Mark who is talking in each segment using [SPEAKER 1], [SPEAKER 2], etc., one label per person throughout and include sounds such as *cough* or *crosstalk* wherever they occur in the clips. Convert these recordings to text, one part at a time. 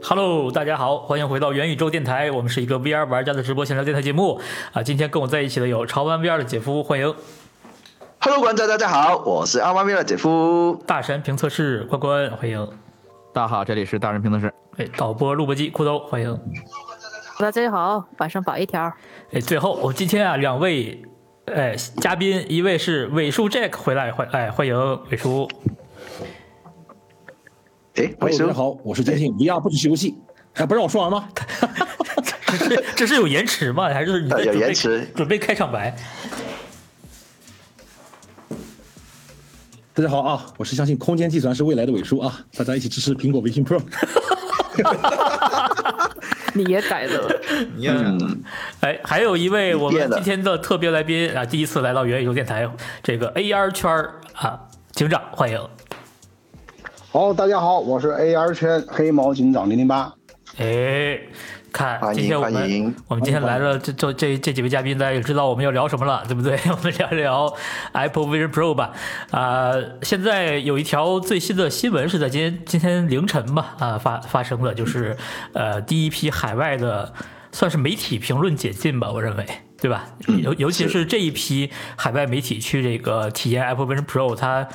[SPEAKER 1] Hello，大家好，欢迎回到元宇宙电台，我们是一个 VR 玩家的直播闲聊电台节目啊。今天跟我在一起的有潮玩 VR 的姐夫，欢迎
[SPEAKER 2] Hello，观众大家好，我是阿妈咪的姐夫。
[SPEAKER 1] 大神评测室关关，欢迎
[SPEAKER 3] 大家好，这里是大人评论室。
[SPEAKER 1] 哎导播录播机裤兜，欢迎
[SPEAKER 4] 大家好，晚上保一条。
[SPEAKER 1] 哎，最后我今天啊，两位哎嘉宾，一位是尾叔 Jack 回来，欢哎欢迎尾叔，
[SPEAKER 2] 哎，
[SPEAKER 5] 大
[SPEAKER 2] 伟
[SPEAKER 5] 家
[SPEAKER 2] 叔，
[SPEAKER 5] 好，我是真心一样不支持游戏。哎，不让我说完吗？
[SPEAKER 1] 这是这是有延迟吗？还是你在
[SPEAKER 2] 啊有
[SPEAKER 1] 准备
[SPEAKER 2] 延迟
[SPEAKER 1] 准备开场白？
[SPEAKER 5] 大家好啊，我是相信空间计算是未来的尾数啊，大家一起支持苹果 Vision Pro。
[SPEAKER 4] 你也改了，
[SPEAKER 3] 你也
[SPEAKER 2] 嗯，
[SPEAKER 1] 哎，还有一位我们
[SPEAKER 2] 变了
[SPEAKER 1] 今天的特别来宾啊，第一次来到元宇宙电台这个 AR 圈儿啊，警长欢迎。
[SPEAKER 6] 好，大家好，我是 AR 圈黑毛警长零零八。
[SPEAKER 1] 哎，看
[SPEAKER 2] 欢迎
[SPEAKER 1] 今天我
[SPEAKER 2] 欢
[SPEAKER 1] 们
[SPEAKER 2] 迎
[SPEAKER 1] 我们今天来了这这这这几位嘉宾，大家也知道我们要聊什么了， *laughs* 对不对？我们聊一聊 Apple Vision Pro 吧。啊、现在有一条最新的新闻是在今天今天凌晨吧啊、发发生的，就是呃第一批海外的算是媒体评论解禁吧，我认为。对吧？
[SPEAKER 2] 嗯
[SPEAKER 1] 尤尤其是这一批海外媒体去这个体验 Apple Vision Pro，它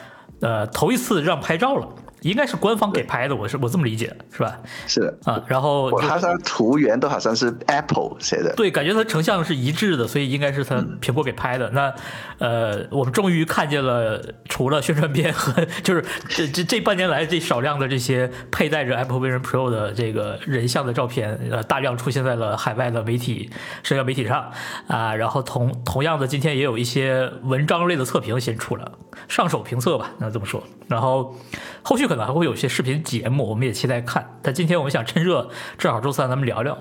[SPEAKER 1] 呃头一次让拍照了，应该是官方给拍的，我是我这么理解，是吧？
[SPEAKER 2] 是的，
[SPEAKER 1] 啊，然后
[SPEAKER 2] 我
[SPEAKER 1] 就
[SPEAKER 2] 好像图源都好像是 Apple 写的，
[SPEAKER 1] 对，感觉它成像是一致的，所以应该是它苹果给拍的。那呃，我们终于看见了，除了宣传片和就是这这这半年来这少量的这些佩戴着 Apple Vision Pro 的这个人像的照片，呃，大量出现在了海外的媒体、社交媒体上啊。然后同同样的，今天也有一些文章类的测评先出了，上手评测吧，那这么说。然后后续可能还会有一些视频节目，我们也期待看。但今天我们想趁热，正好周三咱们聊聊。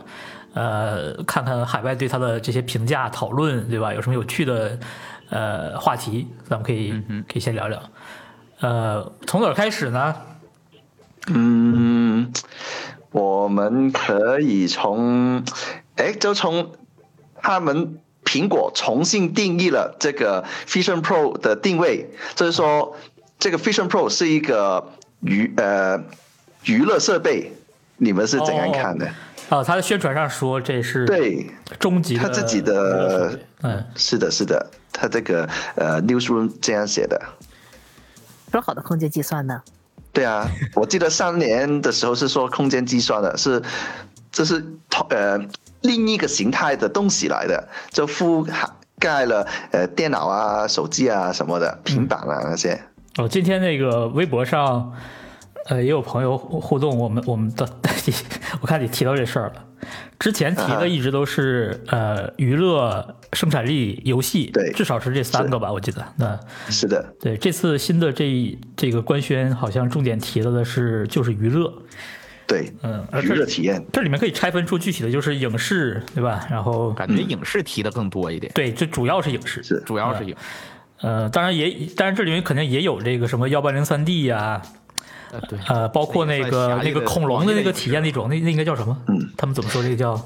[SPEAKER 1] 呃，看看海外对它的这些评价、讨论，对吧？有什么有趣的呃话题，咱们可以可以先聊聊。呃，从哪儿开始呢？
[SPEAKER 2] 嗯，我们可以从，哎，就从他们苹果重新定义了这个 Vision Pro 的定位，就是说这个 Vision Pro 是一个娱呃娱乐设备，你们是怎样看的？
[SPEAKER 1] 啊、它的宣传上说这是
[SPEAKER 2] 对，
[SPEAKER 1] 终极的
[SPEAKER 2] 它自己的
[SPEAKER 1] 嗯，
[SPEAKER 2] 是的，是的，他这个呃 newsroom 这样写的。
[SPEAKER 4] 多好的空间计算呢？
[SPEAKER 2] 对啊，我记得三年的时候是说空间计算的，是这是同呃另一个形态的东西来的，就覆盖了呃电脑啊、手机啊什么的、平板啊那些。
[SPEAKER 1] 哦，今天那个微博上，呃，也有朋友互互动，我们我们的， *laughs* 我看你提到这事儿了。之前提
[SPEAKER 2] 啊
[SPEAKER 1] 的一直都是、呃娱乐、生产力、游戏，
[SPEAKER 2] 对
[SPEAKER 1] 至少是这三个吧，我记得。那
[SPEAKER 2] 是的，
[SPEAKER 1] 对这次新的这一这个官宣，好像重点提到的是就是娱乐，
[SPEAKER 2] 对，
[SPEAKER 1] 嗯，而
[SPEAKER 2] 娱乐
[SPEAKER 1] 这
[SPEAKER 2] 体验。
[SPEAKER 1] 这里面可以拆分出具体的就是影视，对吧？然后
[SPEAKER 3] 感觉影视提的更多一点，
[SPEAKER 1] 对，这主要是影视，
[SPEAKER 2] 是
[SPEAKER 3] 主要是影视。
[SPEAKER 1] 呃，当然也，当然这里面肯定也有这个什么幺八零三 D 呀、
[SPEAKER 3] 呃对，
[SPEAKER 1] 呃，包括那个
[SPEAKER 3] 那也算狭义
[SPEAKER 1] 那
[SPEAKER 3] 的
[SPEAKER 1] 个恐龙的那个体验
[SPEAKER 3] 广义的
[SPEAKER 1] 那种，那那应该叫什么？
[SPEAKER 2] 嗯，
[SPEAKER 1] 他们怎么说？这个叫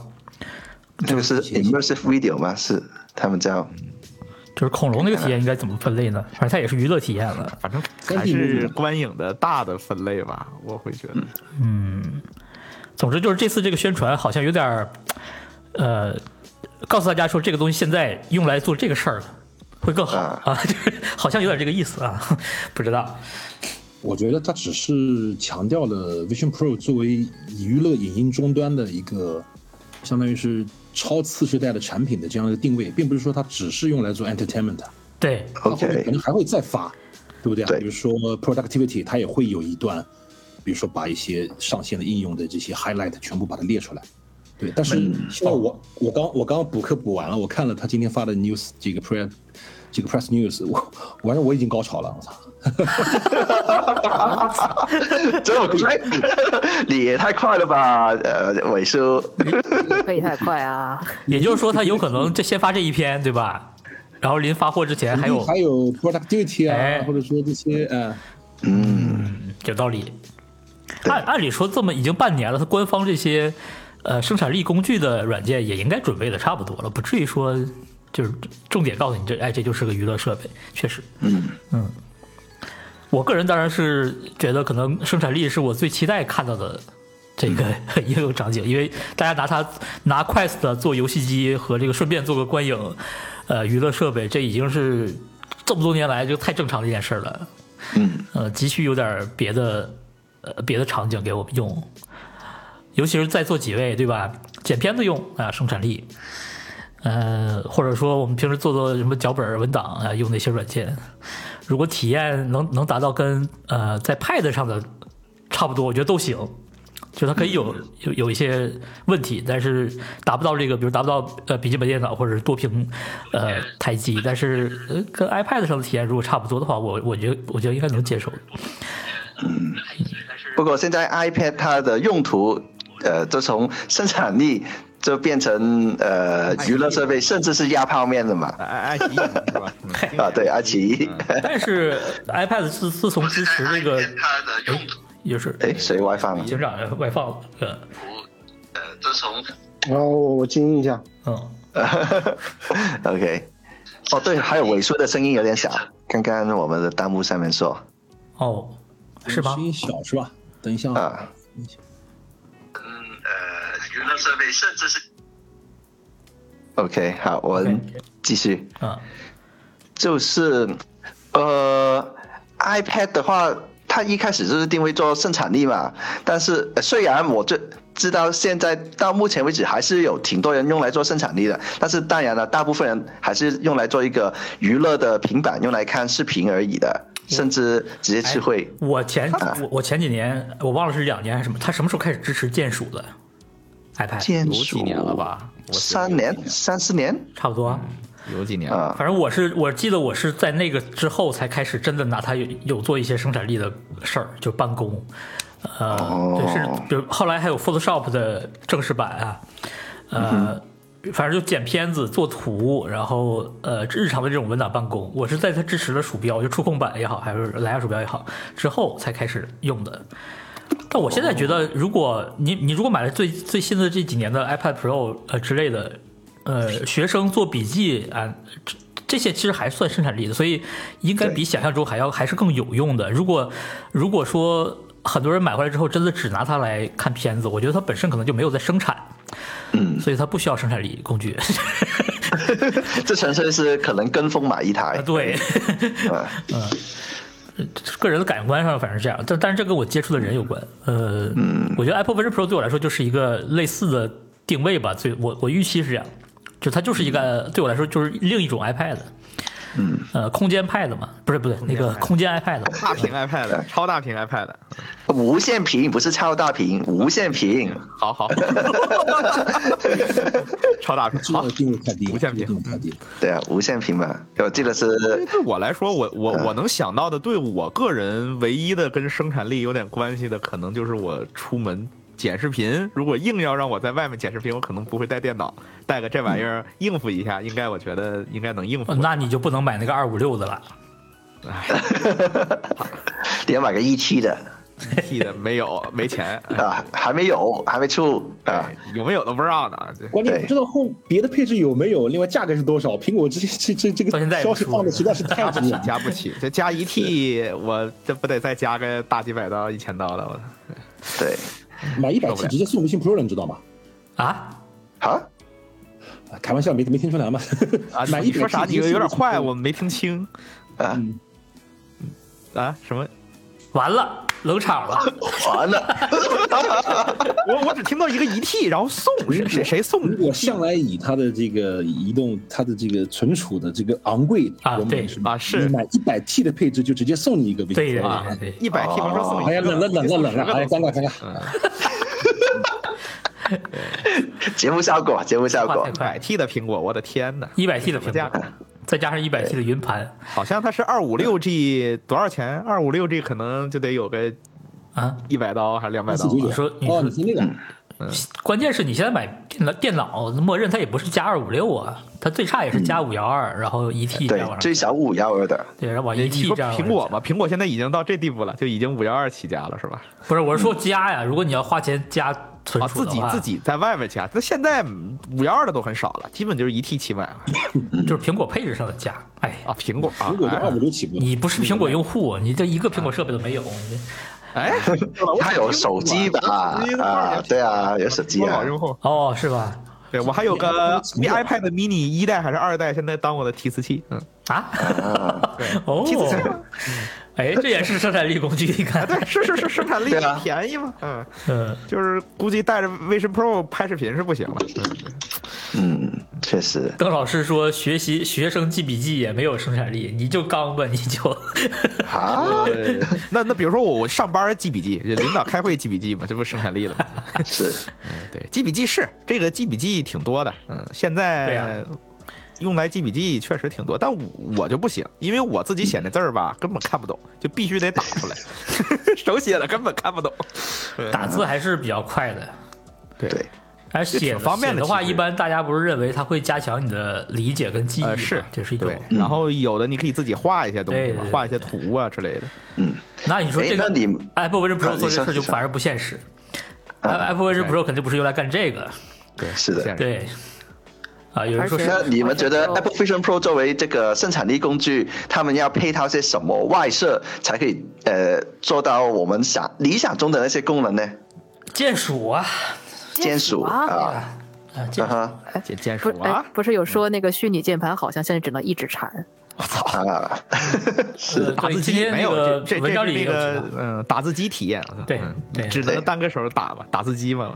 [SPEAKER 2] 这个是 immersive video 吗？是他们叫
[SPEAKER 1] 就是恐龙那个体验应该怎么分类呢？反正它也是娱乐体验了。
[SPEAKER 3] 反正还是观影的大的分类吧，我会觉得。
[SPEAKER 1] 总之就是这次这个宣传好像有点儿，呃，告诉大家说这个东西现在用来做这个事儿了会更好
[SPEAKER 2] 啊
[SPEAKER 1] 啊， *laughs* 就是好像有点这个意思啊，不知道。
[SPEAKER 5] 我觉得它只是强调了 Vision Pro 作为娱乐影音终端的一个，相当于是超次世代的产品的这样一个定位，并不是说它只是用来做 entertainment，
[SPEAKER 1] 对，
[SPEAKER 5] 它后面
[SPEAKER 2] OK
[SPEAKER 5] 可能还会再发，对不对啊？
[SPEAKER 2] 对
[SPEAKER 5] 比如说 productivity，它也会有一段，比如说把一些上线的应用的这些 highlight 全部把它列出来。对，但是
[SPEAKER 2] 嗯
[SPEAKER 5] 现在我我刚我刚补课补完了，我看了他今天发的 news 这个 press 这个 press news，我完了我已经高潮了，我操！
[SPEAKER 2] 这么快， *laughs* 你也太快了吧？呃，伟叔，
[SPEAKER 4] 飞太快啊！
[SPEAKER 1] 也就是说它有可能这先发这一篇，对吧？然后临发货之前还有
[SPEAKER 5] 还有 productivity 啊，
[SPEAKER 1] 哎
[SPEAKER 5] 或者说这些呃，
[SPEAKER 1] 有道理。
[SPEAKER 2] 对
[SPEAKER 1] 按按理说，这么已经半年了，它官方这些呃生产力工具的软件也应该准备的差不多了，不至于说就是重点告诉你这哎这就是个娱乐设备，确实，
[SPEAKER 2] 嗯
[SPEAKER 1] 嗯。我个人当然是觉得，可能生产力是我最期待看到的这个 *laughs* 应用场景，因为大家拿它拿 Quest 做游戏机和这个顺便做个观影，呃，娱乐设备，这已经是这么多年来就太正常的一件事儿了。
[SPEAKER 2] 嗯，
[SPEAKER 1] 呃，急需有点儿别的呃别的场景给我们用，尤其是在座几位对吧？剪片子用啊、生产力，呃，或者说我们平时做做什么脚本儿文档啊、用那些软件，如果体验能能达到跟呃在 Pad 上的差不多，我觉得都行。就它可以有有有一些问题，但是达不到这个，比如达不到呃笔记本电脑或者是多屏呃台机，但是呃跟 iPad 上的体验如果差不多的话，我我觉得我觉得应该能接受。
[SPEAKER 2] 不过现在 iPad 它的用途，呃，就从生产力就变成呃娱乐设备，甚至是压泡面的嘛。
[SPEAKER 3] 爱爱爱奇艺是吧？嗯
[SPEAKER 2] 啊，对，爱奇艺。
[SPEAKER 1] 但是呃 iPad 自自从支持这个，哎也是
[SPEAKER 2] 哎，谁 WiFi 了？
[SPEAKER 1] 警长外放了，呃
[SPEAKER 2] 呃，自从
[SPEAKER 6] 然后我我静音一下，
[SPEAKER 1] 嗯，
[SPEAKER 2] *laughs* OK。哦，对，还有尾叔的声音有点小，刚刚我们的弹幕上面说
[SPEAKER 1] 哦，是吗
[SPEAKER 5] 声？音小是吧？等一下
[SPEAKER 2] 啊，，OK，好，我们
[SPEAKER 1] OK
[SPEAKER 2] 继续。
[SPEAKER 1] 啊，
[SPEAKER 2] 就是呃，iPad 的话，它一开始就是定位做生产力嘛，但是、呃虽然我这知道现在到目前为止还是有挺多人用来做生产力的，但是当然了，大部分人还是用来做一个娱乐的平板，用来看视频而已的，甚至直接去会。
[SPEAKER 1] 我前我我前几年我忘了是两年还是什么，他什么时候开始支持键鼠的 iPad？
[SPEAKER 2] 键
[SPEAKER 3] 哎有
[SPEAKER 2] 鼠
[SPEAKER 3] 几年了？吧？我记得
[SPEAKER 2] 三
[SPEAKER 3] 有几
[SPEAKER 2] 年、三四年 *laughs*
[SPEAKER 1] 差不多啊。
[SPEAKER 3] 有几年了？
[SPEAKER 2] 啊、
[SPEAKER 1] 反正我是我记得我是在那个之后才开始真的拿它有有做一些生产力的事儿，就办公，呃，
[SPEAKER 2] 哦
[SPEAKER 1] 对，是比如后来还有 Photoshop 的正式版啊，呃，反正就剪片子、做图，然后呃日常的这种文档办公，我是在它支持了鼠标，就触控板也好，还是蓝牙鼠标也好之后才开始用的。但我现在觉得，如果你你如果买了最最新的这几年的 iPad Pro 呃之类的，呃，学生做笔记啊，这这些其实还算生产力的，所以应该比想象中还要还是更有用的。如果如果说很多人买回来之后真的只拿它来看片子，我觉得它本身可能就没有在生产，嗯，所以它不需要生产力工具。
[SPEAKER 2] 这纯粹是可能跟风买一台。
[SPEAKER 1] 啊，对，
[SPEAKER 2] 啊
[SPEAKER 1] 嗯 *laughs* 个人的感官上反正是这样，但但是这跟我接触的人有关。呃，我觉得 Apple Vision Pro 对我来说就是一个类似的定位吧，所以我我预期是这样，就它就是一个、对我来说就是另一种 iPad。嗯，呃，空间 Pad 嘛，不是不对，那个空间 iPad 嘛
[SPEAKER 3] 大屏 iPad，超大屏 iPad，呃
[SPEAKER 2] 无限屏不是超大屏，无限屏。*laughs*
[SPEAKER 3] 好好，超大屏
[SPEAKER 5] 这
[SPEAKER 3] 好
[SPEAKER 5] 个。定位太低了，
[SPEAKER 3] 无
[SPEAKER 5] 这
[SPEAKER 3] 线
[SPEAKER 5] 个
[SPEAKER 3] 屏
[SPEAKER 5] 定位太低了。
[SPEAKER 2] 对啊，无限屏嘛，我记得是
[SPEAKER 3] 对我来说，我我
[SPEAKER 5] 嗯
[SPEAKER 3] 我能想到的，对我个人唯一的跟生产力有点关系的，可能就是我出门剪视频。如果硬要让我在外面剪视频，我可能不会带电脑，带个这玩意
[SPEAKER 5] 嗯
[SPEAKER 3] 儿应付一下，应该我觉得应该能应付
[SPEAKER 1] 呃。那你就不能买那个二五六的了。
[SPEAKER 3] 哎，
[SPEAKER 2] 你要买个 E T 的
[SPEAKER 3] 替的没有，没钱，
[SPEAKER 5] *laughs*
[SPEAKER 3] 哎
[SPEAKER 2] 啊，还没有，还没出啊。
[SPEAKER 3] 有没有都不知道呢。这
[SPEAKER 5] 关键
[SPEAKER 2] 对
[SPEAKER 5] 不知道后别的配置有没有，另外价格是多少？苹果这这这这
[SPEAKER 1] 到现在
[SPEAKER 5] 个
[SPEAKER 1] 也不
[SPEAKER 5] 消息
[SPEAKER 1] 出
[SPEAKER 5] 放的实在是太
[SPEAKER 3] 加不
[SPEAKER 5] 低
[SPEAKER 3] 起，
[SPEAKER 1] *laughs*
[SPEAKER 5] 了。
[SPEAKER 3] 加不起，这加一 T，我这不得再加个大几百刀、一千刀的，我操！
[SPEAKER 2] 对，
[SPEAKER 5] 买一百
[SPEAKER 3] 受不
[SPEAKER 5] T
[SPEAKER 3] 了
[SPEAKER 5] 直接送微信 Pro 了，你知道吗？
[SPEAKER 1] 啊，
[SPEAKER 2] 啊，
[SPEAKER 5] 啊开玩笑，没没听出来吗？
[SPEAKER 3] 啊，
[SPEAKER 5] *laughs* 买一
[SPEAKER 3] 你说
[SPEAKER 5] 百 T
[SPEAKER 3] 啥？你
[SPEAKER 5] 直接
[SPEAKER 3] 有点
[SPEAKER 5] 送微信
[SPEAKER 3] 快，
[SPEAKER 5] Pro
[SPEAKER 3] 我没听清
[SPEAKER 5] 嗯
[SPEAKER 3] 嗯
[SPEAKER 2] 啊，
[SPEAKER 3] 啊！什么？
[SPEAKER 1] 完了，冷场了。 *laughs*
[SPEAKER 2] 完了，
[SPEAKER 3] 我我只听到一个一 T，然后送谁谁谁送
[SPEAKER 5] 如
[SPEAKER 3] 一
[SPEAKER 5] 果
[SPEAKER 3] T
[SPEAKER 5] 向来以它的这个移动，它的这个存储的这个昂贵，
[SPEAKER 1] 啊
[SPEAKER 5] 我们
[SPEAKER 1] 对
[SPEAKER 5] 也是
[SPEAKER 3] 啊是
[SPEAKER 5] 你买一百 T 的配置就直接送你一个微信
[SPEAKER 1] 对
[SPEAKER 5] Pro
[SPEAKER 1] 对
[SPEAKER 5] 了。
[SPEAKER 1] 对 *laughs* 对，
[SPEAKER 3] 一百 T 甭说送一个，
[SPEAKER 5] 哎呀，冷了冷了冷了，哎呀，尴尬尴尬。
[SPEAKER 2] 节目效果，节目效
[SPEAKER 1] 话
[SPEAKER 2] 果
[SPEAKER 1] 太，快
[SPEAKER 3] 百，T 的苹果，我的天哪！
[SPEAKER 1] 一百 T 的
[SPEAKER 3] 什
[SPEAKER 1] 屏
[SPEAKER 3] 么价
[SPEAKER 1] 幕，再加上一百 T 的云盘
[SPEAKER 3] 好像它是二五六 G 多少钱？二五六 G 可能就得有个
[SPEAKER 1] 啊，
[SPEAKER 3] 一百刀还是两百刀
[SPEAKER 5] 四九九，
[SPEAKER 1] 你说你说
[SPEAKER 5] 哦，你说那
[SPEAKER 3] 嗯
[SPEAKER 5] 个，
[SPEAKER 1] 关键是你现在买电脑，电脑默认它也不是加二五六啊，它最差也是加五幺二，然后一 T 这
[SPEAKER 2] 对
[SPEAKER 1] 样，往上
[SPEAKER 2] 最少五幺二的，
[SPEAKER 1] 对，然后往
[SPEAKER 3] 嗯你
[SPEAKER 1] 一
[SPEAKER 3] 你
[SPEAKER 1] T
[SPEAKER 3] 说
[SPEAKER 1] 这样往上
[SPEAKER 3] 苹果嘛，苹果现在已经到这地步了，就已经五幺二起家了，是吧？
[SPEAKER 1] 加，不是我是说加呀，如果你要花钱加存
[SPEAKER 3] 啊，
[SPEAKER 1] 储
[SPEAKER 3] 自
[SPEAKER 1] 的
[SPEAKER 3] 己
[SPEAKER 1] 话，
[SPEAKER 3] 自己在外面加，那现在五幺二的都很少了，基本就是一 T 起买了
[SPEAKER 1] 就是苹果配置上的加，哎。
[SPEAKER 3] 啊。苹果啊
[SPEAKER 5] 如，果是
[SPEAKER 3] 哎
[SPEAKER 5] 二五六起步，
[SPEAKER 3] 啊
[SPEAKER 1] 你不是苹果用户，你这一个苹果设备都没有，你这
[SPEAKER 5] *laughs*
[SPEAKER 3] 哎，
[SPEAKER 2] 它有手机吧
[SPEAKER 3] 手机？的话
[SPEAKER 2] 啊，对啊，有手机
[SPEAKER 3] 多
[SPEAKER 2] 啊
[SPEAKER 3] 好。用户。
[SPEAKER 1] 哦，是吧？
[SPEAKER 3] 对我还有个
[SPEAKER 5] 没有
[SPEAKER 3] iPad mini 一代还是二代，现在当我的提词器，嗯，
[SPEAKER 1] 啊，
[SPEAKER 3] 对，
[SPEAKER 1] *laughs* 哦
[SPEAKER 3] 提词器，
[SPEAKER 1] 哎，这也是生产力工具，你
[SPEAKER 3] 啊，
[SPEAKER 1] 看，
[SPEAKER 3] 对，是是是，生产力
[SPEAKER 2] 对啊
[SPEAKER 3] 便宜嘛，嗯，
[SPEAKER 1] 嗯，
[SPEAKER 3] 就是估计带着 Vision Pro 拍视频是不行了，
[SPEAKER 2] 嗯，确实。
[SPEAKER 1] 邓老师说学习学生记笔记也没有生产力，你就刚吧，你就， *laughs*
[SPEAKER 2] 啊，
[SPEAKER 3] 嗯那那比如说我我上班记笔记，领导开会记笔记嘛，这不生产力了吗？
[SPEAKER 2] *laughs*
[SPEAKER 3] 嗯
[SPEAKER 2] 是
[SPEAKER 3] 对，记笔记是这个记笔记挺多的，嗯，现
[SPEAKER 1] 对
[SPEAKER 3] 在
[SPEAKER 1] 呀
[SPEAKER 3] 用来记笔记确实挺多，但我我就不行，因为我自己写的字儿吧，根本看不懂，就必须得打出
[SPEAKER 2] *laughs*
[SPEAKER 3] 来，手写的根本看不懂。
[SPEAKER 1] 打字还是比较快的。
[SPEAKER 3] 对
[SPEAKER 2] 对，
[SPEAKER 1] 而
[SPEAKER 3] 这
[SPEAKER 1] 哎写
[SPEAKER 3] 挺方便
[SPEAKER 1] 写
[SPEAKER 3] 的
[SPEAKER 1] 的话，
[SPEAKER 3] 其实
[SPEAKER 1] 一般大家不是认为它会加强你的理解跟记忆吗？
[SPEAKER 3] 呃，是，
[SPEAKER 1] 这是一种
[SPEAKER 3] 对。。然后有的你可以自己画一些东西
[SPEAKER 1] 对
[SPEAKER 3] 嘛
[SPEAKER 1] 对，
[SPEAKER 3] 画一些图啊之类的。
[SPEAKER 1] 那你说
[SPEAKER 2] 哎
[SPEAKER 1] 这个
[SPEAKER 2] 那你
[SPEAKER 1] Apple Vision
[SPEAKER 2] 啊
[SPEAKER 1] Pro
[SPEAKER 2] 你
[SPEAKER 1] 做这
[SPEAKER 2] 说
[SPEAKER 1] 事就
[SPEAKER 2] 你说
[SPEAKER 1] 反而不现实。Apple
[SPEAKER 2] 啊
[SPEAKER 1] Vision
[SPEAKER 3] 对
[SPEAKER 1] Pro 肯定不是用来干这个，
[SPEAKER 3] 对，
[SPEAKER 2] 是的
[SPEAKER 3] 现实。
[SPEAKER 1] 对。啊，有人说
[SPEAKER 4] 而
[SPEAKER 1] 是
[SPEAKER 4] 且
[SPEAKER 2] 那你们觉得
[SPEAKER 4] 我
[SPEAKER 2] Apple Vision Pro 作为这个生产力工具，他们要配套些什么外设，才可以呃做到我们想理想中的那些功能呢？
[SPEAKER 1] 键鼠啊，
[SPEAKER 2] 键鼠
[SPEAKER 4] 啊，
[SPEAKER 2] 啊，
[SPEAKER 1] 啊，键
[SPEAKER 2] 啊哈
[SPEAKER 3] 键键
[SPEAKER 4] 不
[SPEAKER 3] 鼠
[SPEAKER 4] 哎
[SPEAKER 3] 啊，，
[SPEAKER 4] 不是有说那个虚拟键盘好像现在只能一直缠，
[SPEAKER 2] 啊，
[SPEAKER 1] 是
[SPEAKER 3] 打
[SPEAKER 1] 对，
[SPEAKER 3] 字
[SPEAKER 1] 今
[SPEAKER 3] 机
[SPEAKER 1] 天那
[SPEAKER 3] 没有，
[SPEAKER 1] 个
[SPEAKER 3] 这这
[SPEAKER 1] 文章
[SPEAKER 3] 这
[SPEAKER 1] 里
[SPEAKER 3] 是那
[SPEAKER 1] 也有提
[SPEAKER 3] 个
[SPEAKER 1] 到
[SPEAKER 3] 嗯打字机体验，
[SPEAKER 1] 对
[SPEAKER 3] 嗯
[SPEAKER 1] 对
[SPEAKER 3] 只能单个手打吧，打字机嘛。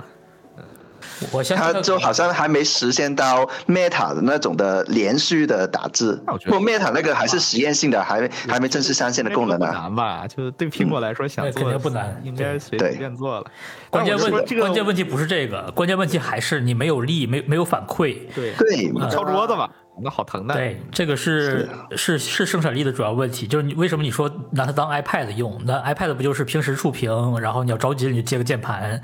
[SPEAKER 1] 我 *laughs* 相信
[SPEAKER 2] 它
[SPEAKER 1] 它
[SPEAKER 2] 就好像还没实现到 Meta 的那种的连续的打字
[SPEAKER 3] 那我，觉
[SPEAKER 2] 不
[SPEAKER 3] 得
[SPEAKER 2] 过 Meta 那个还是实验性的，还没还没正式上线的功能
[SPEAKER 3] 不
[SPEAKER 2] 呢、啊。
[SPEAKER 3] 难吧？就对苹果来说，想
[SPEAKER 1] 那
[SPEAKER 3] 做
[SPEAKER 1] 肯定不难
[SPEAKER 3] 应该随
[SPEAKER 2] 对
[SPEAKER 3] 便做了。
[SPEAKER 1] 关键
[SPEAKER 3] 但我
[SPEAKER 1] 问
[SPEAKER 3] 就说这个
[SPEAKER 1] 关键问题不是这个，关键问题还是你没有力，没没有反馈。
[SPEAKER 3] 对，
[SPEAKER 2] 对，
[SPEAKER 3] 敲桌子吧，那好疼的。
[SPEAKER 1] 对，这个是是是生产力的主要问题，就是你为什么你说拿它当 iPad 用？那 iPad 不就是平时触屏，然后你要着急你就接个键盘，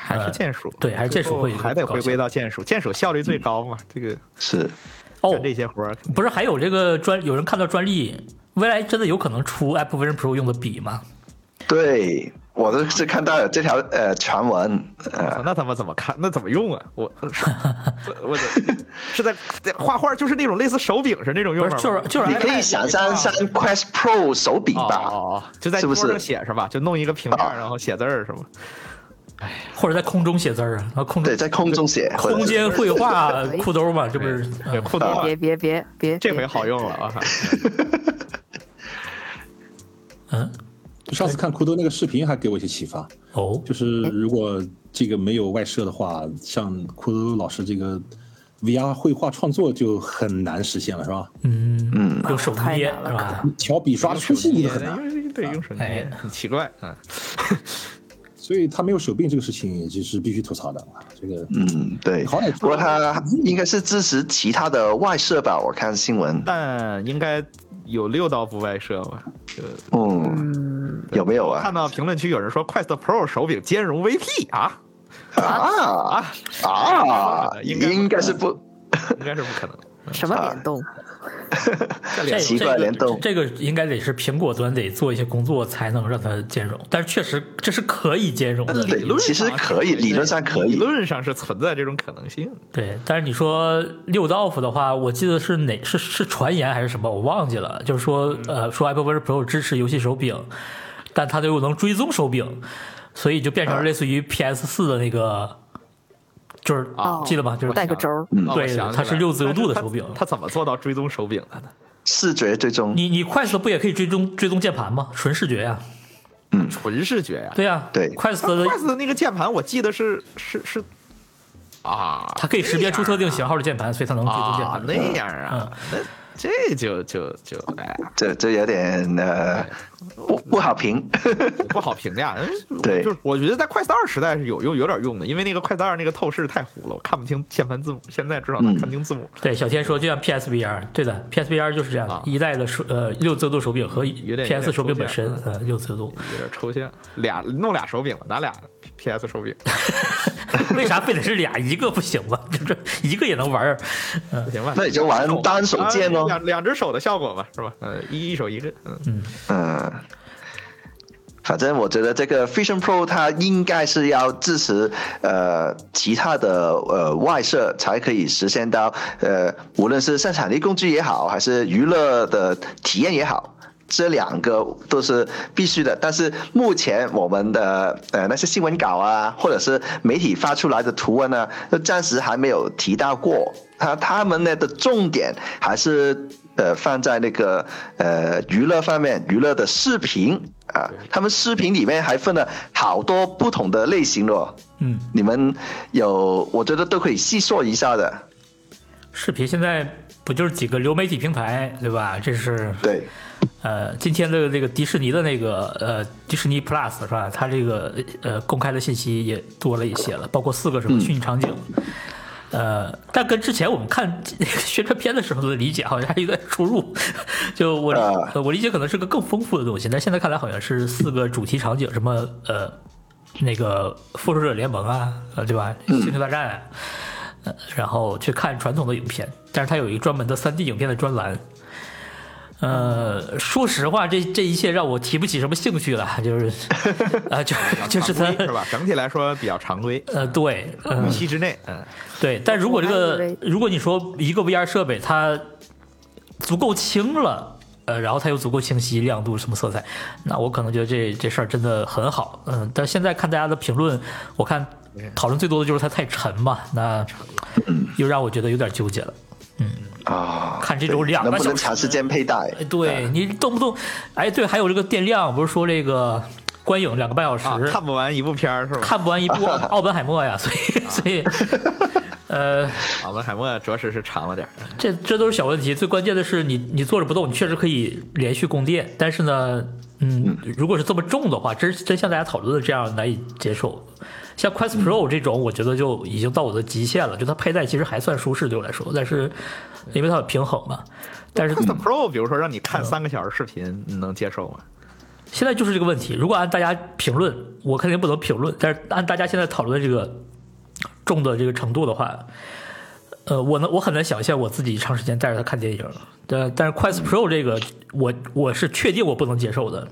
[SPEAKER 3] 还是键鼠，
[SPEAKER 1] 嗯对还是键鼠会嗯
[SPEAKER 3] 最后还得回归到键鼠，键鼠效率最高嘛。这个
[SPEAKER 2] 是
[SPEAKER 1] 哦
[SPEAKER 3] 干，这些活儿，
[SPEAKER 1] 不是还有这个专有人看到专利，未来真的有可能出 Apple Vision Pro 用的笔吗？
[SPEAKER 2] 对，我都是看到有这条呃传闻，呃，
[SPEAKER 3] 那他妈怎么看？那怎么用啊？我我我是在在画画，就是那种类似手柄是那种用
[SPEAKER 1] 不
[SPEAKER 3] 法
[SPEAKER 1] 是，
[SPEAKER 3] 吗，
[SPEAKER 1] 就是就是
[SPEAKER 2] 你可
[SPEAKER 1] iPad
[SPEAKER 2] 以想象像 Quest Pro 手柄
[SPEAKER 3] 哦
[SPEAKER 2] 吧，
[SPEAKER 3] 哦，哦就在
[SPEAKER 2] 是
[SPEAKER 3] 桌
[SPEAKER 2] 不是
[SPEAKER 3] 上写是吧？就弄一个平面，
[SPEAKER 2] 啊
[SPEAKER 3] 然后写字儿是吗？
[SPEAKER 1] 或者在空中写字儿啊，然后空中
[SPEAKER 2] 对，在空中写，或者
[SPEAKER 1] 空间绘
[SPEAKER 2] *laughs*
[SPEAKER 1] 画裤兜嘛，这不是
[SPEAKER 3] 对，
[SPEAKER 1] 嗯
[SPEAKER 3] 裤兜啊
[SPEAKER 4] 别别别别，
[SPEAKER 3] 这
[SPEAKER 4] 别
[SPEAKER 3] 回好用了
[SPEAKER 1] *laughs*
[SPEAKER 3] 啊！
[SPEAKER 1] 嗯
[SPEAKER 5] 上次看酷豆那个视频还给我一些启发，
[SPEAKER 1] 哦
[SPEAKER 5] 就是如果这个没有外设的话，像酷豆老师这个 VR 绘画创作就很难实现了，是吧？
[SPEAKER 1] 嗯
[SPEAKER 2] 嗯，
[SPEAKER 1] 用手
[SPEAKER 4] 太
[SPEAKER 1] 捏
[SPEAKER 4] 难了
[SPEAKER 1] 是吧？
[SPEAKER 5] 你调笔刷出戏都很难，
[SPEAKER 3] 因为对用手
[SPEAKER 1] 哎
[SPEAKER 3] 捏很奇怪啊。
[SPEAKER 5] 所以他没有手柄这个事情也就是必须吐槽的啊。这个
[SPEAKER 2] 嗯，对。
[SPEAKER 5] 好歹
[SPEAKER 2] 不过它应该是支持其他的外设吧？我看新闻，
[SPEAKER 3] 但应该有六道不外设吧？就
[SPEAKER 2] 嗯，
[SPEAKER 4] 嗯，
[SPEAKER 2] 有没有啊
[SPEAKER 3] 看？到评论区有人说 Quest Pro 手柄兼容 VP 啊，
[SPEAKER 2] 啊啊，
[SPEAKER 3] 应该不
[SPEAKER 2] 应该是不
[SPEAKER 3] 应该是不可能。
[SPEAKER 4] 什么联动？
[SPEAKER 1] 这
[SPEAKER 2] 奇怪联动
[SPEAKER 1] 这个这个应该得是苹果端得做一些工作才能让它兼容，但是确实这是可以兼容的，
[SPEAKER 2] 呃理论其实可以，理论上可
[SPEAKER 3] 啊理
[SPEAKER 2] 以。
[SPEAKER 3] 论上是存在这种可能性。
[SPEAKER 1] 对。但是你说六道夫的话，我记得是哪是是传言还是什么，我忘记了，就是说
[SPEAKER 2] 嗯
[SPEAKER 1] 呃说 Apple Vision Pro 支持游戏手柄，但它又能追踪手柄，所以就变
[SPEAKER 2] 嗯
[SPEAKER 1] 成类似于 PS 四的那个，就是
[SPEAKER 4] 哦，
[SPEAKER 1] 记得吗？就是
[SPEAKER 4] 带个轴儿，
[SPEAKER 2] 嗯
[SPEAKER 3] 哦
[SPEAKER 1] 对
[SPEAKER 3] 我想起
[SPEAKER 1] 它是
[SPEAKER 3] 来
[SPEAKER 1] 六自由度的
[SPEAKER 3] 但
[SPEAKER 1] 手
[SPEAKER 3] 是
[SPEAKER 1] 柄
[SPEAKER 3] 它它怎么做到追踪手柄的呢？
[SPEAKER 2] 视觉最终，
[SPEAKER 1] 你你快速不也可以追踪追踪键盘吗？纯视觉呀、
[SPEAKER 2] 嗯
[SPEAKER 3] 纯视觉呀、
[SPEAKER 1] 对呀、
[SPEAKER 2] 对
[SPEAKER 1] 快速的
[SPEAKER 3] 啊 Quest 的那个键盘我记得是是是啊，
[SPEAKER 1] 它可以识别出特定型号的键盘，所以它能追踪键
[SPEAKER 3] 啊
[SPEAKER 1] 盘。嗯
[SPEAKER 3] 那样啊，那这就就就哎呀，
[SPEAKER 2] 这这有点呃不不好评。
[SPEAKER 3] 不好
[SPEAKER 2] *laughs*
[SPEAKER 3] 评价。嗯
[SPEAKER 2] 对
[SPEAKER 3] 就是我觉得在快 u 二时代是有用有点用的，因为那个快 u 二那个透视太糊了，我看不清键盘字母。现在至少能
[SPEAKER 2] 嗯
[SPEAKER 3] 看清字母，
[SPEAKER 1] 对，小天说就像 PSVR，对的，PSVR 就是这样的，
[SPEAKER 3] 啊
[SPEAKER 1] 一代的手呃六自由度手柄和
[SPEAKER 3] 有点
[SPEAKER 1] PS 手柄本身
[SPEAKER 3] 有点抽嗯
[SPEAKER 1] 呃六自由度， *laughs*
[SPEAKER 3] 有点抽象。俩弄俩手柄吧，拿俩 PS
[SPEAKER 1] *laughs*
[SPEAKER 3] 手柄
[SPEAKER 1] 为啥非得是俩一个不行吗？ *laughs* 这这一个也能玩儿，
[SPEAKER 3] 不行吧？
[SPEAKER 2] 那你就玩单手键
[SPEAKER 3] 啊
[SPEAKER 2] 咯。
[SPEAKER 3] 两两只手的效果吧，是吧？呃，一一手一个，嗯，
[SPEAKER 2] 嗯，反正我觉得这个 Vision Pro 它应该是要支持呃其他的呃外设，才可以实现到呃无论是生产力工具也好，还是娱乐的体验也好，这两个都是必须的。但是目前我们的呃那些新闻稿啊，或者是媒体发出来的图文呢，都暂时还没有提到过。他他们呢的重点还是呃放在那个呃娱乐方面，娱乐的视频啊，他们视频里面还分了好多不同的类型的、哦。
[SPEAKER 1] 嗯，
[SPEAKER 2] 你们有，我觉得都可以细说一下的。
[SPEAKER 1] 视频现在不就是几个流媒体平台对吧？这是
[SPEAKER 2] 对，
[SPEAKER 1] 呃，今天的这个迪士尼的那个呃迪士尼 Plus 是吧？它这个呃公开的信息也多了一些了，包括四个什
[SPEAKER 3] 嗯
[SPEAKER 1] 么虚拟场景。呃，但跟之前我们看 *laughs* 宣传片的时候的理解好像还有点出入。 *laughs* 就我理、
[SPEAKER 2] 啊
[SPEAKER 1] 呃我理解可能是个更丰富的东西，但现在看来好像是四个主题场景，什么呃那个复仇者联盟啊，呃对吧？星球大战、啊，呃然后去看传统的影片，但是它有一个专门的3 D 影片的专栏。呃，说实话，这这一切让我提不起什么兴趣了，就是， *laughs* 啊、
[SPEAKER 3] *laughs*
[SPEAKER 1] 就就是
[SPEAKER 3] 常规
[SPEAKER 1] 它，
[SPEAKER 3] 是吧？整体来说比较常规，
[SPEAKER 1] 呃，对，嗯、
[SPEAKER 3] 预期之内。嗯，
[SPEAKER 1] 对，但如果这
[SPEAKER 4] 我还以
[SPEAKER 1] 个
[SPEAKER 4] 为，
[SPEAKER 1] 如果你说一个 VR 设备它足够轻了，呃，然后它又足够清晰、亮度什么色彩，那我可能觉得这这事儿真的很好。嗯、但现在看大家的评论，我看讨论最多的就是它太沉嘛，那又让我觉得有点纠结了。
[SPEAKER 2] 啊，
[SPEAKER 1] 看这种
[SPEAKER 2] 对
[SPEAKER 1] 两个
[SPEAKER 2] 能不能
[SPEAKER 1] 小时
[SPEAKER 2] 长时间佩戴？
[SPEAKER 1] 哎
[SPEAKER 3] 呃
[SPEAKER 1] 对你动不动，哎，对，还有这个电量，不是说这个观影两个半小时，
[SPEAKER 3] 啊，看不完一部片儿是吧？
[SPEAKER 1] 看不完一部《奥本海默》呀，所以 *laughs* 所以，呃，
[SPEAKER 3] 奥啊本海默着实是长了点儿。
[SPEAKER 1] 这这都是小问题，最关键的是你你坐着不动，你确实可以连续供电，但是呢，嗯，如果是这么重的话，真真像大家讨论的这样难以接受。像 Quest Pro 这种，我觉得就已经到我的极限了，就它佩戴其实还算舒适对我来说，但是因为它有平衡嘛，但是
[SPEAKER 3] Quest Pro 比如说让你
[SPEAKER 1] 嗯
[SPEAKER 3] 看三个小时视频，你能接受吗？
[SPEAKER 1] 现在就是这个问题。如果按大家评论，我肯定不能评论，但是按大家现在讨论这个重的这个程度的话，呃，我能我很难想象我自己长时间带着它看电影。但但是 Quest Pro 这个，我我是确定我不能接受的。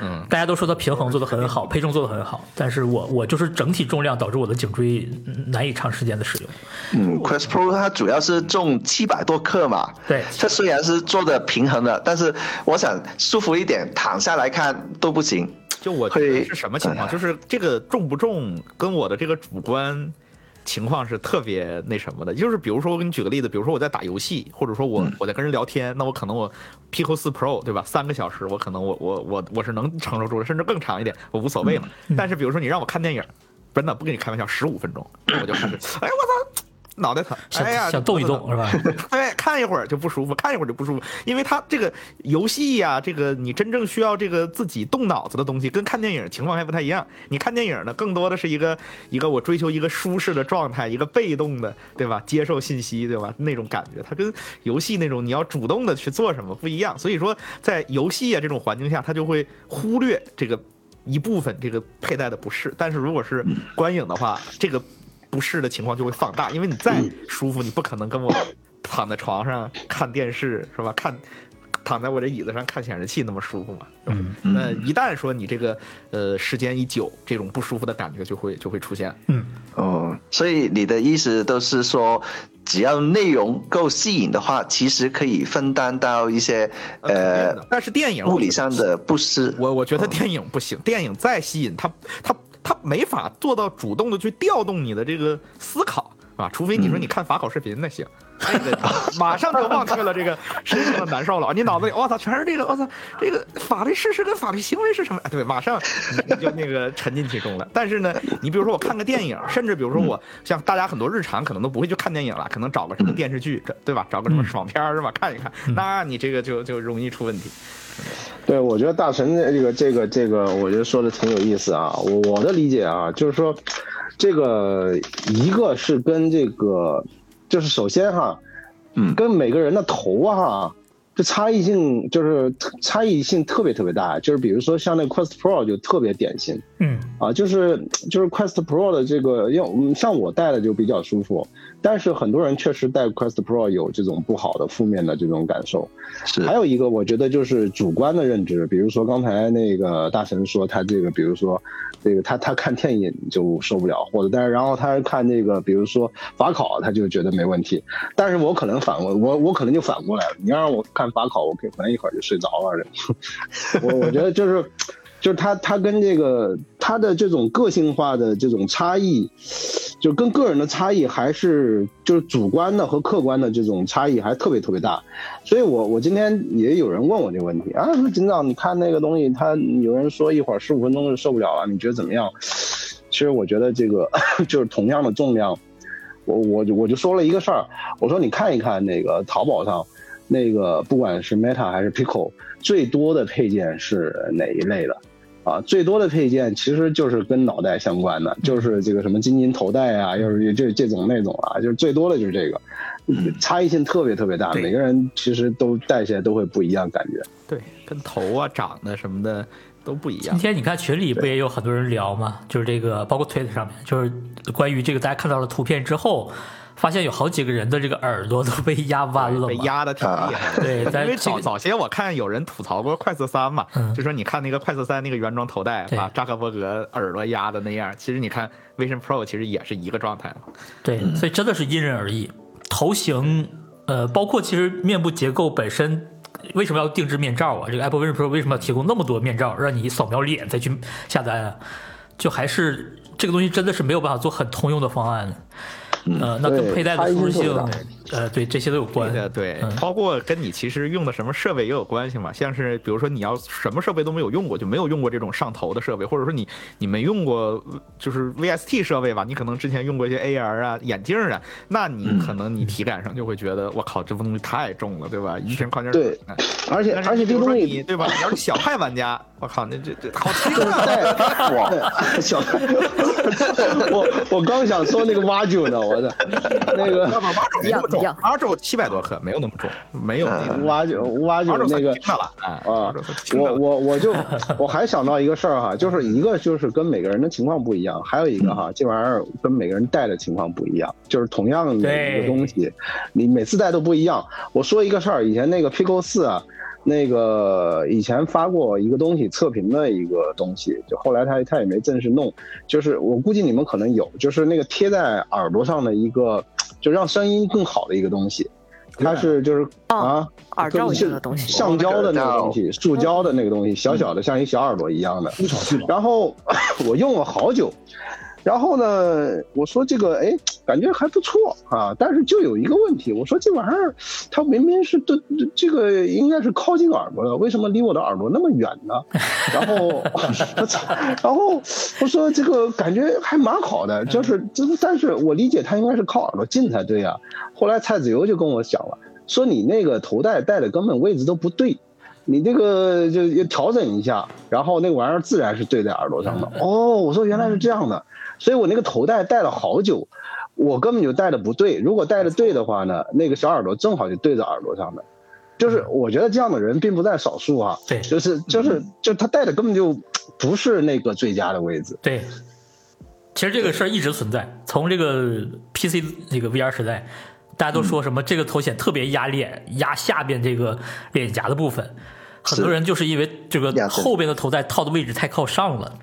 [SPEAKER 3] 嗯，
[SPEAKER 1] 大家都说它平衡做得很好，配重做得很好，但是我我就是整体重量导致我的颈椎嗯难以长时间的使用。
[SPEAKER 2] 嗯，Quest Pro 它主要是重七百多克嘛，
[SPEAKER 1] 对
[SPEAKER 2] 它虽然是做的平衡的，但是我想舒服一点，躺下来看都不行。
[SPEAKER 3] 就我觉得
[SPEAKER 2] 会
[SPEAKER 3] 是什么情况？
[SPEAKER 2] 嗯
[SPEAKER 3] 就是这个重不重跟我的这个主观情况是特别那什么的。就是比如说，我给你举个例子，比如说我在打游戏，或者说
[SPEAKER 2] 嗯
[SPEAKER 3] 我我在跟人聊天，那我可能我 Pico 四 Pro 对吧？三个小时，我可能我我我我是能承受住的，甚至更长一点，我无所谓嘛。
[SPEAKER 2] 嗯
[SPEAKER 3] 但是比如说你让我看电影，真的不跟你开玩笑，十五分钟我就
[SPEAKER 2] *laughs*
[SPEAKER 3] 开始，哎我操，脑袋疼，
[SPEAKER 1] 想、
[SPEAKER 3] 哎呀
[SPEAKER 1] 想动一
[SPEAKER 3] 脑袋疼
[SPEAKER 1] 动是吧？
[SPEAKER 3] *laughs* 对，看一会儿就不舒服，看一会儿就不舒服，因为它这个游戏呀、这个你真正需要这个自己动脑子的东西，跟看电影情况还不太一样。你看电影呢，更多的是一个一个我追求一个舒适的状态，一个被动的，对吧？接受信息，对吧？那种感觉，它跟游戏那种你要主动的去做什么不一样。所以说，在游戏啊这种环境下，它就会忽略这个一部分这个佩戴的不适。但是如果是
[SPEAKER 2] 嗯
[SPEAKER 3] 观影的话，这个不适的情况就会放大，因为你再
[SPEAKER 2] 嗯
[SPEAKER 3] 舒服，你不可能跟我躺在床上看电视是吧？看躺在我这椅子上看显示器那么舒服嘛？嗯，那一旦说你这个呃时间一久，这种不舒服的感觉就会就会出现。
[SPEAKER 2] 哦，所以你的意思都是说，只要内容够吸引的话，其实可以分担到一些
[SPEAKER 3] 呃，
[SPEAKER 2] 呃
[SPEAKER 3] 但是电影
[SPEAKER 2] 物理
[SPEAKER 3] 我觉得
[SPEAKER 2] 上的不适。
[SPEAKER 3] 我我觉得电影不行，电影再吸引它，它它没法做到主动的去调动你的这个思考。啊，除非你说你看法考视频那行，那个马上就忘却了这个身上的难受了。你 *laughs* 脑子里我操，全是这个我操，这个法律事实跟法律行为是什么？哎对，马上你你就那个沉浸其中了。 *laughs* 但是呢，你比如说我看个电影，甚至比如说我像大家很多日常可能都不会去看电影了，可能找个什么电视剧，对吧？找个什么爽片儿是吧？看一看，那你这个就就容易出问题。
[SPEAKER 7] 对，我觉得大神的这个这个这个，我觉得说的挺有意思啊。我我的理解啊，就是说，这个一个是跟这个，就是首先哈，
[SPEAKER 2] 嗯
[SPEAKER 7] 跟每个人的头啊哈，这差异性就是差异性特别特别大。就是比如说像那个 Quest Pro 就特别典型，
[SPEAKER 1] 嗯
[SPEAKER 7] 啊，就是就是 Quest Pro 的这个，因为我们像我戴的就比较舒服，
[SPEAKER 6] 但是很多人确实带 Quest Pro 有这种不好的负面的这种感受。
[SPEAKER 2] 是
[SPEAKER 6] 还有一个，我觉得就是主观的认知，比如说刚才那个大神说他这个，比如说这个他他看电影就受不了，或者但是然后他看这个，比如说法考，他就觉得没问题。但是我可能反过，我我可能就反过来了。你要让我看法考，我可可能一会儿就睡着啊了。我 *laughs* 我觉得就是。就是他，他跟这个他的这种个性化的这种差异，就跟个人的差异还是就是主观的和客观的这种差异还特别特别大，所以我我今天也有人问我这个问题啊，说警长，你看那个东西，他有人说一会儿十五分钟就受不了了，你觉得怎么样？其实我觉得这个 *laughs* 就是同样的重量，我我就我就说了一个事儿，我说你看一看那个淘宝上，那个不管是 Meta 还是 Pico，最多的配件是哪一类的？啊，最多的配件其实就是跟脑袋相关的，就是这个什么金银头戴啊，又是这这种那种啊，就是最多的就是这个，差异性特别特别大，
[SPEAKER 3] 嗯对
[SPEAKER 6] 每个人其实都戴起来都会不一样感觉。
[SPEAKER 3] 对，跟头啊、长得什么的都不一
[SPEAKER 1] 今
[SPEAKER 3] 样。
[SPEAKER 1] 天你看群里不也有很多人聊吗？就是这个，包括推特上面，就是关于这个，大家看到了图片之后，发现有好几个人的这个耳朵都被压弯了嘛。
[SPEAKER 3] 被压的挺厉害的。
[SPEAKER 1] 对，咱
[SPEAKER 3] 因为
[SPEAKER 1] 这
[SPEAKER 3] 早
[SPEAKER 1] 个
[SPEAKER 3] 早些我看有人吐槽过快色三嘛，
[SPEAKER 1] 嗯
[SPEAKER 3] 就说你看那个快色三那个原装头戴
[SPEAKER 1] 对
[SPEAKER 3] 把扎克伯格耳朵压的那样，其实你看 Vision Pro 其实也是一个状态嘛。
[SPEAKER 1] 对，
[SPEAKER 6] 嗯
[SPEAKER 1] 所以真的是因人而异。头型，呃，包括其实面部结构本身，为什么要定制面罩啊？这个 Apple Vision Pro 为什么要提供那么多面罩，让你扫描脸再去下单啊？就还是这个东西真的是没有办法做很通用的方案。呃，那跟
[SPEAKER 6] 嗯对
[SPEAKER 1] 佩戴的
[SPEAKER 6] 差异
[SPEAKER 1] 舒适
[SPEAKER 6] 性特
[SPEAKER 1] 性
[SPEAKER 6] 别大，
[SPEAKER 1] 呃，对这些都有关。
[SPEAKER 3] 对的，对
[SPEAKER 1] 嗯，
[SPEAKER 3] 包括跟你其实用的什么设备也有关系嘛。像是比如说你要什么设备都没有用过，就没有用过这种上头的设备，或者说你你没用过呃就是 VST 设备吧，你可能之前用过一些 AR 啊、眼镜啊，那
[SPEAKER 6] 嗯
[SPEAKER 3] 你可能你体感上就会觉得我靠，这东西太重了，对吧？一拳矿泉水哎
[SPEAKER 6] 对。而且
[SPEAKER 3] 但是
[SPEAKER 6] 而且
[SPEAKER 3] 比
[SPEAKER 6] 这个
[SPEAKER 3] 如说
[SPEAKER 6] 东
[SPEAKER 3] 你
[SPEAKER 6] 西
[SPEAKER 3] 对吧？你要是小派玩家，我靠，那这这好轻啊！
[SPEAKER 6] 戴哇，
[SPEAKER 3] *laughs*
[SPEAKER 6] *laughs* 小我我刚想说那个挖九呢，我的那个
[SPEAKER 3] 要把马肘
[SPEAKER 4] *laughs* 一
[SPEAKER 3] 那
[SPEAKER 4] 样
[SPEAKER 3] 么重
[SPEAKER 4] 一样，
[SPEAKER 3] 马肘七百多克，没有那么重，没有那个
[SPEAKER 6] 挖九挖九
[SPEAKER 3] 马肘
[SPEAKER 6] 那个
[SPEAKER 3] 算轻的了哎
[SPEAKER 6] 啊
[SPEAKER 3] 马肘算，轻的
[SPEAKER 6] 我
[SPEAKER 3] 了
[SPEAKER 6] 我我就我还想到一个事儿哈，就是一个就是跟每个人的情况不一样，还有一个哈，这玩意儿跟每个人戴的情况不一样，就是同样的一
[SPEAKER 1] 对
[SPEAKER 6] 个东西，你每次戴都不一样。我说一个事儿，以前那个 Pico 四啊。那个以前发过一个东西测评的一个东西，就后来他他也没正式弄，就是我估计你们可能有，就是那个贴在耳朵上的一个，就让声音更好的一个东西，它是就是
[SPEAKER 4] 哦
[SPEAKER 6] 啊，
[SPEAKER 4] 耳罩一样的
[SPEAKER 6] 是
[SPEAKER 4] 东西
[SPEAKER 6] 橡胶的那个东西，塑胶的那个东西，小小的像一小耳朵一样的。
[SPEAKER 5] 出场剧嘛，
[SPEAKER 6] 然后我用了好久，然后呢，我说这个哎，感觉还不错啊，但是就有一个问题，我说这玩意儿它明明是对这个应该是靠近耳朵的，为什么离我的耳朵那么远呢？
[SPEAKER 4] *laughs*
[SPEAKER 6] 然后 *laughs* 我操，然后我说这个感觉还蛮好的，就是这，但是我理解它应该是靠耳朵近才对啊。后来蔡子游就跟我讲了，说你那个头戴戴的根本位置都不对。你这个就就调整一下，然后那个玩意儿自然是对在耳朵上的。哦，我说原来是这样的，所以我那个头戴戴了好久，我根本就戴的不对。如果戴的对的话呢，那个小耳朵正好就对着耳朵上的。就是我觉得这样的人并不在少数啊，
[SPEAKER 1] 对
[SPEAKER 6] 就是就是就他戴的根本就不是那个最佳的位置。
[SPEAKER 1] 对，其实这个事儿一直存在，从这个 PC 这个 VR 时代，大家都
[SPEAKER 3] 嗯
[SPEAKER 1] 说什么这个头显特别压脸，压下边这个脸颊的部分，很多人就是因为这个
[SPEAKER 2] 压针
[SPEAKER 1] 后边的头戴套的位置太靠上了，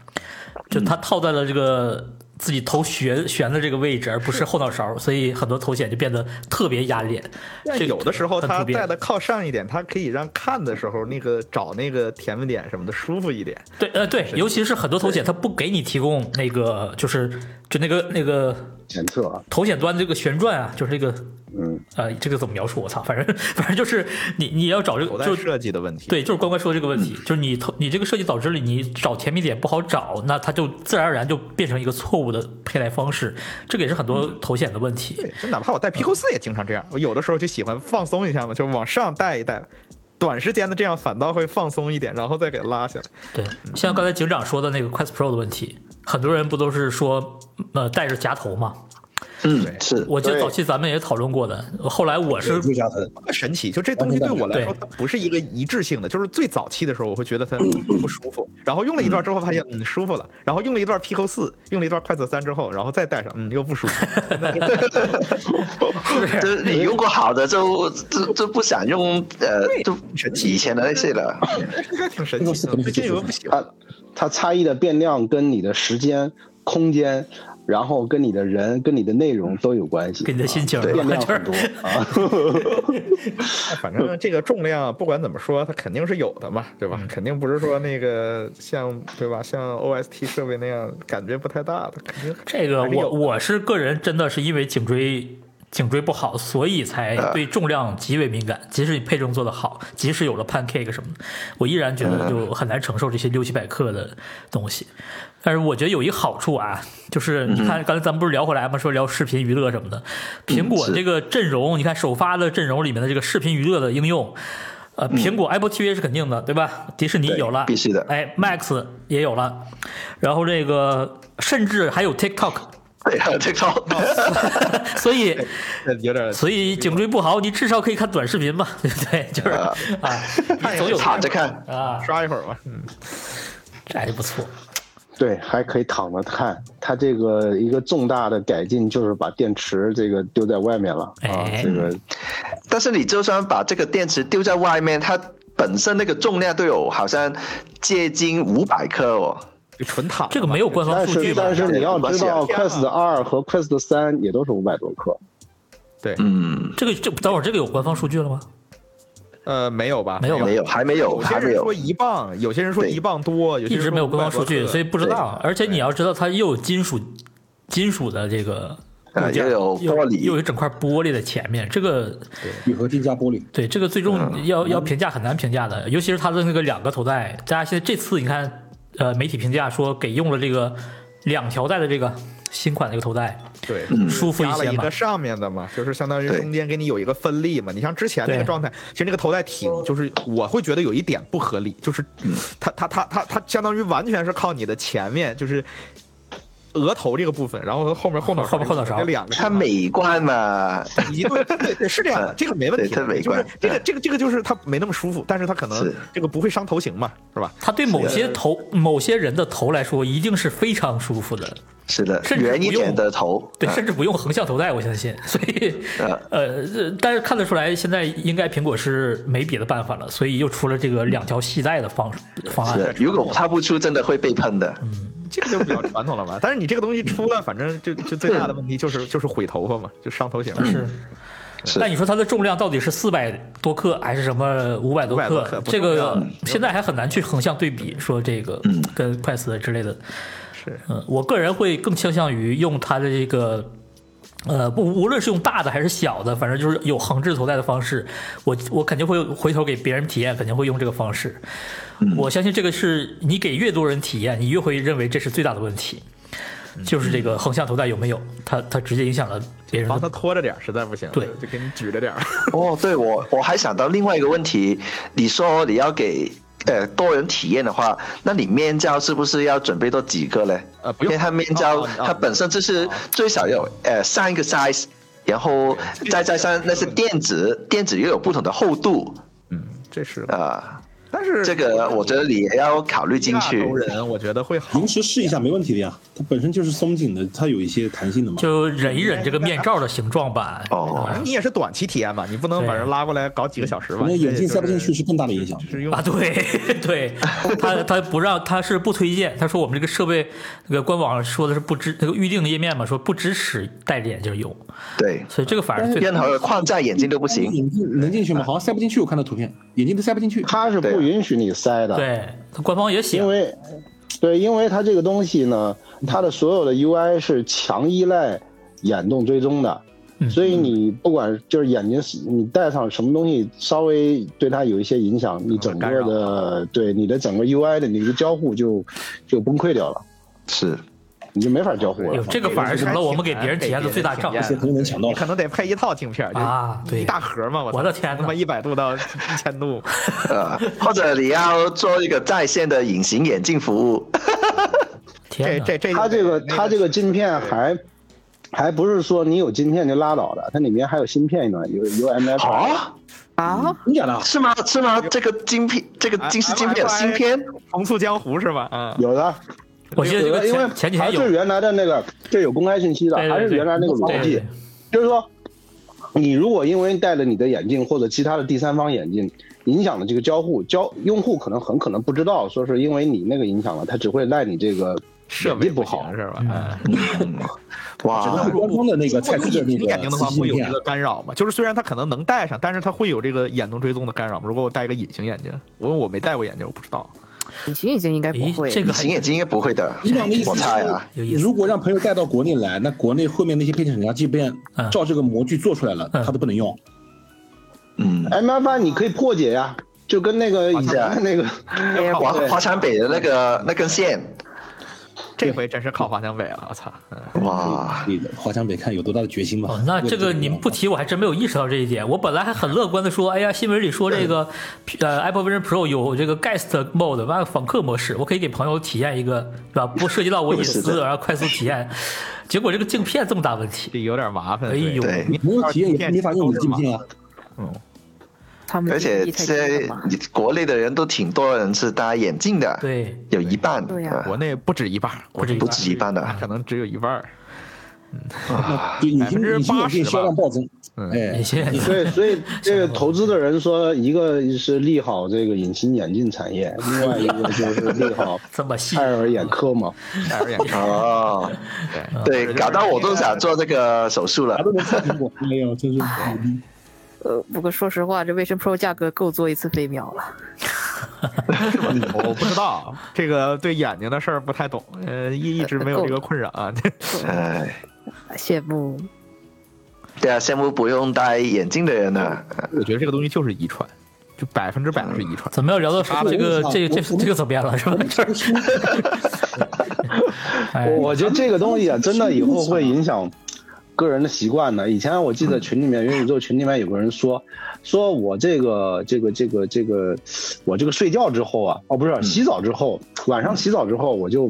[SPEAKER 1] 就
[SPEAKER 3] 嗯
[SPEAKER 1] 它套在了这个。自己头悬悬的这个位置，而不是后脑勺，所以很多头显就变得特别压脸。
[SPEAKER 3] 但
[SPEAKER 1] 这个
[SPEAKER 3] 有的时候
[SPEAKER 1] 很
[SPEAKER 3] 它
[SPEAKER 1] 普遍
[SPEAKER 3] 戴的靠上一点，它可以让看的时候那个找那个甜味点什么的舒服一点。
[SPEAKER 1] 对，呃，对，尤其是很多头显，它不给你提供那个，就是就那个那个
[SPEAKER 6] 前侧啊，
[SPEAKER 1] 头显端这个旋转啊，就是这个，
[SPEAKER 6] 嗯，
[SPEAKER 1] 呃，这个怎么描述？我操，反正反正就是你你要找这
[SPEAKER 3] 口
[SPEAKER 1] 个
[SPEAKER 3] 袋
[SPEAKER 1] 就。
[SPEAKER 3] 设计嗯的问题，
[SPEAKER 1] 对，就是关关说的这个问题，就是你头你这个设计导致了你找甜蜜点不好找，那它就自然而然就变成一个错误的佩戴方式，这个也是很多头显的问题。
[SPEAKER 3] 对，就哪怕我
[SPEAKER 1] 嗯
[SPEAKER 3] 戴 Pico 四也经常这样，我有的时候就喜欢放松一下嘛，就往上戴一戴，短时间的这样反倒会放松一点，然后再给拉下来。
[SPEAKER 1] 对，像刚才警长说的那个 Quest Pro 的问题，很多人不都是说，呃，戴着夹头嘛？
[SPEAKER 2] 嗯
[SPEAKER 3] 对，
[SPEAKER 2] 是
[SPEAKER 1] 我记得
[SPEAKER 7] 对
[SPEAKER 1] 早期咱们也讨论过的，后来我是
[SPEAKER 5] 就像他
[SPEAKER 3] 这么神奇，就这东西对我来说，它不是一个一致性的。就是最早期的时候，我会觉得它不舒服，然后用了一段之后发现，嗯，舒服了。然后用了一段 Pico 四，用了一段快色三之后，然后再戴上，嗯，又不舒服。
[SPEAKER 2] 就是你用过好的就就就不想用呃
[SPEAKER 3] 对
[SPEAKER 2] 就以前的那些了，
[SPEAKER 3] 这个挺神奇的，最近又不喜欢了。
[SPEAKER 7] 它差异的变量跟你的时间、空间，然后跟你的人、跟你的内容都有关系，
[SPEAKER 1] 嗯跟你的心情
[SPEAKER 7] 啊
[SPEAKER 1] 是吧
[SPEAKER 7] 变量
[SPEAKER 1] 就是
[SPEAKER 7] 很多啊。 *laughs*
[SPEAKER 3] 反正这个重量不管怎么说，它肯定是有的嘛，对吧？肯定不是说那个像对吧，像 OST 设备那样感觉不太大的，肯 *laughs* 定
[SPEAKER 1] 这个
[SPEAKER 3] 还是有
[SPEAKER 1] 我
[SPEAKER 3] 的
[SPEAKER 1] 我是个人真的是因为颈椎颈椎不好，所以才
[SPEAKER 3] 啊
[SPEAKER 1] 对重量极为敏感。即使你配重做得好，即使有了 pancake 什么的，我依然觉
[SPEAKER 3] 啊
[SPEAKER 1] 得就很难承受这些六七百克的东西。但是我觉得有一好处啊，就是你看刚才咱们不是聊回来吗？说聊视频娱乐什么的，苹果这个阵容，你看首发的阵容里面的这个视频娱乐的应用。呃，苹果 Apple TV 是肯定的，对吧？迪士尼有了，
[SPEAKER 2] 必须的
[SPEAKER 1] 哎，Max 也有了，然后这个甚至还有 TikTok， *laughs*
[SPEAKER 2] 对，啊还有
[SPEAKER 3] 哦
[SPEAKER 2] *laughs* TikTok，
[SPEAKER 1] 所以
[SPEAKER 3] 有点
[SPEAKER 1] 所以颈椎不好，你至少可以看短视频嘛， *laughs* 对不对？就是啊，你总有
[SPEAKER 2] 躺着看，
[SPEAKER 1] 啊，
[SPEAKER 3] 刷一会儿吧。嗯，
[SPEAKER 1] 这还就不错。
[SPEAKER 7] 对，还可以躺着看。它这个一个重大的改进就是把电池这个丢在外面了啊
[SPEAKER 1] 哎，
[SPEAKER 7] 这个
[SPEAKER 2] 但是你就算把这个电池丢在外面，它本身那个重量都有好像接近五百克哦，
[SPEAKER 3] 就纯躺着
[SPEAKER 1] 这个没有官方
[SPEAKER 7] 但
[SPEAKER 1] 数据
[SPEAKER 7] 是
[SPEAKER 1] 吧？
[SPEAKER 7] 但是你要知道
[SPEAKER 3] 天啊
[SPEAKER 7] ，Quest 二和 Quest 三也都是五百多克，
[SPEAKER 2] 嗯，
[SPEAKER 1] 这个这等会儿这个有官方数据了吗？
[SPEAKER 3] 呃没有吧？
[SPEAKER 1] 没有吧
[SPEAKER 2] 没？有，还没有，
[SPEAKER 3] 有些
[SPEAKER 2] 还没
[SPEAKER 3] 人
[SPEAKER 2] 有，
[SPEAKER 3] 说一磅，有些人说一磅多，有些
[SPEAKER 1] 一
[SPEAKER 3] 人
[SPEAKER 1] 直没有
[SPEAKER 3] 说
[SPEAKER 1] 官方数据，
[SPEAKER 3] 500
[SPEAKER 1] 所以不知道。啊而且你要知道，它又有金属金属的这个
[SPEAKER 2] 呃，又有
[SPEAKER 1] 又又
[SPEAKER 2] 玻
[SPEAKER 1] 有
[SPEAKER 2] 璃，
[SPEAKER 1] 一整块玻璃在前面，这个
[SPEAKER 5] 铝合金加玻璃，
[SPEAKER 1] 对，这个最
[SPEAKER 2] 嗯
[SPEAKER 1] 终要要评价很难评价的，尤其是它的那个两个头带，大家现在这次你看，呃，媒体评价说给用了这个两条带的这个新款这个头带，
[SPEAKER 3] 对。
[SPEAKER 1] 嗯舒服一
[SPEAKER 3] 加了
[SPEAKER 1] 些
[SPEAKER 3] 一
[SPEAKER 1] 嘛
[SPEAKER 3] 个。上面的嘛，就是相当于
[SPEAKER 2] 对
[SPEAKER 3] 中间给你有一个分力嘛。你像之前那个
[SPEAKER 1] 对
[SPEAKER 3] 状态，其实那个头戴挺，就是我会觉得有一点不合理，就是
[SPEAKER 1] 嗯
[SPEAKER 3] 它它它它它相当于完全是靠你的前面，就是额头这个部分，然后后面后脑
[SPEAKER 1] 后面后脑勺
[SPEAKER 3] 这两个地
[SPEAKER 2] 它
[SPEAKER 3] 方，
[SPEAKER 2] 美观嘛，
[SPEAKER 3] 一对对对是这样的，
[SPEAKER 2] 嗯
[SPEAKER 3] 这个没问题
[SPEAKER 2] 对它
[SPEAKER 3] 的，
[SPEAKER 2] 美
[SPEAKER 3] 就是
[SPEAKER 2] 观
[SPEAKER 3] 这个这个这个就是它没那么舒服，但是它可能
[SPEAKER 2] 是
[SPEAKER 3] 这个不会伤头型嘛，是吧？
[SPEAKER 1] 它对某些头、某些人的头来说，一定是非常舒服的。
[SPEAKER 2] 是的，
[SPEAKER 1] 甚至
[SPEAKER 2] 圆一
[SPEAKER 1] 不用
[SPEAKER 2] 点的头，
[SPEAKER 1] 对，
[SPEAKER 2] 啊
[SPEAKER 1] 甚至不用横向头戴，我相信。所以，呃，这但是看得出来，现在应该苹果是没别的办法了，所以又出了这个两条系带的方方
[SPEAKER 2] 是
[SPEAKER 1] 案。
[SPEAKER 2] 的，如果它不出，真的会被喷的，
[SPEAKER 3] 这个就比较传统了吧。但是你这个东西出了，反正就就最大的问题就是就是毁头发嘛，就伤头型。
[SPEAKER 1] 是，
[SPEAKER 2] 是
[SPEAKER 1] 但你说它的重量到底是四百多克还是什么五百多
[SPEAKER 3] 500多克不
[SPEAKER 1] 这
[SPEAKER 3] 重
[SPEAKER 1] 个
[SPEAKER 3] 要嗯
[SPEAKER 1] 现在还很难去横向对比，说这个跟快死之类的。
[SPEAKER 3] 是，
[SPEAKER 1] 嗯，我个人会更倾向于用它的这个。呃，不，无论是用大的还是小的，反正就是有横置头戴的方式，我我肯定会回头给别人体验，肯定会用这个方式。
[SPEAKER 3] 嗯
[SPEAKER 1] 我相信这个是你给越多人体验，你越会认为这是最大的问题，
[SPEAKER 3] 嗯
[SPEAKER 1] 就是这个横向头戴有没有，它它直接影响了别人的
[SPEAKER 3] 帮他拖着点儿，实在不行，
[SPEAKER 1] 对
[SPEAKER 3] 就给你举着点儿。
[SPEAKER 2] *laughs* 哦，对我我还想到另外一个问题，你说你要给呃多人体验的话，那你面罩是不是要准备多几个嘞？
[SPEAKER 3] 呃不用
[SPEAKER 2] 因为它面罩、
[SPEAKER 3] 哦哦
[SPEAKER 2] 它本身就是最少有呃三个 size，然后再加上那是电子，电子又有不同的厚度
[SPEAKER 3] 嗯，这是，
[SPEAKER 2] 啊、
[SPEAKER 3] 但是
[SPEAKER 2] 这个我觉得你也要考虑进
[SPEAKER 3] 亚
[SPEAKER 2] 去
[SPEAKER 3] 洲。人我觉得会好
[SPEAKER 5] 临。时试一下没问题的呀，它本身就是松紧的，它有一些弹性的嘛。
[SPEAKER 1] 就忍一忍这个面罩的形状吧。
[SPEAKER 2] 哦
[SPEAKER 3] 反正你也是短期体验嘛，你不能把人拉过来搞几个小时吧？
[SPEAKER 5] 可能眼镜塞不进去
[SPEAKER 3] 就是
[SPEAKER 5] 更大的影响。
[SPEAKER 3] 是用
[SPEAKER 1] 啊，对 *laughs* 对，他他不让，他是不推荐。他说我们这个设备，那个官网说的是不支那个预定的页面嘛，说不支持戴着眼镜用，
[SPEAKER 2] 对，
[SPEAKER 1] 所以这个反而最
[SPEAKER 2] 任何的框架眼镜都不行。
[SPEAKER 5] 眼镜能进去吗？好像塞不进去，我看到图片，眼镜都塞不进去。
[SPEAKER 3] 哎
[SPEAKER 7] 它是不允许你塞的，
[SPEAKER 1] 对，他官方也写
[SPEAKER 7] 因为对，因为它这个东西呢，它的所有的 UI 是强依赖眼动追踪的。
[SPEAKER 1] 嗯
[SPEAKER 7] 所以你不管就是眼睛，你戴上什么东西，稍微对它有一些影响，你整
[SPEAKER 3] 干
[SPEAKER 7] 个
[SPEAKER 3] 扰
[SPEAKER 7] 的对你的整个 UI 的你的交互就就崩溃掉了，
[SPEAKER 2] 是，
[SPEAKER 7] 你就没法交互了。
[SPEAKER 1] 有这个反而成了我们给别人体验的最大障
[SPEAKER 3] 这
[SPEAKER 5] 这可能能抢到
[SPEAKER 3] 你可能得配一套镜片儿
[SPEAKER 1] 啊
[SPEAKER 3] 就
[SPEAKER 1] 对
[SPEAKER 3] 一大盒嘛，我
[SPEAKER 1] 我的天哪
[SPEAKER 3] 他妈一百度到一千度，
[SPEAKER 2] 呃，或者你要做一个在线的隐形眼镜服务，
[SPEAKER 1] *laughs* 天
[SPEAKER 3] 这
[SPEAKER 7] 它
[SPEAKER 1] 哪，
[SPEAKER 3] 这这
[SPEAKER 7] 这个
[SPEAKER 3] 那
[SPEAKER 7] 它这个镜片
[SPEAKER 3] 对
[SPEAKER 7] 还
[SPEAKER 6] 还不是说你有晶片就拉倒的，它里面还有芯片呢，有有 MF，
[SPEAKER 2] 啊，
[SPEAKER 4] 啊，
[SPEAKER 5] 真假的？
[SPEAKER 2] *laughs* 是吗？是吗？这个晶片，这个晶是晶片有芯片，
[SPEAKER 3] 重塑江湖是吧？嗯，
[SPEAKER 6] 有的，
[SPEAKER 1] 我记得这
[SPEAKER 6] 有
[SPEAKER 1] 个
[SPEAKER 6] 的，因为
[SPEAKER 1] 前前几
[SPEAKER 6] 还
[SPEAKER 1] 天有，
[SPEAKER 6] 是原来的那个，这有公开信息的，
[SPEAKER 1] 对对
[SPEAKER 6] 还是
[SPEAKER 1] 对
[SPEAKER 6] 原来那个
[SPEAKER 1] 对
[SPEAKER 6] 逻
[SPEAKER 1] 对
[SPEAKER 6] 辑
[SPEAKER 1] 对，
[SPEAKER 6] 就是说，你如果因为戴了你的眼镜或者其他的第三方眼镜影响了这个交互，交用户可能很可能不知道，说是因为你那个影响了，他只会赖你这个
[SPEAKER 3] 设
[SPEAKER 6] 眼
[SPEAKER 3] 备
[SPEAKER 6] 镜不好。
[SPEAKER 3] 是吧？嗯，
[SPEAKER 5] 那
[SPEAKER 2] 哇，
[SPEAKER 5] 官方的那个
[SPEAKER 3] 啊如
[SPEAKER 5] 蔡
[SPEAKER 3] 果
[SPEAKER 5] 司
[SPEAKER 3] 有
[SPEAKER 5] 的那
[SPEAKER 3] 眼睛眼
[SPEAKER 5] 个
[SPEAKER 3] 睛的话，
[SPEAKER 5] 磁啊
[SPEAKER 3] 会
[SPEAKER 5] 性
[SPEAKER 3] 有
[SPEAKER 5] 片
[SPEAKER 3] 这个干扰吗？就是虽然它可能能戴上，但是它会有这个眼动追踪的干扰吗？如果我戴一个隐形眼镜，我因为我没戴过眼镜，我不知道。
[SPEAKER 4] 隐形已经应该不
[SPEAKER 1] 咦，。
[SPEAKER 4] 会
[SPEAKER 1] 哎这个还
[SPEAKER 2] 行眼睛应该不会的
[SPEAKER 5] 你俩的意，思
[SPEAKER 2] 我
[SPEAKER 5] 是
[SPEAKER 2] 猜啊。
[SPEAKER 1] 有
[SPEAKER 5] 你
[SPEAKER 1] 意思。
[SPEAKER 5] 如果让朋友带到国内来，那国内后面那些配件厂家，即便
[SPEAKER 1] 嗯
[SPEAKER 5] 照这个模具做出来了，
[SPEAKER 1] 嗯
[SPEAKER 5] 他都不能用。
[SPEAKER 2] 嗯，
[SPEAKER 6] MF 哎你可以破解呀，就跟那个以前那个，
[SPEAKER 4] 别
[SPEAKER 3] 靠
[SPEAKER 2] 华
[SPEAKER 6] 哦
[SPEAKER 3] 对
[SPEAKER 2] 华强北的那个那根线，
[SPEAKER 3] 这回真是靠华强北了，我操！嗯
[SPEAKER 2] 哇，
[SPEAKER 5] 对的，华强北看有多大的决心吧。
[SPEAKER 1] 哦，那
[SPEAKER 5] 为了
[SPEAKER 1] 这个
[SPEAKER 5] 地
[SPEAKER 1] 你们
[SPEAKER 5] 方
[SPEAKER 1] 不提，我还真没有意识到这一点。我本来还很乐观的说，哎呀，新闻里说这个呃 Apple Vision Pro 有这个 Guest Mode，完了访客模式，我可以给朋友体验一个，对吧？不涉及到我隐
[SPEAKER 2] 是
[SPEAKER 1] 私，
[SPEAKER 2] 的
[SPEAKER 1] 然后快速体验。结果这个镜片这么大问题，
[SPEAKER 3] 这有点麻烦。
[SPEAKER 1] 哎呦
[SPEAKER 2] 对。
[SPEAKER 5] 没有体验也没法用你的镜
[SPEAKER 3] 嘛。
[SPEAKER 5] 片啊。
[SPEAKER 4] 他们
[SPEAKER 2] 而且
[SPEAKER 4] 一
[SPEAKER 2] 现
[SPEAKER 4] 太
[SPEAKER 2] 在
[SPEAKER 4] 嘛，
[SPEAKER 2] 国内的人都挺多人是戴眼镜的，，
[SPEAKER 1] 对，
[SPEAKER 2] 有一半，
[SPEAKER 4] 对呀
[SPEAKER 2] 呃
[SPEAKER 3] 国内啊不止一半儿，
[SPEAKER 1] 不止一
[SPEAKER 2] 不
[SPEAKER 1] 半
[SPEAKER 2] 止一半的，
[SPEAKER 3] 可能只有一半儿。
[SPEAKER 5] 对，隐形
[SPEAKER 3] 80%
[SPEAKER 5] 隐形眼镜销量暴增。
[SPEAKER 3] 嗯
[SPEAKER 5] 哎
[SPEAKER 1] 隐，形眼镜
[SPEAKER 6] *laughs* *laughs* 对，所以这个投资的人说，一个是利好这个隐形眼镜产业，另外一个就是利好 *laughs*
[SPEAKER 1] 这么细
[SPEAKER 6] 爱，尔眼科嘛。
[SPEAKER 3] 戴着眼镜，
[SPEAKER 2] 哦，
[SPEAKER 3] 对
[SPEAKER 2] 对，搞到我都想做这个手术了
[SPEAKER 5] 啥。都能测苹果，哎呦，真是牛逼！
[SPEAKER 4] 呃，不过说实话，这 Vision Pro 价格够做一次飞秒了。
[SPEAKER 3] 我我不知道这个对眼睛的事儿不太懂，呃，一一直没有这个困扰啊。 *laughs*
[SPEAKER 2] 哎，
[SPEAKER 4] 羡慕
[SPEAKER 2] 对啊，羡慕不用戴眼镜的人啊呢。
[SPEAKER 3] 我觉得这个东西就是遗传，就百分之百是遗传。
[SPEAKER 1] 怎么样聊到
[SPEAKER 5] 八百
[SPEAKER 1] 这个
[SPEAKER 5] 我
[SPEAKER 1] 这个这
[SPEAKER 5] 我
[SPEAKER 1] 个这个怎么样了，是吧？这儿 *laughs* 哎
[SPEAKER 6] 我我觉得这个东西啊，真的以后会影响个人的习惯的。以前我
[SPEAKER 1] 嗯
[SPEAKER 6] 记得群里面元宇宙群里面有个人说，说我这个这个这个这个，我这个睡觉之后啊，哦不
[SPEAKER 1] 嗯
[SPEAKER 6] 是洗澡之后，晚上洗澡之后我就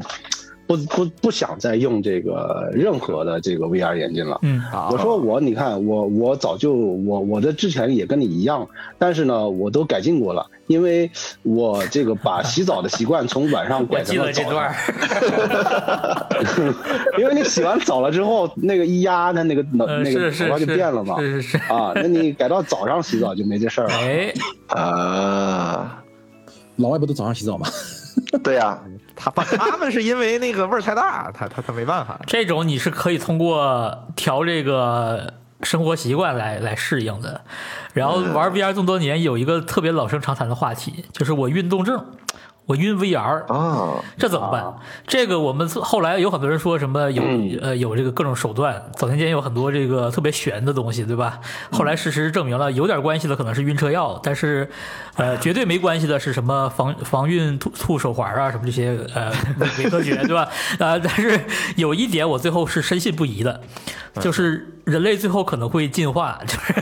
[SPEAKER 6] 不不不想再用这个任何的这个 VR 眼镜了。
[SPEAKER 1] 嗯，
[SPEAKER 3] 啊
[SPEAKER 6] 我说我，你看我，我早就我我的之前也跟你一样，但是呢，我都改进过了，因为我这个把洗澡的习惯从晚上
[SPEAKER 1] 我
[SPEAKER 6] 改
[SPEAKER 1] 记
[SPEAKER 6] 成了
[SPEAKER 1] 得这
[SPEAKER 6] 早
[SPEAKER 1] 段
[SPEAKER 6] 上
[SPEAKER 1] 儿，，
[SPEAKER 6] *laughs* 因为你洗完澡了之后，那个一压，
[SPEAKER 1] *laughs*
[SPEAKER 6] 它那个脑
[SPEAKER 1] 呃，
[SPEAKER 6] 那
[SPEAKER 1] 是
[SPEAKER 6] 个头
[SPEAKER 1] 是
[SPEAKER 6] 发
[SPEAKER 1] 是
[SPEAKER 6] 就变了嘛，
[SPEAKER 1] 是是是，
[SPEAKER 6] 啊，那你改到早上洗澡就没这事儿
[SPEAKER 1] *laughs*
[SPEAKER 6] 了。
[SPEAKER 1] 哎，
[SPEAKER 2] 啊，
[SPEAKER 5] 老外不都早上洗澡吗？
[SPEAKER 2] 对啊，
[SPEAKER 3] 他不他们是因为那个味儿太大，他他他没办法。
[SPEAKER 1] 这种你是可以通过调这个生活习惯来来适应的。然后玩 VR 这么多年，有一个特别老生常谈的话题，就是我运动症，我晕 VR。
[SPEAKER 2] 哦，
[SPEAKER 1] 这怎么办？这个我们后来有很多人说什么有、呃有这个各种手段，早年间有很多这个特别玄的东西，对吧？后来事实证明了，有点关系的可能是晕车药，但是呃绝对没关系的是什么防防孕兔兔手环啊，什么这些呃伪伪科学，对吧？呃，但是有一点我最后是深信不疑的，就是人类最后可能会进化，就是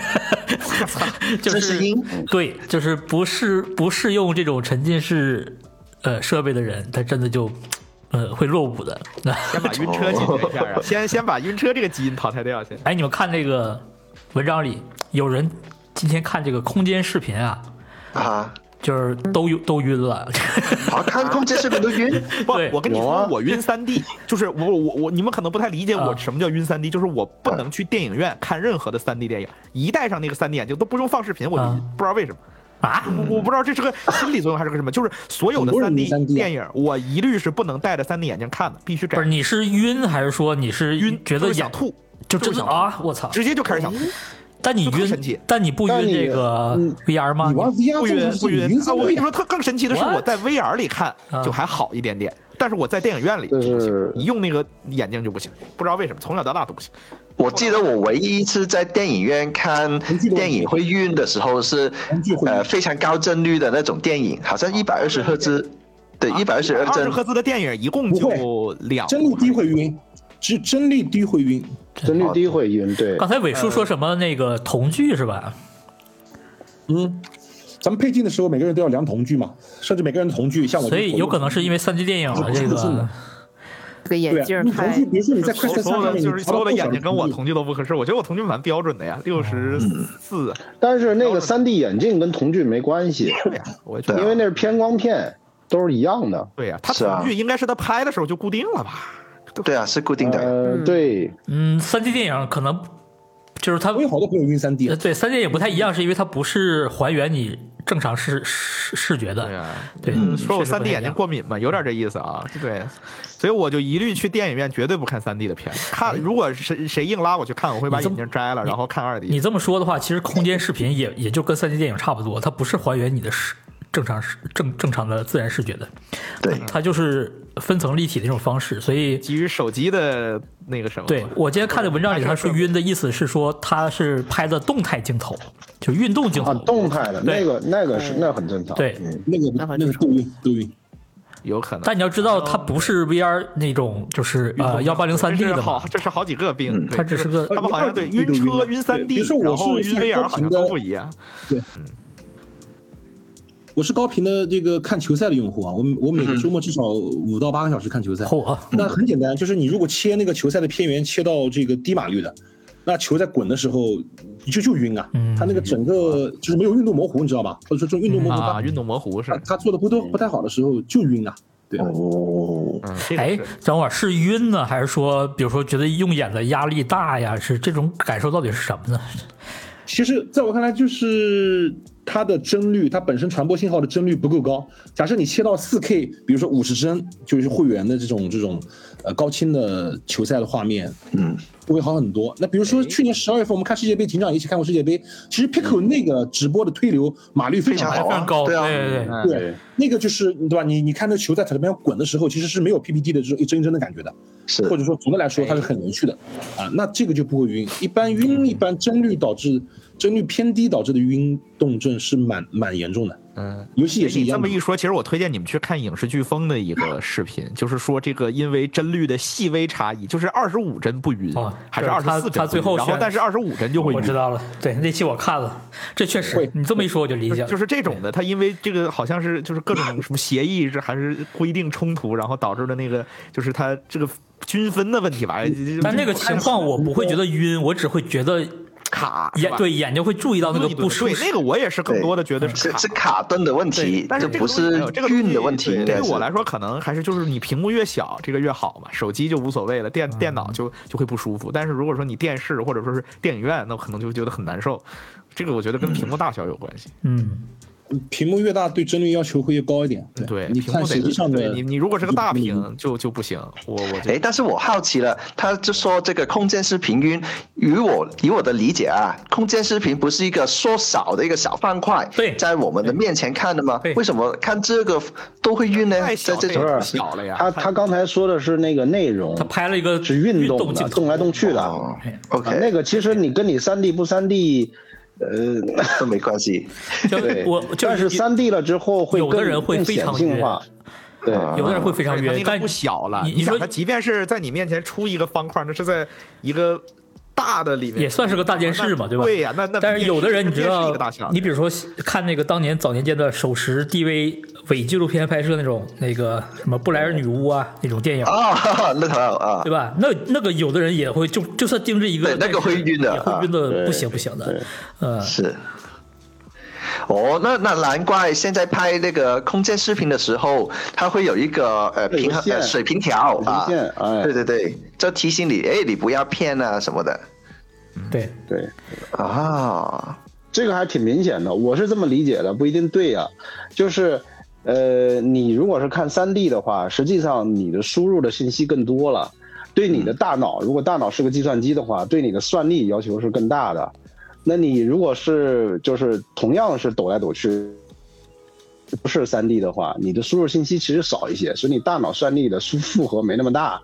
[SPEAKER 1] 就
[SPEAKER 2] 这
[SPEAKER 1] 是
[SPEAKER 2] 是因
[SPEAKER 1] 对，就是不适不适用这种沉浸式呃设备的人，他真的就呃会落伍的。 *laughs*
[SPEAKER 3] 先把晕车解决一下 *laughs* 啊，先先把晕车这个基因淘汰掉先。
[SPEAKER 1] 哎，你们看这个文章里有人今天看这个空间视频啊，
[SPEAKER 2] 啊，
[SPEAKER 1] 就是都晕都晕了。 *laughs*
[SPEAKER 2] 好看空间视频都
[SPEAKER 3] *laughs*
[SPEAKER 2] 晕，
[SPEAKER 3] 不
[SPEAKER 1] 对，
[SPEAKER 3] 我跟你
[SPEAKER 2] 有啊
[SPEAKER 3] 说，我晕三
[SPEAKER 5] *laughs*
[SPEAKER 3] D，就是我我我，你们可能不太理解
[SPEAKER 1] 啊
[SPEAKER 3] 我什么叫晕三 D，就是我
[SPEAKER 5] 啊
[SPEAKER 3] 不能去电影院看任何的三 D 电影，一戴上那个三 D 眼镜都不用放视频，我就
[SPEAKER 1] 啊
[SPEAKER 3] 不知道为什么。啊，我我不知道这是个心理作用还是个什么，就是所有的
[SPEAKER 5] 很多人
[SPEAKER 3] 三 D
[SPEAKER 5] 晕 3D 啊
[SPEAKER 3] 电影，我一律是不能戴着三 D 眼镜看的，必须
[SPEAKER 1] 不是
[SPEAKER 3] 摘。
[SPEAKER 1] 你是晕还是说你是
[SPEAKER 3] 晕，
[SPEAKER 1] 觉得
[SPEAKER 3] 就是
[SPEAKER 1] 眼
[SPEAKER 3] 想吐，
[SPEAKER 1] 就
[SPEAKER 3] 就是
[SPEAKER 1] 真的
[SPEAKER 3] 想
[SPEAKER 1] 啊？我操！
[SPEAKER 3] 直接就开
[SPEAKER 5] 哦
[SPEAKER 3] 始想吐，
[SPEAKER 1] 但你
[SPEAKER 3] 就更
[SPEAKER 1] 晕
[SPEAKER 3] 神奇，
[SPEAKER 1] 但你不
[SPEAKER 6] 但
[SPEAKER 1] 晕
[SPEAKER 6] 你
[SPEAKER 1] 这个
[SPEAKER 3] 嗯
[SPEAKER 1] VR 吗
[SPEAKER 5] 你？玩 VR
[SPEAKER 3] 不晕
[SPEAKER 5] 做
[SPEAKER 3] 不
[SPEAKER 5] 出
[SPEAKER 3] 晕
[SPEAKER 5] 是晕
[SPEAKER 3] 啊！
[SPEAKER 5] 三
[SPEAKER 3] 我跟你
[SPEAKER 5] 倍
[SPEAKER 3] 说，特更神奇的是，
[SPEAKER 1] What？
[SPEAKER 3] 我在 VR 里看
[SPEAKER 1] 啊
[SPEAKER 3] 就还好一点点，但是我在电影院里
[SPEAKER 6] 就
[SPEAKER 3] 不行，
[SPEAKER 6] 是
[SPEAKER 3] 一用那个眼镜就不行，不知道为什么，从小到大都不行。
[SPEAKER 2] 我记得我唯一一次在电影院看电影会晕的时候是
[SPEAKER 5] 玩具，会晕
[SPEAKER 2] 呃，非常高帧率的那种电影，好像一百二十赫兹，对，一百二十
[SPEAKER 3] 二十
[SPEAKER 2] 帧，
[SPEAKER 3] 赫兹的电啊影一共就两，
[SPEAKER 5] 帧率低会晕，只帧率低会晕。
[SPEAKER 6] 帧率低会晕，对
[SPEAKER 1] 刚，才伟叔说什么那个瞳距是吧？
[SPEAKER 5] 嗯，咱们配镜的时候，每个人都要量瞳距嘛，甚至每个人的瞳距，像我就
[SPEAKER 1] 所以有可能是因为三 D 电影的这
[SPEAKER 5] 是的是
[SPEAKER 1] 个
[SPEAKER 5] 的
[SPEAKER 4] 个眼
[SPEAKER 5] 对
[SPEAKER 4] 镜
[SPEAKER 5] 啊，
[SPEAKER 4] 儿
[SPEAKER 5] 你同
[SPEAKER 4] 太
[SPEAKER 5] 居，比如说你在
[SPEAKER 3] 所
[SPEAKER 5] Crash
[SPEAKER 3] 有所有
[SPEAKER 5] 三
[SPEAKER 3] 的
[SPEAKER 5] 上面，
[SPEAKER 3] 就是
[SPEAKER 5] 你
[SPEAKER 3] 所有
[SPEAKER 5] 淘
[SPEAKER 3] 的
[SPEAKER 5] 到
[SPEAKER 3] 眼
[SPEAKER 5] 不
[SPEAKER 3] 睛
[SPEAKER 5] 少
[SPEAKER 3] 跟我
[SPEAKER 5] 同
[SPEAKER 3] 同居都不合适，我觉得我同居蛮标准的呀，六十四，啊
[SPEAKER 6] 但是那个三 D 眼镜跟瞳距没
[SPEAKER 1] *laughs*
[SPEAKER 6] 关系，
[SPEAKER 3] 对呀，我
[SPEAKER 1] 啊
[SPEAKER 3] 觉得
[SPEAKER 6] 啊因为那是偏光片，都是一样的。
[SPEAKER 3] 对呀，他
[SPEAKER 2] 是啊
[SPEAKER 3] 同居应该是他拍的时候就固定了吧？
[SPEAKER 2] 对啊，是固定的。
[SPEAKER 6] 呃，
[SPEAKER 4] 嗯
[SPEAKER 6] 对，
[SPEAKER 1] 嗯，三 D 电影可能就是它
[SPEAKER 5] 居。我有好多朋友晕三 D，啊
[SPEAKER 1] 呃对三 D 也不太一样，是因为它不是还原你正常视视视觉的。
[SPEAKER 3] 对啊呀，
[SPEAKER 1] 对，
[SPEAKER 3] 说我
[SPEAKER 1] 确实
[SPEAKER 3] 三
[SPEAKER 1] 不
[SPEAKER 3] D
[SPEAKER 1] 太
[SPEAKER 3] 眼
[SPEAKER 1] 一
[SPEAKER 3] 睛
[SPEAKER 1] 样
[SPEAKER 3] 过敏嘛，有点这意思啊。对，所以我就一律去电影院绝对不看三 D 的片儿。看如果谁谁硬拉我去看，我会把
[SPEAKER 1] 你这
[SPEAKER 3] 眼镜摘了，然后看二 D。
[SPEAKER 1] 你这么说的话，其实空间视频也也就跟三 D 电影差不多，它不是还原你的视正常视正正常的自然视觉的，
[SPEAKER 2] 对，
[SPEAKER 1] 它就是分层立体的那种方式。所以，
[SPEAKER 3] 基于手机的那个什么，
[SPEAKER 1] 对我今天看的文章里，他说晕的意思是说它是拍的动态镜头，就运动镜头。
[SPEAKER 6] 啊，动态的
[SPEAKER 1] 对
[SPEAKER 6] 那个那个是那很正常。
[SPEAKER 1] 对
[SPEAKER 6] 嗯
[SPEAKER 5] 那个
[SPEAKER 4] 那会儿
[SPEAKER 5] 那
[SPEAKER 4] 就
[SPEAKER 5] 个
[SPEAKER 4] 是
[SPEAKER 5] 都晕都晕。
[SPEAKER 3] 有可能。
[SPEAKER 1] 但你要知道，它
[SPEAKER 3] 哦
[SPEAKER 1] 不是 VR 那种，就是呃幺八零三 D
[SPEAKER 3] 这是
[SPEAKER 1] 的嘛
[SPEAKER 3] 好，，这是好几个
[SPEAKER 5] 嗯
[SPEAKER 3] 病。对
[SPEAKER 1] 它只是个
[SPEAKER 3] 他们好像对晕车、晕三
[SPEAKER 5] 比
[SPEAKER 3] D，
[SPEAKER 5] 如说
[SPEAKER 3] 然
[SPEAKER 5] 我
[SPEAKER 3] 后
[SPEAKER 5] 是
[SPEAKER 3] 晕
[SPEAKER 5] 在
[SPEAKER 3] VR
[SPEAKER 5] 高
[SPEAKER 3] 好
[SPEAKER 5] 频
[SPEAKER 3] 像都
[SPEAKER 5] 的
[SPEAKER 3] 不一样。
[SPEAKER 5] 我是高频的这个看球赛的用户啊，我我每个周末至少五到八个小时看球赛。
[SPEAKER 1] 嚯啊
[SPEAKER 5] 那很简单，就是你如果切那个球赛的片源切到这个低码率的，那球在滚的时候你就就晕啊
[SPEAKER 1] 嗯，
[SPEAKER 5] 它那个整个就是没有运动模糊，你知道吧？或者说这种运动模糊它
[SPEAKER 3] 啊，运动模糊是
[SPEAKER 5] 它，它做的不都不太好的时候就晕啊。
[SPEAKER 6] 哦，
[SPEAKER 3] 嗯，这个
[SPEAKER 1] 哎
[SPEAKER 3] 是，
[SPEAKER 1] 等会儿是晕呢，还是说，比如说觉得用眼的压力大呀？是这种感受到底是什么呢？
[SPEAKER 5] 其实在我看来，就是它的帧率，它本身传播信号的帧率不够高。假设你切到四 K，比如说五十帧，就是会员的这种这种呃高清的球赛的画面，
[SPEAKER 2] 嗯，
[SPEAKER 5] 会好很多。那比如说去年十二月份我们看世界杯，庭长也一起看过世界杯，其实 Pico 那个直播的推流码率非常
[SPEAKER 2] 非
[SPEAKER 1] 还
[SPEAKER 5] 高
[SPEAKER 1] 非
[SPEAKER 2] 常。
[SPEAKER 1] 常高，
[SPEAKER 2] 对啊
[SPEAKER 1] 对对对，
[SPEAKER 3] 嗯
[SPEAKER 5] 对，那个就是对吧？你你看那球在场边滚的时候，其实是没有 PPT 的这种一帧一帧的感觉的。
[SPEAKER 2] 是
[SPEAKER 5] 或者说总的来说它是很连续的啊，那这个就不会晕。一般
[SPEAKER 3] 嗯
[SPEAKER 5] 晕，一般帧率导致帧率偏低导致的晕动症是蛮蛮严重的，
[SPEAKER 3] 嗯。
[SPEAKER 5] 游戏也是
[SPEAKER 3] 你
[SPEAKER 5] 一
[SPEAKER 3] 这
[SPEAKER 5] 样
[SPEAKER 3] 么
[SPEAKER 5] 的。
[SPEAKER 3] 一说，其实我推荐你们去看影视飓风的一个视频，就是说这个因为帧率的细微差异，就是二十五帧不晕
[SPEAKER 1] 哦，
[SPEAKER 3] 还是
[SPEAKER 1] 就
[SPEAKER 3] 二
[SPEAKER 1] 是
[SPEAKER 3] 十
[SPEAKER 1] 他
[SPEAKER 3] 四
[SPEAKER 1] 他
[SPEAKER 3] 帧不
[SPEAKER 1] 最后
[SPEAKER 3] 晕，然后
[SPEAKER 1] 选
[SPEAKER 3] 但是二十五帧就会
[SPEAKER 1] 我
[SPEAKER 3] 晕
[SPEAKER 1] 知。道了。对，那期我看了，这确实
[SPEAKER 5] 会，
[SPEAKER 1] 你这么一说我就理解了。
[SPEAKER 3] 就是这种的，它因为这个好像是就是各
[SPEAKER 1] *laughs*
[SPEAKER 3] 种什么协议这还是规定冲突，然后导致的那个就是它这个均分的问题吧。
[SPEAKER 1] 但那个情况我不会觉得晕，我只会觉得
[SPEAKER 3] 卡是
[SPEAKER 1] 眼
[SPEAKER 3] 吧
[SPEAKER 1] 对眼睛会注意到那个
[SPEAKER 3] 对
[SPEAKER 1] 不舒
[SPEAKER 3] 对
[SPEAKER 1] 适。
[SPEAKER 3] 那个我也是更多的觉得是
[SPEAKER 2] 是
[SPEAKER 3] 卡。
[SPEAKER 2] 是卡顿的问题，
[SPEAKER 3] 但是这
[SPEAKER 2] 这不
[SPEAKER 3] 个东西
[SPEAKER 2] 是
[SPEAKER 3] 哎呦这个东
[SPEAKER 2] 运
[SPEAKER 3] 西
[SPEAKER 2] 的问题，
[SPEAKER 3] 对
[SPEAKER 2] 应
[SPEAKER 3] 对
[SPEAKER 2] 该
[SPEAKER 3] 于
[SPEAKER 2] 是
[SPEAKER 3] 我来说，可能还是就是你屏幕越小，这个越好嘛。手机就无所谓了，
[SPEAKER 5] 嗯
[SPEAKER 3] 电电脑就就会不舒服。但是如果说你电视或者说是电影院，那可能就觉得很难受。这个我觉得跟屏幕大小有关系。
[SPEAKER 1] 嗯，
[SPEAKER 5] 屏幕越大，对帧率要求会越高一点。
[SPEAKER 3] 对，
[SPEAKER 5] 你
[SPEAKER 3] 屏幕
[SPEAKER 5] 看
[SPEAKER 3] 得
[SPEAKER 5] 实际上
[SPEAKER 3] 对
[SPEAKER 5] 的
[SPEAKER 3] 你你如果是个大
[SPEAKER 5] 就不
[SPEAKER 3] 屏就就不行。我我觉得
[SPEAKER 2] 哎，但是我好奇了，他就说这个空间视频晕，与我以我的理解啊，空间视频不是一个缩小的一个小方块，
[SPEAKER 1] 对
[SPEAKER 2] 在我们的面前看的吗
[SPEAKER 1] 对？
[SPEAKER 2] 为什么看这个都会晕呢？
[SPEAKER 3] 太小
[SPEAKER 2] 在
[SPEAKER 3] 了
[SPEAKER 2] 这
[SPEAKER 3] 呀
[SPEAKER 2] 种
[SPEAKER 6] 不
[SPEAKER 3] 太
[SPEAKER 6] 是
[SPEAKER 3] 小了呀。
[SPEAKER 6] 他他刚才说的是那个内容
[SPEAKER 1] 他，拍了一个
[SPEAKER 6] 是运
[SPEAKER 1] 动
[SPEAKER 6] 动
[SPEAKER 1] 镜头
[SPEAKER 6] 的，动来动去的。
[SPEAKER 2] 哦
[SPEAKER 1] 哎
[SPEAKER 6] 啊那
[SPEAKER 2] ，OK，
[SPEAKER 6] 个其实你跟你三 D 不三 D，呃，
[SPEAKER 2] 都没关系。
[SPEAKER 1] 就
[SPEAKER 6] 对
[SPEAKER 1] 我就
[SPEAKER 6] 但是三 D 了之后会
[SPEAKER 1] 有的
[SPEAKER 6] 更
[SPEAKER 1] 人会
[SPEAKER 6] 更
[SPEAKER 1] 非常
[SPEAKER 6] 显性化，对，
[SPEAKER 2] 啊
[SPEAKER 1] 有的人会非常
[SPEAKER 3] 而且它
[SPEAKER 1] 晕
[SPEAKER 3] 那，个
[SPEAKER 1] 但
[SPEAKER 3] 不小了。
[SPEAKER 1] 你你
[SPEAKER 3] 想
[SPEAKER 1] 说
[SPEAKER 3] 它即便是在你面前出一个方块，那是在一个大的里面，
[SPEAKER 1] 也算是个大电视嘛，
[SPEAKER 3] 那
[SPEAKER 1] 吧？
[SPEAKER 3] 对呀那那
[SPEAKER 1] 但是有的人你
[SPEAKER 3] 电视
[SPEAKER 1] 知
[SPEAKER 3] 是
[SPEAKER 1] 道
[SPEAKER 3] 一个大小，
[SPEAKER 1] 你比如说看那个当年早年间的手持 DV 伪纪录片拍摄那种那个什么布莱尔女巫啊那种电影，
[SPEAKER 2] 啊， *laughs* 哈哈那头啊
[SPEAKER 1] 对，吧？那那个有的人也会就就算盯着一个
[SPEAKER 2] 对，那个会晕的
[SPEAKER 1] 也会晕的不行不行的
[SPEAKER 6] 对，
[SPEAKER 1] 呃，
[SPEAKER 2] 是。哦，那那难怪现在拍那个空间视频的时候，它会有一个呃
[SPEAKER 6] 有
[SPEAKER 2] 平衡呃
[SPEAKER 6] 线
[SPEAKER 2] 水平条啊
[SPEAKER 6] 水平线，哎
[SPEAKER 2] 对对对，就提醒你，哎，你不要骗啊什么的
[SPEAKER 1] 对，
[SPEAKER 6] 对。
[SPEAKER 2] 啊。
[SPEAKER 6] 这个还挺明显的，我是这么理解的，不一定对呀、就是，呃，你如果是看3 D 的话，实际上你的输入的信息更多了，对你的大脑，如果大脑是个计算机的话，对你的算力要求是更大的。那你如果是就是同样是抖来抖去，不是3 D 的话，你的输入信息其实少一些，所以你大脑算力的负负荷没那么大，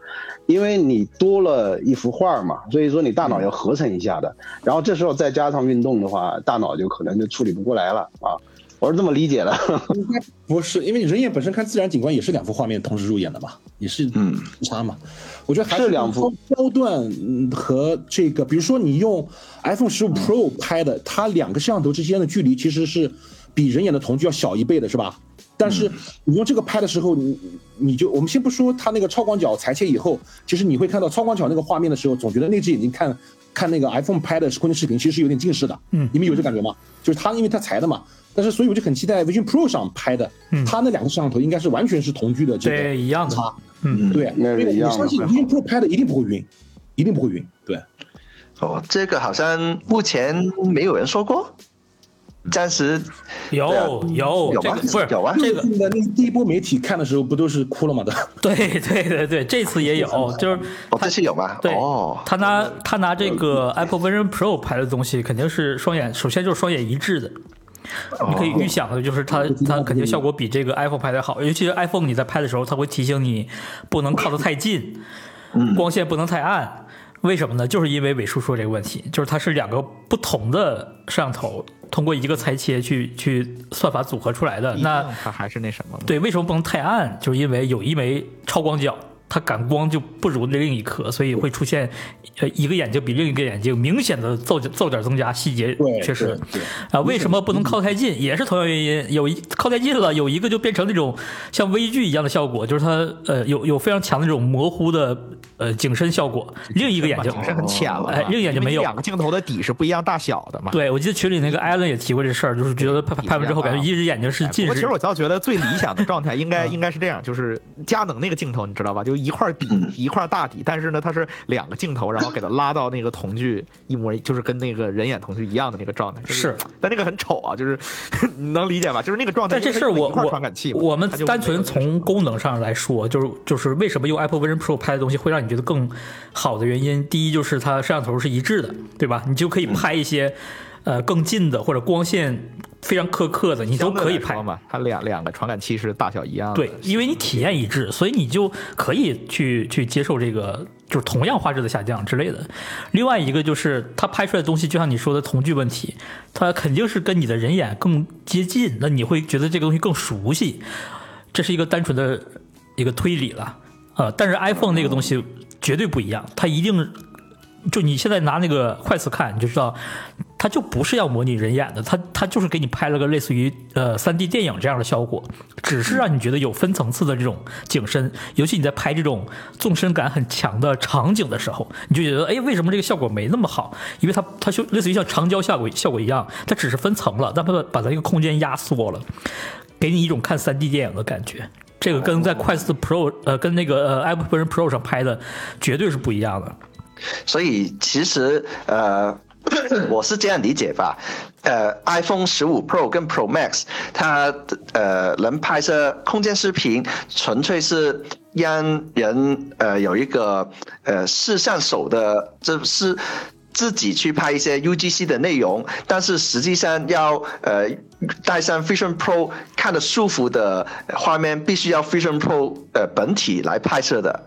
[SPEAKER 6] 因为你多了一幅画嘛，所以说你大脑要合成一下的。然后这时候再加上运动的话，大脑就可能就处理不过来了啊。我是这么理解的，
[SPEAKER 5] 不是，因为人眼本身看自然景观也是两幅画面同时入眼的嘛，也是
[SPEAKER 2] 嗯
[SPEAKER 5] 差嘛。我觉得还
[SPEAKER 6] 是两幅
[SPEAKER 5] 焦段嗯和这个，比如说你用 iPhone
[SPEAKER 1] 嗯
[SPEAKER 5] 十五 Pro 拍的，它两个摄像头之间的距离其实是比人眼的瞳距要小一倍的，是吧？但
[SPEAKER 1] 嗯
[SPEAKER 5] 是你用这个拍的时候，你你就我们先不说它那个超广角裁切以后，其实你会看到超广角那个画面的时候，总觉得那只眼睛看看那个 iPhone 拍的空间视频，其实是有点近视的。
[SPEAKER 1] 嗯
[SPEAKER 5] 你们有这感觉吗？就是它因为它裁的嘛，但是所以我就很期待 Vision Pro 上拍的
[SPEAKER 1] 嗯，
[SPEAKER 5] 它那两个摄像头应该是完全是同居的这个
[SPEAKER 1] 对，一样的，
[SPEAKER 5] 差。
[SPEAKER 1] 嗯，
[SPEAKER 5] 对，
[SPEAKER 7] 那是
[SPEAKER 5] 因为
[SPEAKER 7] 一样
[SPEAKER 5] 我
[SPEAKER 7] 的
[SPEAKER 5] 相信
[SPEAKER 3] 会好
[SPEAKER 5] Vision Pro 拍的一定不会晕，一定不会晕。对，
[SPEAKER 2] 哦，这个好像目前没有人说过，暂时
[SPEAKER 1] 有
[SPEAKER 2] 对啊
[SPEAKER 1] 有
[SPEAKER 2] 有
[SPEAKER 1] 哦这
[SPEAKER 2] 吧
[SPEAKER 1] 个不是
[SPEAKER 2] 有吧
[SPEAKER 1] 这个
[SPEAKER 5] 最近的那第一波媒体看的时候不都是哭了吗？都。
[SPEAKER 1] 对对对对，这次也有，就是
[SPEAKER 2] 哦，
[SPEAKER 1] 他
[SPEAKER 2] 这次有吗？
[SPEAKER 1] 对
[SPEAKER 2] 哦，
[SPEAKER 1] 他拿他拿这个 Apple Vision Pro 拍的东西，肯定是双眼，首先就是双眼一致的。你可以预想的就是它，它肯定效果比这个 iPhone 拍的好，尤其是 iPhone 你在拍的时候，它会提醒你不能靠得太近，光线不能太暗。为什么呢？就是因为伟叔说这个问题，就是它是两个不同的摄像头通过一个裁切去去算法组合出来的。那
[SPEAKER 3] 它还是那什么嘛，
[SPEAKER 1] 对，为什么不能太暗？就是因为有一枚超广角，它感光就不如另一颗，所以会出现呃一个眼睛比另一个眼睛明显的皱褶皱褶增加，细节
[SPEAKER 5] 对，
[SPEAKER 1] 缺失。
[SPEAKER 5] 对，对
[SPEAKER 1] 啊，为什么不能靠太近？也是同样原因，有一靠太近了，有一个就变成那种像微距一样的效果，就是它呃有有非常强的这种模糊的呃景深效果，另一个眼睛
[SPEAKER 3] 只是很浅了嘛，啊
[SPEAKER 1] 哎另一个眼睛
[SPEAKER 3] 因为
[SPEAKER 1] 没有
[SPEAKER 3] 两个镜头的底是不一样大小的嘛。
[SPEAKER 1] 对，我记得群里那个艾伦也提过这事儿，就是觉得拍拍拍完之后，感觉一只眼睛是
[SPEAKER 3] 哎不
[SPEAKER 1] 近
[SPEAKER 3] 过其
[SPEAKER 1] 视，
[SPEAKER 3] 实。我倒觉得最理想的状态应该应该是这样，就是佳能那个镜头，你知道吧？就一块底一块大底，但是呢，它是两个镜头，然后给它拉到那个瞳距一模，就是跟那个人眼瞳距一样的那个状态。就是但那个很丑啊，就是 *laughs* 你能理解吧？就是那个状态。
[SPEAKER 1] 但这事儿
[SPEAKER 3] 因为它
[SPEAKER 1] 我
[SPEAKER 3] 一块
[SPEAKER 1] 我
[SPEAKER 3] 传感器嘛，
[SPEAKER 1] 我们
[SPEAKER 3] 它就
[SPEAKER 1] 单
[SPEAKER 3] 没
[SPEAKER 1] 纯
[SPEAKER 3] 有
[SPEAKER 1] 从功能上来说，就是就是为什么用 Apple Vision Pro 拍的东西会让你觉得更好的原因，第一就是它摄像头是一致的，对吧？你就
[SPEAKER 3] 嗯
[SPEAKER 1] 可以拍一些、呃更近的或者光线非常苛刻的，你都
[SPEAKER 3] 相对
[SPEAKER 1] 可以
[SPEAKER 3] 来说
[SPEAKER 1] 拍。
[SPEAKER 3] 嘛。它两两个传感器是大小一样的。
[SPEAKER 1] 对，因为你体验一致，所以你就可以去去接受这个，就是同样画质的下降之类的。另外一个就是它拍出来的东西，就像你说的瞳距问题，它肯定是跟你的人眼更接近，那你会觉得这个东西更熟悉，这是一个单纯的一个推理了。呃，但是 iPhone 那个东西绝对不一样，它一定就你现在拿那个快速看，你就知道，它就不是要模拟人眼的，它它就是给你拍了个类似于呃三 D 电影这样的效果，只是让你觉得有分层次的这种景深，尤其你在拍这种纵深感很强的场景的时候，你就觉得哎，为什么这个效果没那么好？因为它它就类似于像长焦效果效果一样，它只是分层了，但它把把它一个空间压缩了，给你一种看三 D 电影的感觉。这个跟在快速 Pro 呃跟那个呃 Apple Vision Pro 上拍的绝对是不一样的。
[SPEAKER 2] 所以其实呃， *coughs* 我是这样理解吧，呃，iPhone 十五 Pro 跟 Pro Max 它呃能拍摄空间视频，纯粹是让人呃有一个呃摄像手的这是。自己去拍一些 UGC 的内容，但是实际上要呃带上 Vision Pro 看得舒服的画面，必须要 Vision Pro 呃本体来拍摄的，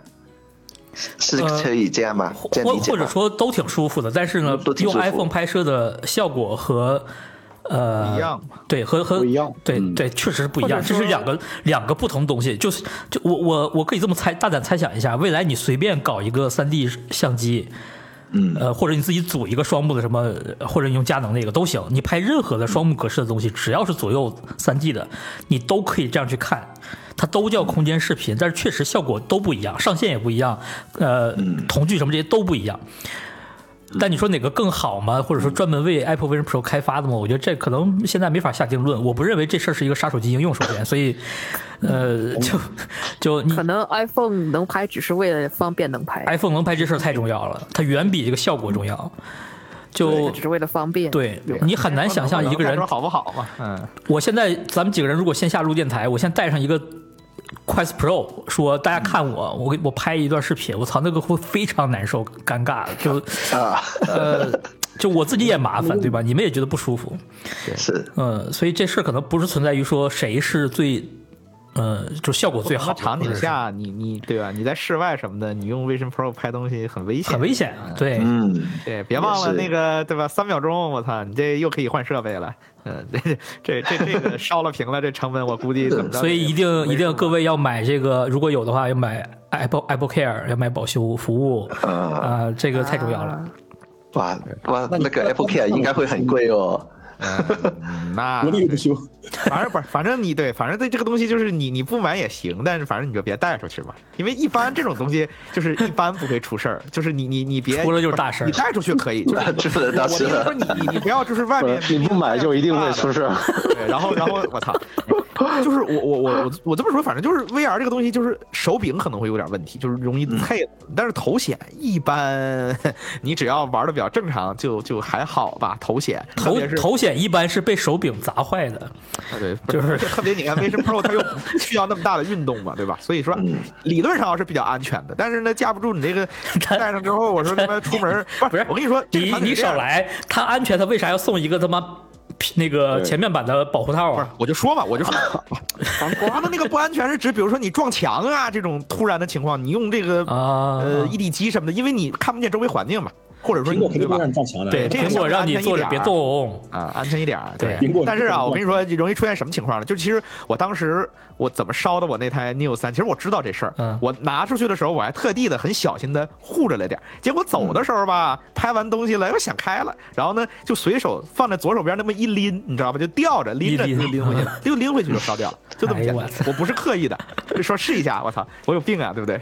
[SPEAKER 2] 是
[SPEAKER 1] 呃
[SPEAKER 2] 可以这样吗？这样
[SPEAKER 1] 或
[SPEAKER 2] 理解
[SPEAKER 1] 或
[SPEAKER 2] 吗
[SPEAKER 1] 者说都挺舒服的，但是呢
[SPEAKER 2] 都，挺舒
[SPEAKER 1] 用
[SPEAKER 2] 服
[SPEAKER 1] iPhone 拍摄的效果和呃
[SPEAKER 3] 不一样，
[SPEAKER 1] 对，和和
[SPEAKER 7] 不一样嗯
[SPEAKER 1] 对对，确实是不一样，
[SPEAKER 4] 或者
[SPEAKER 1] 这
[SPEAKER 4] 说
[SPEAKER 1] 是两个两个不同东西。就是就我我我可以这么猜，大胆猜想一下，未来你随便搞一个三 D 相机。嗯，呃，或者你自己组一个双目的什么，或者你用佳能那个都行。你拍任何的双目格式的东西，只要是左右三 D 的，你都可以这样去看，它都叫空间视频，但是确实效果都不一样，上限也不一样，呃，
[SPEAKER 7] 嗯
[SPEAKER 1] 瞳距什么这些都不一样。但你说哪个更好吗？或者
[SPEAKER 4] 嗯
[SPEAKER 1] 说专门为 Apple Vision Pro 开发的吗？我觉得这可能现在没法下定论。我不认为这事儿是一个杀手级应用，首先，所以，呃，就就你
[SPEAKER 4] 可能 iPhone 能拍只是为了方便能
[SPEAKER 3] 哎
[SPEAKER 4] 拍，
[SPEAKER 1] iPhone 能拍这事儿太重要了，它远比这个效果重要。就
[SPEAKER 4] 它只是为了方便。，
[SPEAKER 1] 对你很难想象一个人
[SPEAKER 3] 说好不好嘛？嗯，
[SPEAKER 1] 我现在咱们几个人如果线下录电台，我先带上一个 Quest Pro，说大
[SPEAKER 4] 嗯
[SPEAKER 1] 家看我，我给我拍一段视频，我操，那个会非常难受、尴尬，就
[SPEAKER 2] 啊，
[SPEAKER 1] 呃，就我自己也麻
[SPEAKER 4] 嗯
[SPEAKER 1] 烦，对吧？你们也觉得不舒服，
[SPEAKER 2] 是
[SPEAKER 1] 嗯，所以这事儿可能不是存在于说谁是最，呃，就效果最好
[SPEAKER 3] 好
[SPEAKER 1] 的
[SPEAKER 3] 场
[SPEAKER 1] 或
[SPEAKER 3] 景
[SPEAKER 1] 者是
[SPEAKER 3] 下，你你对吧？你在室外什么的，你用 Vision Pro 拍东西很危险，
[SPEAKER 1] 很危。险，啊对，
[SPEAKER 2] 嗯，
[SPEAKER 3] *laughs* 对，别忘了
[SPEAKER 2] 是
[SPEAKER 3] 那个对吧？三秒钟，我操，你这又可以换设备了。嗯，这这这这
[SPEAKER 7] *laughs*
[SPEAKER 3] 个烧了屏了，这成本我估计怎么着？
[SPEAKER 1] 所以一定一定各
[SPEAKER 3] 位。
[SPEAKER 1] 位要买这个，如果有的话要买 Apple Apple Care，要买保修服务，啊、这个太重要了。
[SPEAKER 2] 哇哇，
[SPEAKER 5] 那你
[SPEAKER 2] 那个
[SPEAKER 5] 这个
[SPEAKER 2] Apple Care 应该会很贵哦。
[SPEAKER 3] 嗯，那
[SPEAKER 5] 我力不修。
[SPEAKER 3] 反正不是，反正你对，反正对这个东西就是你你不买也行，但是反正你就别带出去嘛，因为一般这种东西就是一般不会出事儿，就是你你你别
[SPEAKER 1] 出了就是大事儿
[SPEAKER 3] 你带出去可以，
[SPEAKER 2] *laughs*
[SPEAKER 7] *laughs*
[SPEAKER 3] 就是
[SPEAKER 2] 出了大事
[SPEAKER 3] 我我
[SPEAKER 2] 了
[SPEAKER 3] 我。的意思是你你你不要就是外面
[SPEAKER 6] *laughs*
[SPEAKER 7] 不是 *laughs* 你不买就一定会出事儿。
[SPEAKER 3] 对，然后然后我操，就是我我我我我这么说，反正就是 VR 这个东西，就是手柄可能会有点问题，就是容
[SPEAKER 1] 嗯
[SPEAKER 3] 易配，但是头显一般， *laughs* 你只要玩的比较正常，就就还好吧。头显特
[SPEAKER 1] 头
[SPEAKER 3] 别是
[SPEAKER 1] 头显一般是被手柄砸坏的，
[SPEAKER 3] 对，
[SPEAKER 1] 就是
[SPEAKER 3] 特别你
[SPEAKER 1] *laughs*
[SPEAKER 3] 看 Vision Pro 它又不需要那么大的运动嘛，对吧？所以说
[SPEAKER 1] 嗯
[SPEAKER 3] 理论上是比较安全的，但是呢，架不住
[SPEAKER 1] *laughs*
[SPEAKER 3] 你这个
[SPEAKER 1] 它
[SPEAKER 3] 戴上之后，我说他妈出门儿
[SPEAKER 1] *laughs* 不
[SPEAKER 3] 不
[SPEAKER 1] 是
[SPEAKER 3] 是，我跟你说，这个
[SPEAKER 1] 你
[SPEAKER 3] 产品
[SPEAKER 1] 你
[SPEAKER 3] 是这
[SPEAKER 1] 少
[SPEAKER 3] 样的。
[SPEAKER 1] 来，它安全，它为啥要送一个他妈那个
[SPEAKER 7] 对
[SPEAKER 1] 前面版的保护套
[SPEAKER 3] 不是
[SPEAKER 1] 啊？，
[SPEAKER 3] 我就说嘛，我就 *laughs* 说，他的那个不安全是指，比如说你撞墙啊这种突然的情况，你用这个
[SPEAKER 1] 啊
[SPEAKER 3] 呃一体机什么的，因为你看不见周围环境嘛，或者说
[SPEAKER 5] 苹
[SPEAKER 3] 你
[SPEAKER 5] 果肯
[SPEAKER 3] 对
[SPEAKER 5] 定会
[SPEAKER 3] 吧？
[SPEAKER 5] 让你撞墙的。
[SPEAKER 3] 对这个
[SPEAKER 1] 苹果
[SPEAKER 3] 小
[SPEAKER 1] 让你
[SPEAKER 3] 安全一
[SPEAKER 1] 坐着
[SPEAKER 3] 点
[SPEAKER 1] 别
[SPEAKER 3] 儿
[SPEAKER 1] 动，
[SPEAKER 3] 啊，安全一点儿。
[SPEAKER 1] 对
[SPEAKER 5] 苹果
[SPEAKER 3] 但是啊，
[SPEAKER 5] 苹果
[SPEAKER 3] 我跟你说，容易出现什么情况呢？就其实我当时我怎么烧的我那台 Neo 三，其实我知道这事儿。
[SPEAKER 1] 嗯
[SPEAKER 3] 我拿出去的时候，我还特地的很小心的护着了点儿。结果走
[SPEAKER 1] 嗯
[SPEAKER 3] 的时候吧，拍完东西了，又想开了，然后呢，就随手放在左手边那么一拎，你知道吧？就吊着拎着
[SPEAKER 1] 一
[SPEAKER 3] 就
[SPEAKER 1] 拎
[SPEAKER 3] 拎回去
[SPEAKER 1] *laughs*
[SPEAKER 3] 了，就拎回去就烧掉了，就这
[SPEAKER 1] 哎
[SPEAKER 3] 么
[SPEAKER 1] 呦
[SPEAKER 3] 简单
[SPEAKER 1] 我操。
[SPEAKER 3] 我不是刻意的，就说试一下，我操，我有病啊，对不对？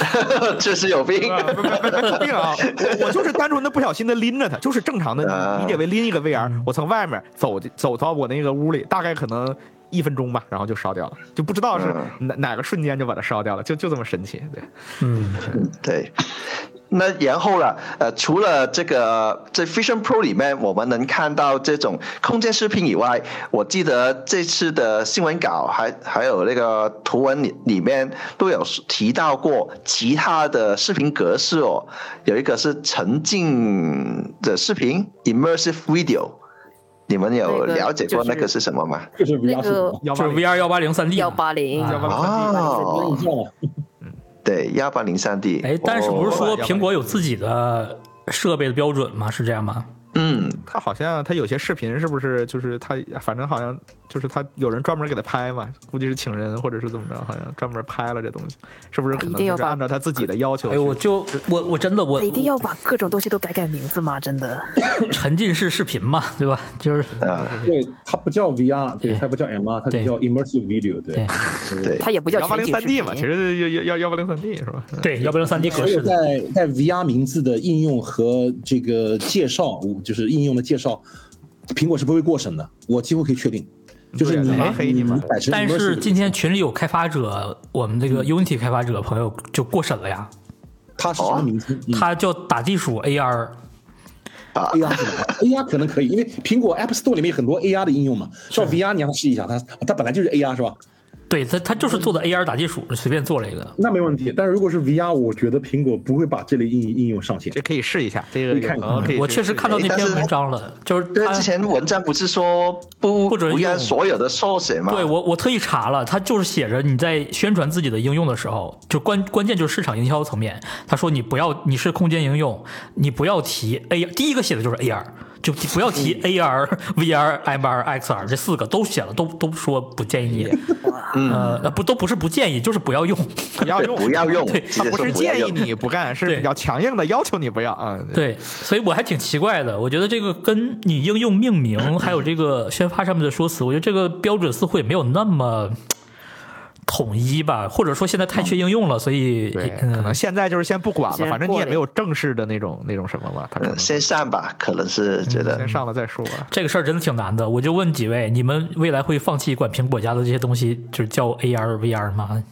[SPEAKER 2] *laughs* 这是有病。
[SPEAKER 3] 啊不不 *laughs* 不没有病啊！我我就是单纯的不小心的拎着它，就是正常的
[SPEAKER 2] 啊
[SPEAKER 3] 理解为拎一个 VR，
[SPEAKER 1] 嗯
[SPEAKER 3] 我从外面走进走到我那个屋里，大概可能一分钟吧，然后就烧掉了，就不知道是哪哪个瞬间就把它烧掉了，就就这么神奇。对，
[SPEAKER 1] 嗯，
[SPEAKER 2] 对。那然后呢？呃，除了这个这 Vision Pro 里面我们能看到这种空间视频以外，我记得这次的新闻稿还还有那个图文里里面都有提到过其他的视频格式哦，有一个是沉浸的视频 （immersive video），你们有
[SPEAKER 4] 那个
[SPEAKER 2] 了解过
[SPEAKER 4] 就是
[SPEAKER 2] 那个是什么吗？
[SPEAKER 5] 这是 VR
[SPEAKER 4] 那
[SPEAKER 5] 视
[SPEAKER 4] 个
[SPEAKER 5] 频。
[SPEAKER 3] 幺
[SPEAKER 1] 就是 VR 幺八零三 D
[SPEAKER 4] 幺八零
[SPEAKER 1] 啊，
[SPEAKER 3] 幺八零
[SPEAKER 2] 哦
[SPEAKER 5] 你知道吗？
[SPEAKER 2] 对，幺八零三 D。
[SPEAKER 1] 哎，但是不是
[SPEAKER 2] 哦
[SPEAKER 1] 说苹果有自己的设备的标准吗？是这样吗？
[SPEAKER 2] 嗯，
[SPEAKER 3] 它好像它有些视频是不是就是它反正好像就是它有人专门给它拍嘛，估计是请人或者是怎么着，好像专门拍了这东西，是不是可
[SPEAKER 4] 一
[SPEAKER 3] 能
[SPEAKER 4] 定要
[SPEAKER 3] 就是
[SPEAKER 4] 把
[SPEAKER 3] 按照它自己的要求
[SPEAKER 1] 哎呦，我
[SPEAKER 3] 去？
[SPEAKER 1] 就我我真的我
[SPEAKER 4] 哎一定要把各种东西都改改名字吗？真的，
[SPEAKER 1] 沉浸式视频嘛，对吧？就是
[SPEAKER 5] 对，它不叫 VR，对，
[SPEAKER 1] 对
[SPEAKER 5] 它不叫 MR，它
[SPEAKER 1] 对
[SPEAKER 5] 叫 immersive video，对
[SPEAKER 1] 对。
[SPEAKER 2] 对。
[SPEAKER 4] 它也不叫
[SPEAKER 3] 幺八
[SPEAKER 4] 全
[SPEAKER 3] 零
[SPEAKER 4] 景
[SPEAKER 3] 三
[SPEAKER 4] 视
[SPEAKER 3] D 嘛，
[SPEAKER 4] 频
[SPEAKER 3] 其。实幺幺幺八零三 D 是吧？嗯
[SPEAKER 1] 对幺八零三 D 格
[SPEAKER 5] 所有
[SPEAKER 1] 式的。
[SPEAKER 5] 在在 VR 名字的应用和这个介绍，就是应用的介绍，苹果是不会过审的，我几乎可以确定。就是你
[SPEAKER 3] 对啊黑你嘛
[SPEAKER 5] 摆成
[SPEAKER 1] 但是
[SPEAKER 5] immersive
[SPEAKER 1] 今天群里有开发者，我们这个 Unity 开发者朋友就过审了呀，
[SPEAKER 5] 它是什么名
[SPEAKER 4] 哦
[SPEAKER 5] 称？嗯
[SPEAKER 1] 他叫打地鼠 AR，
[SPEAKER 5] *laughs* AR 是吧 AR 可能可以，因为苹果 App Store 里面有很多 AR 的应用嘛。到 VR 你让它试一下，它它本来就是 AR 是吧？
[SPEAKER 1] 对他他就是做的 AR 打地鼠，随便做了一个。
[SPEAKER 5] 那没问题。但是如果是 VR，我觉得苹果不会把这类应应用上线。
[SPEAKER 3] 这可以试一下，这个
[SPEAKER 5] 你看
[SPEAKER 3] 有呃朋友可以
[SPEAKER 1] 我
[SPEAKER 3] 试
[SPEAKER 1] 确
[SPEAKER 3] 试
[SPEAKER 1] 实看到那
[SPEAKER 2] 但
[SPEAKER 1] 篇
[SPEAKER 2] 是
[SPEAKER 1] 文章了，就是
[SPEAKER 2] 因为
[SPEAKER 1] 他
[SPEAKER 2] 之前文章不是说不
[SPEAKER 1] 不准用
[SPEAKER 2] 按所有的缩写吗？
[SPEAKER 1] 对我我特意查了，他就是写着你在宣传自己的应用的时候，就关关键就是市场营销层面，他说你不要你是空间应用，你不要提 A，第一个写的就是 AR，就不要提 AR、VR、MR、XR 这四个都写了，都都说不建议，呃不都不是不建议，就是不要用。
[SPEAKER 3] 不要用，
[SPEAKER 2] 不要用
[SPEAKER 1] 对，
[SPEAKER 2] 其
[SPEAKER 3] 他
[SPEAKER 2] 实
[SPEAKER 3] 不是
[SPEAKER 2] 不要
[SPEAKER 3] 建议
[SPEAKER 2] 用。
[SPEAKER 3] 你不干，是
[SPEAKER 1] 对
[SPEAKER 3] 比较强硬的要求你不要啊。嗯，
[SPEAKER 1] 对，所以我还挺奇怪的。我觉得这个跟你应用命名，还有这个宣发上面的说辞，我觉得这个标准似乎也没有那么统一吧，或者说现在太缺应用了，所以
[SPEAKER 3] 对，可能
[SPEAKER 1] 嗯，
[SPEAKER 3] 现在就是先不管了，
[SPEAKER 4] 先
[SPEAKER 3] 反正你也
[SPEAKER 4] 过了
[SPEAKER 3] 没有正式的那种那种什么嘛，他可能
[SPEAKER 2] 嗯先上吧，可能是觉得
[SPEAKER 1] 嗯
[SPEAKER 3] 先上了再说吧。
[SPEAKER 1] 这个事儿真的挺难的。我就问几位，你们未来会放弃管苹果家的这些东西，就是叫 AR、VR
[SPEAKER 3] 嗯
[SPEAKER 1] 吗？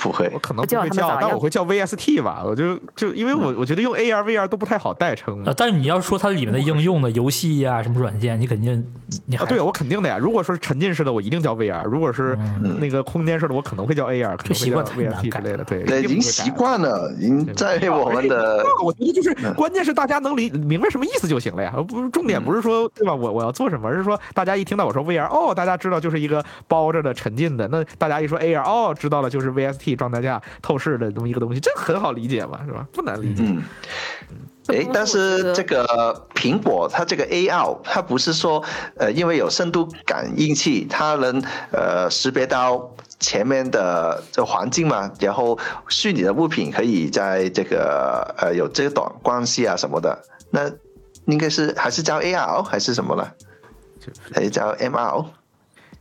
[SPEAKER 2] 不会
[SPEAKER 3] 我。可能
[SPEAKER 4] 不叫
[SPEAKER 3] 不会
[SPEAKER 4] 他
[SPEAKER 3] 叫，
[SPEAKER 4] 们咋样
[SPEAKER 3] 但我会叫 VST 吧。我就
[SPEAKER 1] 嗯
[SPEAKER 3] 就因为我我觉得用 AR VR 都不太好代称
[SPEAKER 1] 呃，但是你要说它里面的应用的游戏呀、什么软件，你肯定你还
[SPEAKER 3] 啊。对，我肯定的呀。如果说是沉浸式的，我一定叫 VR；如果是
[SPEAKER 2] 嗯
[SPEAKER 3] 那个空间式的，我可能会叫 AR，可
[SPEAKER 1] 这嗯
[SPEAKER 3] 能
[SPEAKER 1] 习
[SPEAKER 3] 会
[SPEAKER 1] 惯
[SPEAKER 3] 叫
[SPEAKER 1] 太难
[SPEAKER 3] VST 之类的。对，
[SPEAKER 2] 对，
[SPEAKER 3] 一
[SPEAKER 2] 已经
[SPEAKER 3] 定不会改啊
[SPEAKER 2] 习惯了，已经在我
[SPEAKER 3] *laughs*
[SPEAKER 2] 们的嗯
[SPEAKER 3] 那我觉得就是，关键是大家能理明白什么意思就行了呀。不是重点，
[SPEAKER 2] 嗯
[SPEAKER 3] 不是说对吧？我我要做什么，而是说大家一听到我说 VR，哦，大家知道就是一个包着的沉浸的。那大家一说 AR，哦，知道了就是 VST 状态下透视的这么一个东西，这很好理解嘛，是吧？不难理解。
[SPEAKER 2] 嗯。哎，但是这个苹果它这个 AR，它不是说呃，因为有深度感应器，它能呃识别到前面的这环境嘛，然后虚拟的物品可以在这个呃有这段关系啊什么的，那应该是还是叫 AR 还是什么呢？
[SPEAKER 3] 就
[SPEAKER 2] 还是叫 MR，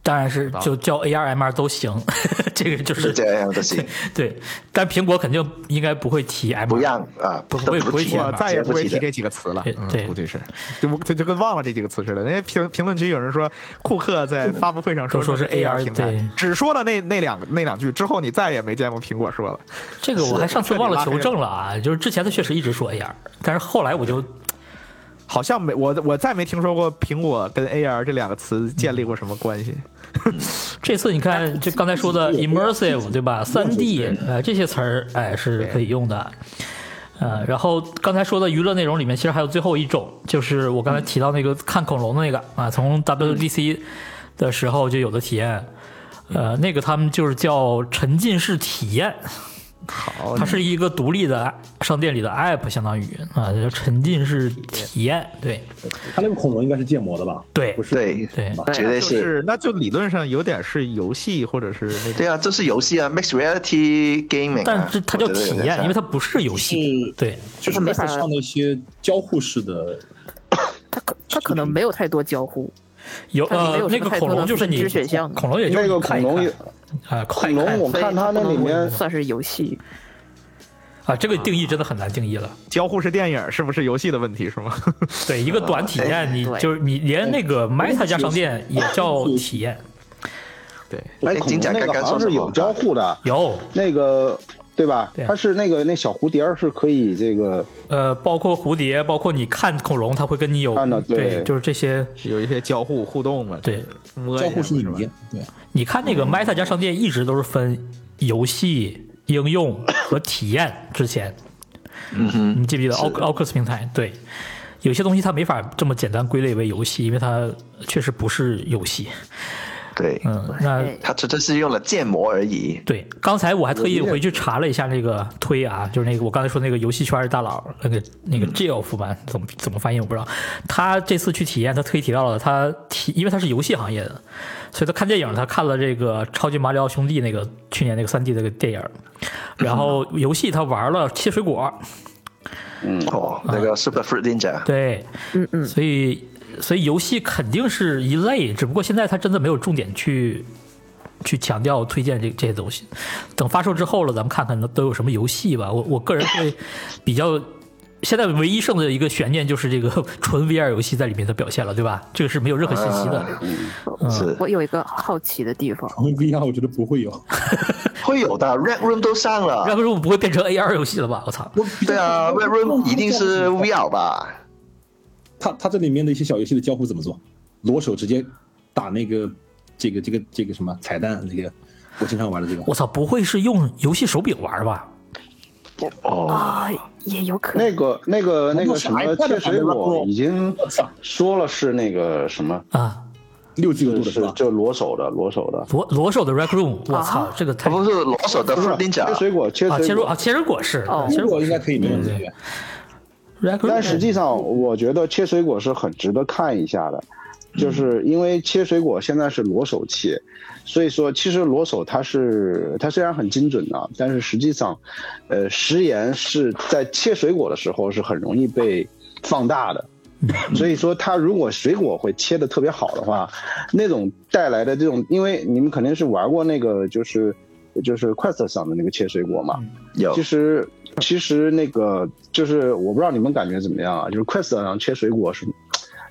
[SPEAKER 1] 当然是就叫 AR、MR 都行， *laughs* 这个就是
[SPEAKER 2] 这样的行，
[SPEAKER 1] 对。但苹果肯定应该不会提 MR，
[SPEAKER 2] 不让啊，
[SPEAKER 1] 不
[SPEAKER 2] 都
[SPEAKER 1] 不会不
[SPEAKER 2] 不
[SPEAKER 1] 会
[SPEAKER 2] 提
[SPEAKER 1] 提
[SPEAKER 2] 了
[SPEAKER 3] 我
[SPEAKER 1] 吧
[SPEAKER 3] 再也不会提
[SPEAKER 2] 的
[SPEAKER 3] 这几个词了
[SPEAKER 1] 对，对
[SPEAKER 3] 嗯，估计是，就我就就跟忘了这几个词似的。人家评评论区有人说，库克在发布会上说
[SPEAKER 1] 都说
[SPEAKER 3] 这
[SPEAKER 1] 是 AR
[SPEAKER 3] 平台
[SPEAKER 1] 对，
[SPEAKER 3] 只说了那那两个那两句，之后你再也没见过苹果说了。
[SPEAKER 1] 这个我还上次忘了求证了啊，就是之前他确实一直说 AR，但是后来我就
[SPEAKER 3] 好像没我我再没听说过苹果跟 AR 这两个词建立过什么关系。
[SPEAKER 1] 这次你看，就刚才说的 immersive 对吧？三 D 呃这些词儿哎是可以用的。呃，然后刚才说的娱乐内容里面，其实还有最后一种，就是我刚才提到那个看恐龙的那个啊，从 WDC 的时候就有的体验，呃，那个他们就是叫沉浸式体验，
[SPEAKER 3] 好，
[SPEAKER 1] 它是一个独立的商店里的 app，相当于啊，叫沉浸式体验，对
[SPEAKER 5] 他那个恐龙应该是建模的吧？
[SPEAKER 1] 对
[SPEAKER 5] 不是
[SPEAKER 2] 对
[SPEAKER 1] 对，
[SPEAKER 4] 嗯
[SPEAKER 2] 绝对。
[SPEAKER 3] 哎就是是那就理论上有点是游戏或者是那种
[SPEAKER 2] 对啊，这是游戏啊，mixed reality gaming，、啊、
[SPEAKER 1] 但是它叫
[SPEAKER 2] 我觉得
[SPEAKER 1] 体
[SPEAKER 2] 有点
[SPEAKER 1] 验，
[SPEAKER 2] 像
[SPEAKER 1] 因为它不是游戏
[SPEAKER 4] 嗯
[SPEAKER 5] 是，
[SPEAKER 1] 对，
[SPEAKER 5] 就是
[SPEAKER 4] 没
[SPEAKER 5] m
[SPEAKER 4] 法
[SPEAKER 5] a 上的一些交互式的，
[SPEAKER 4] 他可他可能没有太多交互，
[SPEAKER 1] 有
[SPEAKER 4] 它没
[SPEAKER 1] 呃
[SPEAKER 4] 有，
[SPEAKER 1] 那
[SPEAKER 4] 什
[SPEAKER 1] 个
[SPEAKER 4] 么太
[SPEAKER 1] 恐
[SPEAKER 4] 多
[SPEAKER 1] 龙
[SPEAKER 4] 的
[SPEAKER 1] 就是
[SPEAKER 4] 分
[SPEAKER 1] 你
[SPEAKER 4] 支选项
[SPEAKER 1] 恐龙也就
[SPEAKER 6] 那个
[SPEAKER 1] 看一
[SPEAKER 6] 恐
[SPEAKER 1] 看
[SPEAKER 6] 龙也
[SPEAKER 1] 啊，快
[SPEAKER 6] 恐龙
[SPEAKER 1] 看
[SPEAKER 6] 我
[SPEAKER 4] 所以
[SPEAKER 6] 看它
[SPEAKER 4] 不
[SPEAKER 6] 那里
[SPEAKER 4] 能
[SPEAKER 6] 面
[SPEAKER 4] 算是游戏，
[SPEAKER 1] 啊，这个定义真的很难定义了。
[SPEAKER 3] 交互式电影，是不是游戏的问题是吗？
[SPEAKER 1] 对，一个短体验，你
[SPEAKER 4] 嗯对
[SPEAKER 1] 就是你连那个
[SPEAKER 6] 哎
[SPEAKER 1] Meta 加商店也叫
[SPEAKER 6] 嗯
[SPEAKER 1] 体验，
[SPEAKER 3] 对，
[SPEAKER 2] 哎
[SPEAKER 6] 哎，恐
[SPEAKER 2] 金
[SPEAKER 6] 龙
[SPEAKER 2] 甲
[SPEAKER 6] 那
[SPEAKER 2] 刚
[SPEAKER 6] 个
[SPEAKER 2] 刚
[SPEAKER 6] 好
[SPEAKER 2] 说
[SPEAKER 6] 像是
[SPEAKER 2] 什
[SPEAKER 6] 有
[SPEAKER 2] 么
[SPEAKER 6] 交互的，
[SPEAKER 1] 有
[SPEAKER 6] 那个对吧
[SPEAKER 1] 对？啊
[SPEAKER 6] 它是那个那小蝴蝶儿是可以这个
[SPEAKER 1] 呃，包括蝴蝶，包括你看恐龙，它会跟你有
[SPEAKER 6] 看到
[SPEAKER 1] 对，
[SPEAKER 6] 对
[SPEAKER 1] 就是这些。
[SPEAKER 3] *laughs* 有一些交互互动嘛，
[SPEAKER 1] 对，
[SPEAKER 3] 摸一
[SPEAKER 5] 交
[SPEAKER 3] 下
[SPEAKER 5] 互式
[SPEAKER 3] 是
[SPEAKER 5] 影
[SPEAKER 3] 吧？
[SPEAKER 5] 业，对，
[SPEAKER 1] 你看
[SPEAKER 2] 嗯
[SPEAKER 1] 那个 Meta 加商店一直都是分游戏、应用
[SPEAKER 2] *coughs*
[SPEAKER 1] 和体验之前，
[SPEAKER 2] 嗯哼，
[SPEAKER 1] 你记不记得
[SPEAKER 2] 是
[SPEAKER 1] Oc Oculus 平台？对，有些东西它没法这么简单归类为游戏，因为它确实不是游戏。
[SPEAKER 2] 对，
[SPEAKER 1] 嗯，那
[SPEAKER 4] 对
[SPEAKER 2] 他只这是用了建模而已。
[SPEAKER 1] 对，刚才我还特意
[SPEAKER 6] 我也
[SPEAKER 1] 回去查了一下那个推啊，就是那个我刚才说那个游戏圈大佬，那个那个 Jeff 吧，怎么怎么翻译我不知道。他这次去体验，他特意提到了他体，因为他是游戏行业的，所以他看电影，他看了这个《超级马里奥兄弟》那个去年那个3 D 那个电影，然后游戏他玩了切水果，啊
[SPEAKER 2] 哦，那个 Super Fruit Ninja，
[SPEAKER 1] 对，
[SPEAKER 4] 嗯嗯，
[SPEAKER 1] 所以所以游戏肯定是一类，只不过现在它真的没有重点去去强调推荐这这些东西。等发售之后了，咱们看看都有什么游戏吧。我我个人会比较。现在唯一剩的一个悬念就是这个 *laughs* 纯 VR 游戏在里面的表现了，对吧？这个是没有任何信息的。嗯
[SPEAKER 2] 啊
[SPEAKER 4] 我
[SPEAKER 2] 是
[SPEAKER 4] 我有一个好奇的地方，
[SPEAKER 5] 然后 VR 我觉得不会有，
[SPEAKER 2] 会有的，Red Room 都上
[SPEAKER 1] 要
[SPEAKER 2] 了。
[SPEAKER 1] 不说我们不会变成 AR 游戏了吧？我操！
[SPEAKER 5] 我
[SPEAKER 2] 对啊，Red
[SPEAKER 1] 哦
[SPEAKER 2] Room 一定是
[SPEAKER 5] VR。
[SPEAKER 2] VR 吧？
[SPEAKER 5] 它它这里面的一些小游戏的交互怎么做？裸手直接打那个这个这个这个什么彩蛋，这个我经常玩的这个。
[SPEAKER 1] 我操，不会是用游戏手柄玩吧？
[SPEAKER 2] 哦，
[SPEAKER 4] 啊，也有可能
[SPEAKER 6] 那个那个那
[SPEAKER 5] 那
[SPEAKER 6] 个
[SPEAKER 5] 是
[SPEAKER 6] 什么
[SPEAKER 5] iPad
[SPEAKER 6] 切
[SPEAKER 5] 版的
[SPEAKER 6] 水果
[SPEAKER 5] Rock
[SPEAKER 6] 已经
[SPEAKER 5] 我操，
[SPEAKER 6] 说了是那个什么，
[SPEAKER 1] 啊，
[SPEAKER 5] 六 G
[SPEAKER 6] 就
[SPEAKER 5] 度的
[SPEAKER 6] 是
[SPEAKER 5] 吧？
[SPEAKER 6] 就裸手的裸手的，
[SPEAKER 1] 裸裸手的 Rec Room，我
[SPEAKER 4] 啊
[SPEAKER 1] 操，这个
[SPEAKER 2] 它
[SPEAKER 1] 太
[SPEAKER 2] 不是裸手的
[SPEAKER 6] 不是
[SPEAKER 2] Fruit
[SPEAKER 6] 切
[SPEAKER 2] Ninja，
[SPEAKER 6] 水果切
[SPEAKER 1] 啊，切
[SPEAKER 6] 水
[SPEAKER 1] 入
[SPEAKER 6] 果
[SPEAKER 1] 啊，切入果是
[SPEAKER 4] 哦，
[SPEAKER 1] 切入
[SPEAKER 5] 苹
[SPEAKER 1] 果
[SPEAKER 5] 果应该可以没问题。
[SPEAKER 1] Rec Room，
[SPEAKER 6] 但实际上，我觉得切水果是很值得看一下的，就是因为切水果现在是裸手切，所以说其实裸手它是它虽然很精准啊，但是实际上，呃，食盐是在切水果的时候是很容易被放大的。所以说，它如果水果会切的特别好的话，那种带来的这种，因为你们肯定是玩过那个，就是就是 Quest 上的那个切水果嘛，
[SPEAKER 2] 有
[SPEAKER 6] 其实其实那个就是我不知道你们感觉怎么样啊，就是 Quest 上切水果是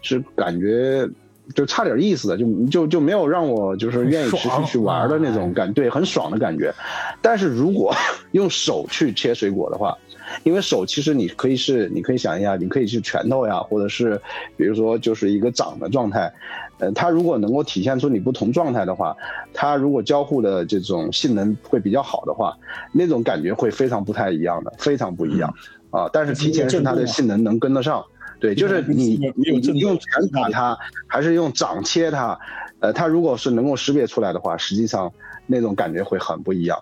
[SPEAKER 6] 是感觉就差点意思的，就就就没有让我就是愿意持续
[SPEAKER 1] 爽
[SPEAKER 6] 去玩的那种感，对，很爽的感觉。但是如果用手去切水果的话，因为手其实你可以是，你可以想一下，你可以是拳头呀，或者是比如说就是一个掌的状态，呃，它如果能够体现出你不同状态的话，它如果交互的这种性能会比较好的话，那种感觉会非常不太一样的，非常不一样啊。但是提前是它的性能能跟得上，对，就是你
[SPEAKER 5] 没有震动
[SPEAKER 6] 你用拳打它，还是用掌切它，呃，它如果是能够识别出来的话，实际上那种感觉会很不一样。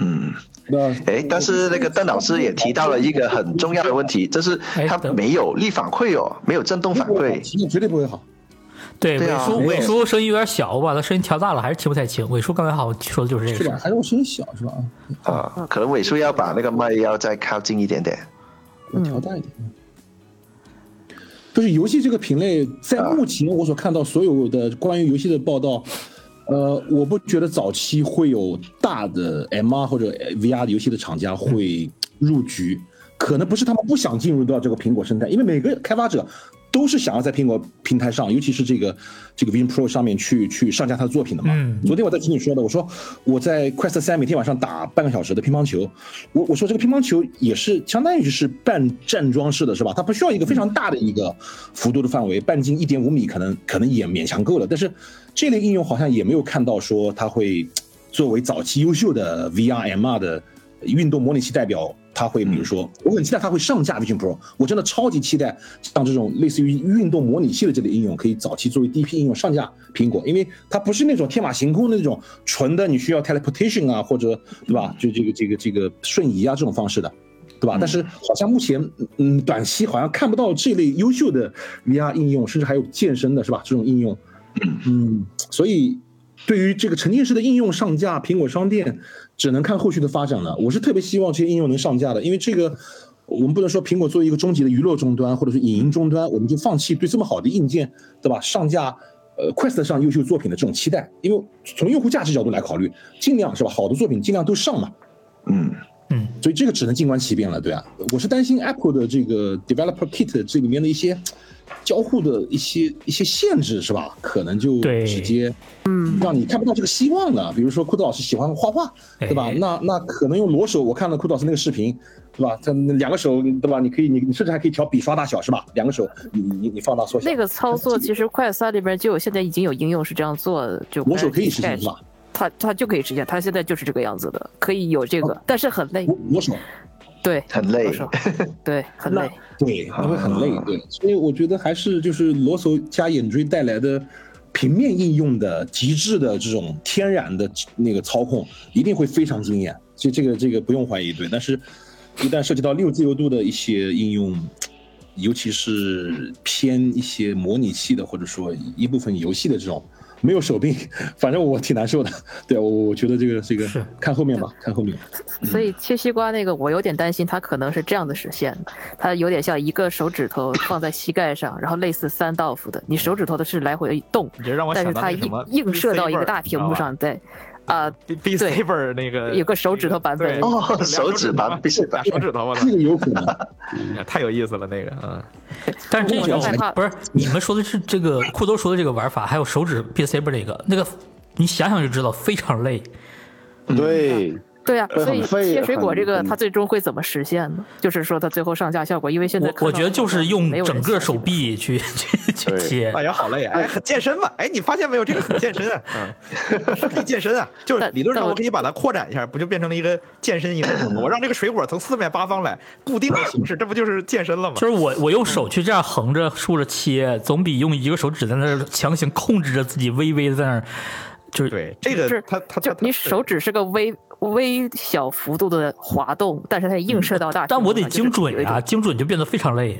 [SPEAKER 2] 嗯。
[SPEAKER 5] 那
[SPEAKER 2] 哎，但是那个邓老师也提到了一个很重要的问题，就是
[SPEAKER 1] 哎
[SPEAKER 2] 它
[SPEAKER 1] 等
[SPEAKER 2] 没有力反馈哦，没有震动反馈。
[SPEAKER 5] 体验绝对不会好。
[SPEAKER 1] 对，
[SPEAKER 2] 对
[SPEAKER 1] 伟
[SPEAKER 2] 啊
[SPEAKER 1] 叔，
[SPEAKER 2] 没
[SPEAKER 1] 伟
[SPEAKER 2] 有
[SPEAKER 1] 叔声音有点小，我把他声音调大了，还是听不太清。伟叔刚才好像说的就是这个
[SPEAKER 5] 是
[SPEAKER 1] 事
[SPEAKER 5] 吧？
[SPEAKER 1] 儿。
[SPEAKER 5] 还是我声音小是吧？
[SPEAKER 2] 啊，可能尾数要把那个麦要再靠近一点点。
[SPEAKER 5] 我调大一点。就是游戏这个品类，在目前我所看到所有的关于游戏的报道，呃，我不觉得早期会有大的 MR 或者 VR 游戏的厂家会入局，可能不是他们不想进入到这个苹果生态，因为每个开发者都是想要在苹果平台上，尤其是这个这个 Vision Pro 上面去去上架他的作品的嘛。
[SPEAKER 1] 嗯
[SPEAKER 5] 昨天我在群里说的，我说我在 Quest 三每天晚上打半个小时的乒乓球，我我说这个乒乓球也是相当于是半站桩式的，是吧？它不需要一个非常大的一个幅度的范围，半径一点五米可能可能也勉强够了。但是这类应用好像也没有看到说它会作为早期优秀的 VR MR 的运动模拟器代表，它会比如说，我很期待它会上架 Vision Pro，我真的超级期待像这种类似于运动模拟器的这类应用，可以早期作为第一批应用上架苹果，因为它不是那种天马行空的那种纯的，你需要 teleportation 啊，或者对吧，就这个这个这个瞬移啊这种方式的。对吧？但是好像目前，嗯，短期好像看不到这类优秀的 VR 应用，甚至还有健身的，是吧？这种应用，嗯，所以对于这个沉浸式的应用上架，苹果商店只能看后续的发展了。我是特别希望这些应用能上架的，因为这个我们不能说苹果作为一个终极的娱乐终端或者是影音终端，我们就放弃对这么好的硬件，对吧？上架。呃，Quest 上优秀作品的这种期待，因为从用户价值角度来考虑，尽量是吧，好的作品尽量都上嘛，
[SPEAKER 2] 嗯，
[SPEAKER 1] 嗯，
[SPEAKER 5] 所以这个只能静观其变了，对啊。我是担心 Apple 的这个 Developer Kit 这里面的一些交互的一些一些限制是吧？可能就
[SPEAKER 1] 对
[SPEAKER 5] 直接嗯让你看不到这个希望了。比如说库德老师喜欢画画，对吧
[SPEAKER 1] 哎？
[SPEAKER 5] 那那可能用裸手，我看了库德老师那个视频，对吧？他那两个手对吧？你可以你你甚至还可以调笔刷大小是吧？两个手你你你放大缩小，
[SPEAKER 4] 那个操作其实快三里边就有，现在已经有应用是这样做的，就
[SPEAKER 5] 裸手可以实现
[SPEAKER 4] Crash
[SPEAKER 5] 是吧？
[SPEAKER 4] 它它就可以实现，它现在就是这个样子的，可以有这个，但是很累
[SPEAKER 5] 裸，裸手
[SPEAKER 4] 对，
[SPEAKER 2] 很累
[SPEAKER 4] 多，少对，很累。
[SPEAKER 5] 对，它会很累，对，所以我觉得还是就是裸手加眼锥带来的平面应用的极致的这种天然的那个操控，一定会非常惊艳，所以这个这个不用怀疑，对。但是，一旦涉及到六自由度的一些应用，尤其是偏一些模拟器的，或者说一部分游戏的这种。没有手柄，反正我挺难受的。对我，我觉得这个这个
[SPEAKER 1] 是
[SPEAKER 5] 看后面吧，看后面。
[SPEAKER 4] 所以切西瓜那个，我有点担心它可能是这样的实现的，它有点像一个手指头放在膝盖上，然后类似三道夫的，你手指头的是来回动，
[SPEAKER 1] 嗯
[SPEAKER 3] 你这让我
[SPEAKER 4] 但
[SPEAKER 3] 想
[SPEAKER 4] 是
[SPEAKER 3] 到
[SPEAKER 4] 它
[SPEAKER 3] 那什
[SPEAKER 4] 映
[SPEAKER 3] 么
[SPEAKER 4] 映射到一个大
[SPEAKER 3] Beat Saber，
[SPEAKER 4] 屏幕上，对，啊，
[SPEAKER 3] 你知道吧，Beat
[SPEAKER 4] 对
[SPEAKER 3] Saber 那个
[SPEAKER 4] 有个手指头版本
[SPEAKER 3] 对
[SPEAKER 2] 哦
[SPEAKER 3] 两
[SPEAKER 2] 手指版
[SPEAKER 3] 手指头俩手指头，我 *laughs* 操
[SPEAKER 5] 这，个有可能，
[SPEAKER 3] 太有意思了那个，嗯，
[SPEAKER 1] 但是这
[SPEAKER 4] 我就
[SPEAKER 1] 种
[SPEAKER 4] 害怕
[SPEAKER 1] 不是你们说的是这个裤兜说的这个玩法，还有手指 B C 不那个那个，你想想就知道非常累。
[SPEAKER 6] 对，
[SPEAKER 4] 对啊，
[SPEAKER 6] 呃
[SPEAKER 4] 所以
[SPEAKER 6] 很费
[SPEAKER 4] 切水果
[SPEAKER 6] 很
[SPEAKER 4] 这个
[SPEAKER 3] 嗯
[SPEAKER 6] 很
[SPEAKER 4] 它最终会怎么实现呢？就是说它最后上架效果，因为现在
[SPEAKER 1] 我
[SPEAKER 4] 看
[SPEAKER 1] 我
[SPEAKER 4] 到
[SPEAKER 1] 觉得就是用
[SPEAKER 4] 没有人
[SPEAKER 1] 整个
[SPEAKER 4] 相信
[SPEAKER 1] 手臂去去去
[SPEAKER 6] 对
[SPEAKER 1] 切
[SPEAKER 3] 大。家好累啊！哎，很健身嘛？哎，你发现没有，这个很健身啊， *laughs* 嗯，是可以健身啊。就是
[SPEAKER 4] 但
[SPEAKER 3] 理论上
[SPEAKER 4] 但
[SPEAKER 3] 我
[SPEAKER 4] 我
[SPEAKER 3] 可以把它扩展一下，不就变成了一个健身营吗？我让这个水果从四面八方来，固定的形式，这不就是健身了吗
[SPEAKER 1] 就？是我我用手去这样横着竖着切，总比用一个手指在那儿强行控制着自己微微地在那儿，就是
[SPEAKER 3] 对，这个
[SPEAKER 4] 是
[SPEAKER 3] 它它
[SPEAKER 4] 就
[SPEAKER 3] 它
[SPEAKER 4] 你手指是个微微小幅度的滑动，但是它映射到大屏
[SPEAKER 1] 嗯
[SPEAKER 4] 幕上，
[SPEAKER 1] 但我得
[SPEAKER 4] 就是
[SPEAKER 1] 精准
[SPEAKER 4] 有一
[SPEAKER 1] 呀、
[SPEAKER 4] 种
[SPEAKER 1] 精准就变得非常累。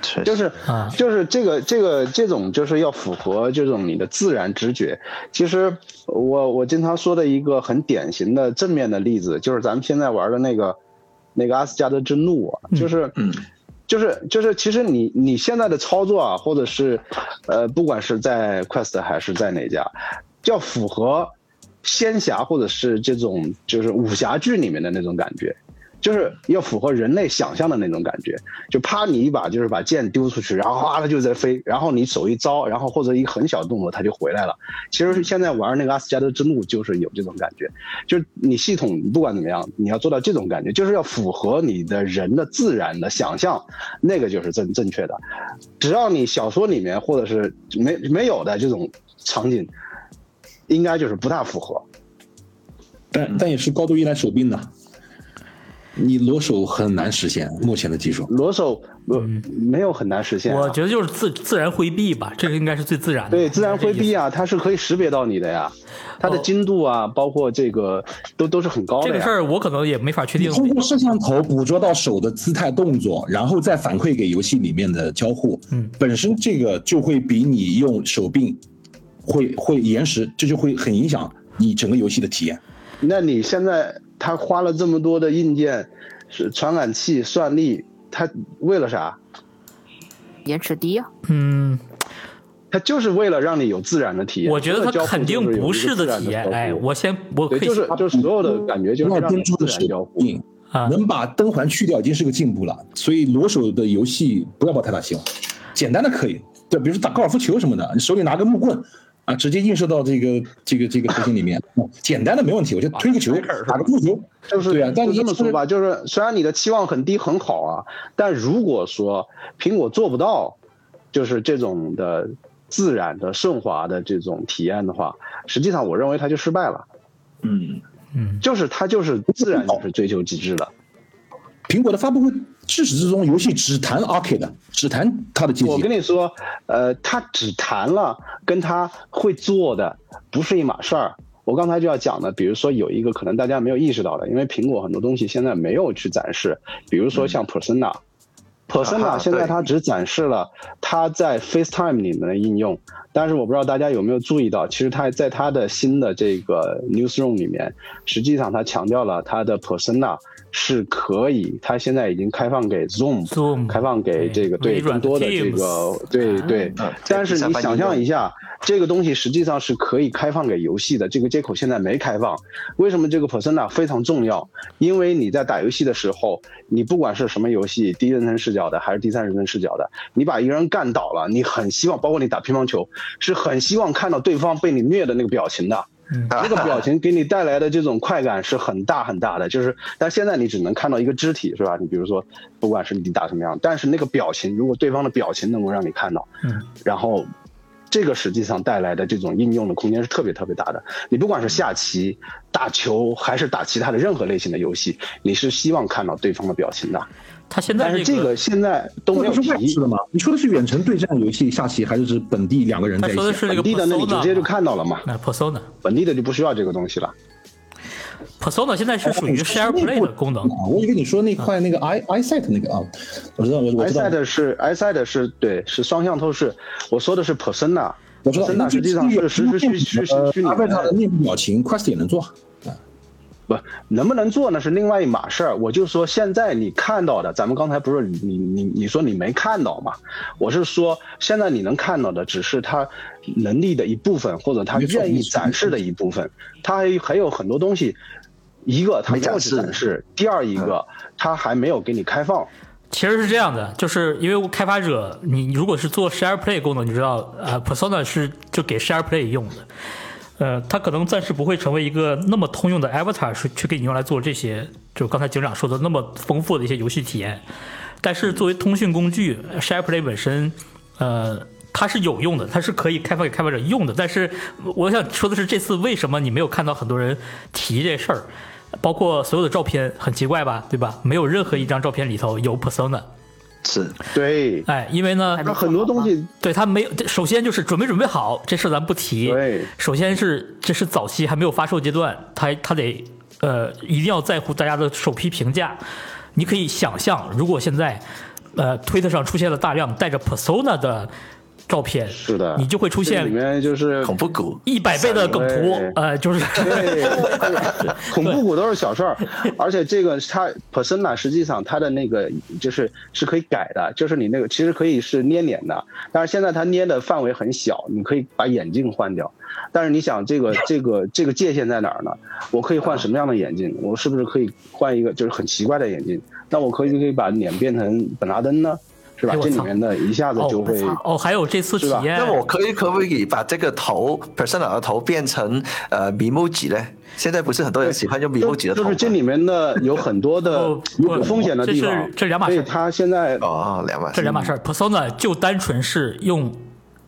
[SPEAKER 2] 确
[SPEAKER 6] 就
[SPEAKER 2] 实，
[SPEAKER 6] 是
[SPEAKER 1] 啊
[SPEAKER 6] 就是这个这个这种就是要符合这种你的自然直觉。其实我我经常说的一个很典型的正面的例子，就是咱们现在玩的那个那个阿斯加德之怒啊，就是
[SPEAKER 2] 嗯
[SPEAKER 6] 就是就是，其实你你现在的操作啊，或者是，呃，不管是在 Quest 还是在哪家，要符合仙侠或者是这种就是武侠剧里面的那种感觉，就是要符合人类想象的那种感觉。就啪你一把，就是把剑丢出去，然后啊它就在飞，然后你手一招，然后或者一个很小动作它就回来了。其
[SPEAKER 1] 嗯
[SPEAKER 6] 实现在玩那个阿斯加德之怒就是有这种感觉，就是你系统不管怎么样，你要做到这种感觉，就是要符合你的人的自然的想象，那个就是正正确的。只要你小说里面或者是没没有的这种场景，应该就是不大符合。
[SPEAKER 1] 嗯
[SPEAKER 5] 但但也是高度依赖手柄的，你裸手很难实现目前的技术。
[SPEAKER 6] 裸手呃、没有很难实现
[SPEAKER 1] 嗯
[SPEAKER 6] 啊、
[SPEAKER 1] 我觉得就是自自然挥臂吧，这个应该嗯是最自然的。
[SPEAKER 6] 对，自然
[SPEAKER 1] 这
[SPEAKER 6] 挥
[SPEAKER 1] 意思
[SPEAKER 6] 臂啊，它是可以识别到你的呀，它的
[SPEAKER 1] 哦
[SPEAKER 6] 精度啊，包括这个都都是很高
[SPEAKER 1] 这
[SPEAKER 6] 的
[SPEAKER 1] 个事
[SPEAKER 6] 呀。
[SPEAKER 1] 儿我可能也没法确
[SPEAKER 5] 你
[SPEAKER 1] 定。
[SPEAKER 5] 通过摄像头捕捉到手的姿态动作，然后再反馈给游戏里面的交互，
[SPEAKER 1] 嗯
[SPEAKER 5] 本身这个就会比你用手柄会会延时，这就会很影响你整个游戏的体验。
[SPEAKER 6] 那你现在它花了这么多的硬件，是传感器、算力，它为了啥？
[SPEAKER 4] 延迟低啊。
[SPEAKER 1] 嗯，
[SPEAKER 6] 它就是为了让你有自然的体验。
[SPEAKER 1] 我觉得
[SPEAKER 6] 它
[SPEAKER 1] 它肯定不是
[SPEAKER 6] 的
[SPEAKER 1] 体验。哎，我先我可
[SPEAKER 6] 对，
[SPEAKER 1] 以
[SPEAKER 6] 就是就是所有的感觉就是
[SPEAKER 5] 要
[SPEAKER 6] 让你
[SPEAKER 5] 跟出
[SPEAKER 6] 自
[SPEAKER 5] 的
[SPEAKER 6] 然
[SPEAKER 5] 是
[SPEAKER 6] 交互。
[SPEAKER 5] 硬，
[SPEAKER 1] 啊，
[SPEAKER 5] 能把灯环去掉已经是个进步了。所以裸手的游戏不要抱太大希望，简单的可以，对，比如说打高尔夫球什么的，你手里拿个木棍。啊，直接映射到这个这个这个核心里面，嗯简单的没问题，我就推个球，打个扑球，
[SPEAKER 6] 就是
[SPEAKER 5] 对啊但
[SPEAKER 6] 就
[SPEAKER 5] 你
[SPEAKER 6] 这么
[SPEAKER 5] 就是
[SPEAKER 6] 说吧，就是虽然你的期望很低很好啊，但如果说苹果做不到，就是这种的自然的顺滑的这种体验的话，实际上我认为它就失败了。
[SPEAKER 2] 嗯，
[SPEAKER 1] 嗯，
[SPEAKER 6] 就是它就是自然就是追求极致了。
[SPEAKER 5] 苹果的发布会至始至终，游戏只谈 arcade，只谈它的阶
[SPEAKER 6] 我
[SPEAKER 5] 级
[SPEAKER 6] 跟。你说，呃，它只谈了跟它会做的不是一码事儿。我刚才就要讲的，比如说有一个可能大家没有意识到的，因为苹果很多东西现在没有去展示，比如说像 Persona、
[SPEAKER 2] 啊哈
[SPEAKER 6] Persona 现在
[SPEAKER 2] 对
[SPEAKER 6] 它只展示了它在 FaceTime 里面的应用，但是我不知道大家有没有注意到，其实它在它的新的这个 Newsroom 里面，实际上它强调了它的 Persona 是可以，它现在已经开放给 Zoom、
[SPEAKER 1] Zoom
[SPEAKER 6] 开放给这个
[SPEAKER 1] 嗯对
[SPEAKER 6] 对
[SPEAKER 1] 微软
[SPEAKER 6] 更
[SPEAKER 1] 的
[SPEAKER 6] 多的这
[SPEAKER 1] Teams
[SPEAKER 6] 个对
[SPEAKER 4] 啊
[SPEAKER 6] 对
[SPEAKER 2] 嗯，
[SPEAKER 6] 但是你想象一下，这个东西实际上是可以开放给游戏的，这个接口现在没开放。为什么这个 Persona 非常重要？因为你在打游戏的时候，你不管是什么游戏，第一人称视角的还是第三人称视角的，你把一个人干倒了，你很希望，包括你打乒乓球，是很希望看到对方被你虐的那个表情的。那个表情给你带来的这种快感是很大很大的， *laughs* 就是，但现在你只能看到一个肢体，是吧？你比如说，不管是你打什么样，但是那个表情，如果对方的表情能够让你看到，
[SPEAKER 1] 嗯，
[SPEAKER 6] 然后这个实际上带来的这种应用的空间是特别特别大的。你不管是下棋、打球，还是打其他的任何类型的游戏，你是希望看到对方的表情的，
[SPEAKER 1] 它现
[SPEAKER 6] 但
[SPEAKER 1] 在
[SPEAKER 6] 是这
[SPEAKER 1] 个
[SPEAKER 6] 个现在都没有
[SPEAKER 5] 是
[SPEAKER 6] 提
[SPEAKER 5] 外置的吗？你说的是远程对战游戏下棋，还是指本地两个人
[SPEAKER 1] 他
[SPEAKER 5] 在一
[SPEAKER 1] 说的
[SPEAKER 5] 起？
[SPEAKER 1] 是那
[SPEAKER 6] 本
[SPEAKER 1] 个
[SPEAKER 6] 地的那你直接就
[SPEAKER 1] persona，
[SPEAKER 6] 看到了嘛，
[SPEAKER 1] 那 persona。
[SPEAKER 6] 本地的就不需要这个东西了。
[SPEAKER 1] Persona 现在
[SPEAKER 6] 哦
[SPEAKER 1] 是属于 share
[SPEAKER 5] 内部
[SPEAKER 1] play 的功能，
[SPEAKER 5] 啊，我以为你说那块那个 i i set 那个啊，我知道，我我
[SPEAKER 6] i
[SPEAKER 5] 知
[SPEAKER 6] s
[SPEAKER 5] 道
[SPEAKER 6] i，d 是 i s i d 是对是双向透视，我说的是 persona。
[SPEAKER 5] 我知道。
[SPEAKER 6] persona 实际上是实时虚虚虚虚拟
[SPEAKER 5] 搭配呃上的
[SPEAKER 6] 的，
[SPEAKER 5] 面部表情，Quest 也能做。啊
[SPEAKER 6] 不能不能做那是另外一码事儿。我就说现在你看到的，咱们刚才不是你你你说你没看到嘛？我是说现在你能看到的只是他能力的一部分，或者他
[SPEAKER 5] 没错
[SPEAKER 6] 愿意
[SPEAKER 5] 没错
[SPEAKER 6] 展示的一部分，他还还有很多东西。一个他
[SPEAKER 2] 没
[SPEAKER 6] 没有
[SPEAKER 2] 展
[SPEAKER 6] 去
[SPEAKER 2] 示
[SPEAKER 6] 展示，第二一个
[SPEAKER 5] 嗯
[SPEAKER 6] 他还没有给你开放，
[SPEAKER 1] 其实是这样的，就是因为开发者，你你如果是做 share play 功能，你知道，呃，Persona 是就给 share play 用的，呃，它可能暂时不会成为一个那么通用的 avatar，是去给你用来做这些，就刚才警长说的那么丰富的一些游戏体验。但是作为通讯工具，share play 本身，呃，它是有用的，它是可以开发给开发者用的。但是我想说的是，这次为什么你没有看到很多人提这事儿？包括所有的照片，很奇怪吧，对吧？没有任何一张照片里头有 persona，
[SPEAKER 2] 是
[SPEAKER 6] 对，
[SPEAKER 1] 哎，因为呢
[SPEAKER 4] 还，
[SPEAKER 6] 那很多东西
[SPEAKER 1] 对他没有，这首先就是准没准备好这事儿咱不提。
[SPEAKER 6] 对
[SPEAKER 1] 首先是这是早期还没有发售阶段，他他得呃一定要在乎大家的首批评价。你可以想象，如果现在呃推特上出现了大量带着 persona 的照片，
[SPEAKER 6] 是的，
[SPEAKER 1] 你就会出
[SPEAKER 6] 这
[SPEAKER 1] 现
[SPEAKER 6] 里面就是
[SPEAKER 2] 恐怖谷，
[SPEAKER 1] 一百倍的梗图
[SPEAKER 6] 对，
[SPEAKER 1] 呃，就是
[SPEAKER 6] 对， *laughs* 恐怖谷都是小事儿，而且这个它 persona 实际上它的那个就是是可以改的，就是你那个其实可以是捏脸的，但是现在它捏的范围很小，你可以把眼镜换掉。但是你想这
[SPEAKER 1] *laughs*
[SPEAKER 6] 个这个这个界限在哪儿呢？我可以换什么样的眼镜？我是不是可以换一个就是很奇怪的眼镜？那我可以可以把脸变成本拉登呢？是吧
[SPEAKER 1] 哎？我
[SPEAKER 6] 这里
[SPEAKER 1] 操
[SPEAKER 6] 面的一下
[SPEAKER 1] *laughs*
[SPEAKER 6] 子
[SPEAKER 1] 哦
[SPEAKER 6] 就会
[SPEAKER 1] 哦，还有这次体
[SPEAKER 6] 是吧
[SPEAKER 1] 验，
[SPEAKER 2] 那我可以可不可以把这个头 persona 的头变成呃 emoji 呢？现在不是很多人喜欢用
[SPEAKER 6] 就
[SPEAKER 2] emoji 的头
[SPEAKER 6] 就
[SPEAKER 2] 吗
[SPEAKER 6] 是这里面的有很多的
[SPEAKER 1] 不不
[SPEAKER 6] 有风险的地
[SPEAKER 1] 哦这是
[SPEAKER 6] 方，
[SPEAKER 1] 这两码事呃
[SPEAKER 6] 所以它现在
[SPEAKER 2] 哦，两万
[SPEAKER 1] 这两码事儿。persona 就单纯是用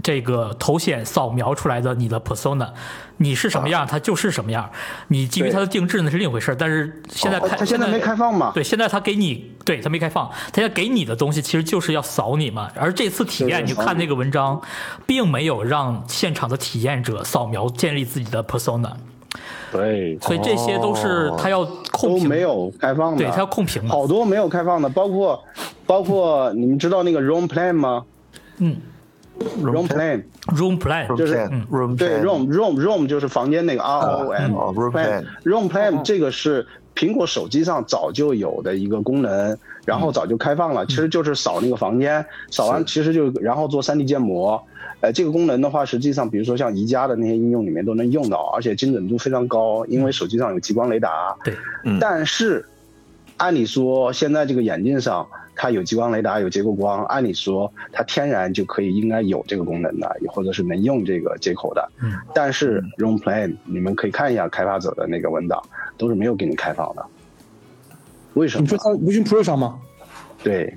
[SPEAKER 1] 这个头显扫描出来的你的 persona，你是什么
[SPEAKER 6] 啊
[SPEAKER 1] 样，它就是什么样。你基于它的定制那是另一回事儿，但是现在开，
[SPEAKER 6] 它哦现在没开。放啊嘛？
[SPEAKER 1] 对，现在它给你，对它没开放，它要给你的东西其实就是要扫你嘛。而这次体验，你就看那个文章，并没有让现场的体验者扫描建立自己的 persona，
[SPEAKER 6] 对，
[SPEAKER 1] 所以这些都是
[SPEAKER 2] 哦
[SPEAKER 1] 它要控
[SPEAKER 6] 都
[SPEAKER 1] 屏，
[SPEAKER 6] 没有开放的，
[SPEAKER 1] 对，它要控屏嘛。
[SPEAKER 6] 好多没有开放的，包括包括你们知道那个 Room Plan 吗
[SPEAKER 1] 嗯
[SPEAKER 6] ？Room Plan
[SPEAKER 1] ，Room Plan，
[SPEAKER 2] room
[SPEAKER 6] 就是嗯
[SPEAKER 2] plan room
[SPEAKER 6] 对
[SPEAKER 2] plan
[SPEAKER 6] Room Room Room 就是房间那个 R O M
[SPEAKER 2] 哦，room plan
[SPEAKER 6] Room Plan 这个是苹果手机上早就有的一个功能，然
[SPEAKER 2] 嗯
[SPEAKER 6] 后早就开放了，其实就是扫那个房间，扫完其实就然后做 3D 建模。呃，这个功能的话，实际上比如说像宜家的那些应用里面都能用到，而且精准度非常高，因为手机上有激光雷达。
[SPEAKER 1] 对，
[SPEAKER 2] 嗯
[SPEAKER 6] 但是按理说现在这个眼镜上它有激光雷达，有结构光，按理说它天然就可以应该有这个功能的，或者是能用这个接口的。
[SPEAKER 1] 嗯，
[SPEAKER 6] 但是 Room Plan 你们可以看一下开发者的那个文档，都是没有给你开放的。为什
[SPEAKER 5] 你
[SPEAKER 6] 么？
[SPEAKER 5] 说它 Vision Pro 上吗？
[SPEAKER 6] 对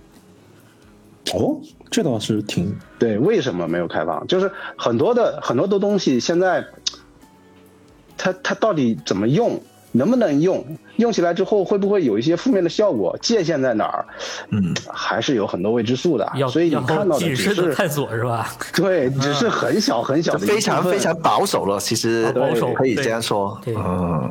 [SPEAKER 5] 哦，这倒是挺
[SPEAKER 6] 对，为什么没有开放？就是很多的很多的东西现在，它它到底怎么用，能不能用，用起来之后会不会有一些负面的效果？界限在哪儿？
[SPEAKER 2] 嗯，
[SPEAKER 6] 还是有很多未知数的。
[SPEAKER 1] 要
[SPEAKER 6] 所以你
[SPEAKER 1] 要
[SPEAKER 6] 看到的
[SPEAKER 1] 谨
[SPEAKER 6] 只
[SPEAKER 1] 慎的
[SPEAKER 6] 是
[SPEAKER 1] 探索是吧？
[SPEAKER 6] 对，只是很小很小
[SPEAKER 2] 这
[SPEAKER 6] 的一部
[SPEAKER 2] 嗯非
[SPEAKER 6] 分，啊
[SPEAKER 2] 常非常保守了，其实
[SPEAKER 1] 保守
[SPEAKER 2] 可以
[SPEAKER 1] 对
[SPEAKER 2] 这样说，
[SPEAKER 1] 对
[SPEAKER 2] 嗯。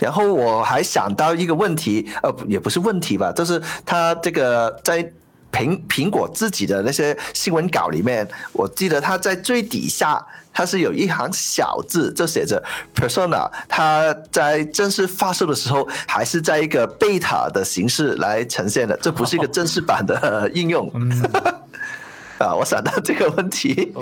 [SPEAKER 2] 然后我还想到一个问题，呃，不也不是问题吧，就是他这个在苹苹果自己的那些新闻稿里面，我记得他在最底下，它是有一行小字，就写着 Persona，它在正式发售的时候还是在一个贝塔的形式来呈现的，这不是一个正式版的呃应用。 *laughs* 啊，我想到这个问题，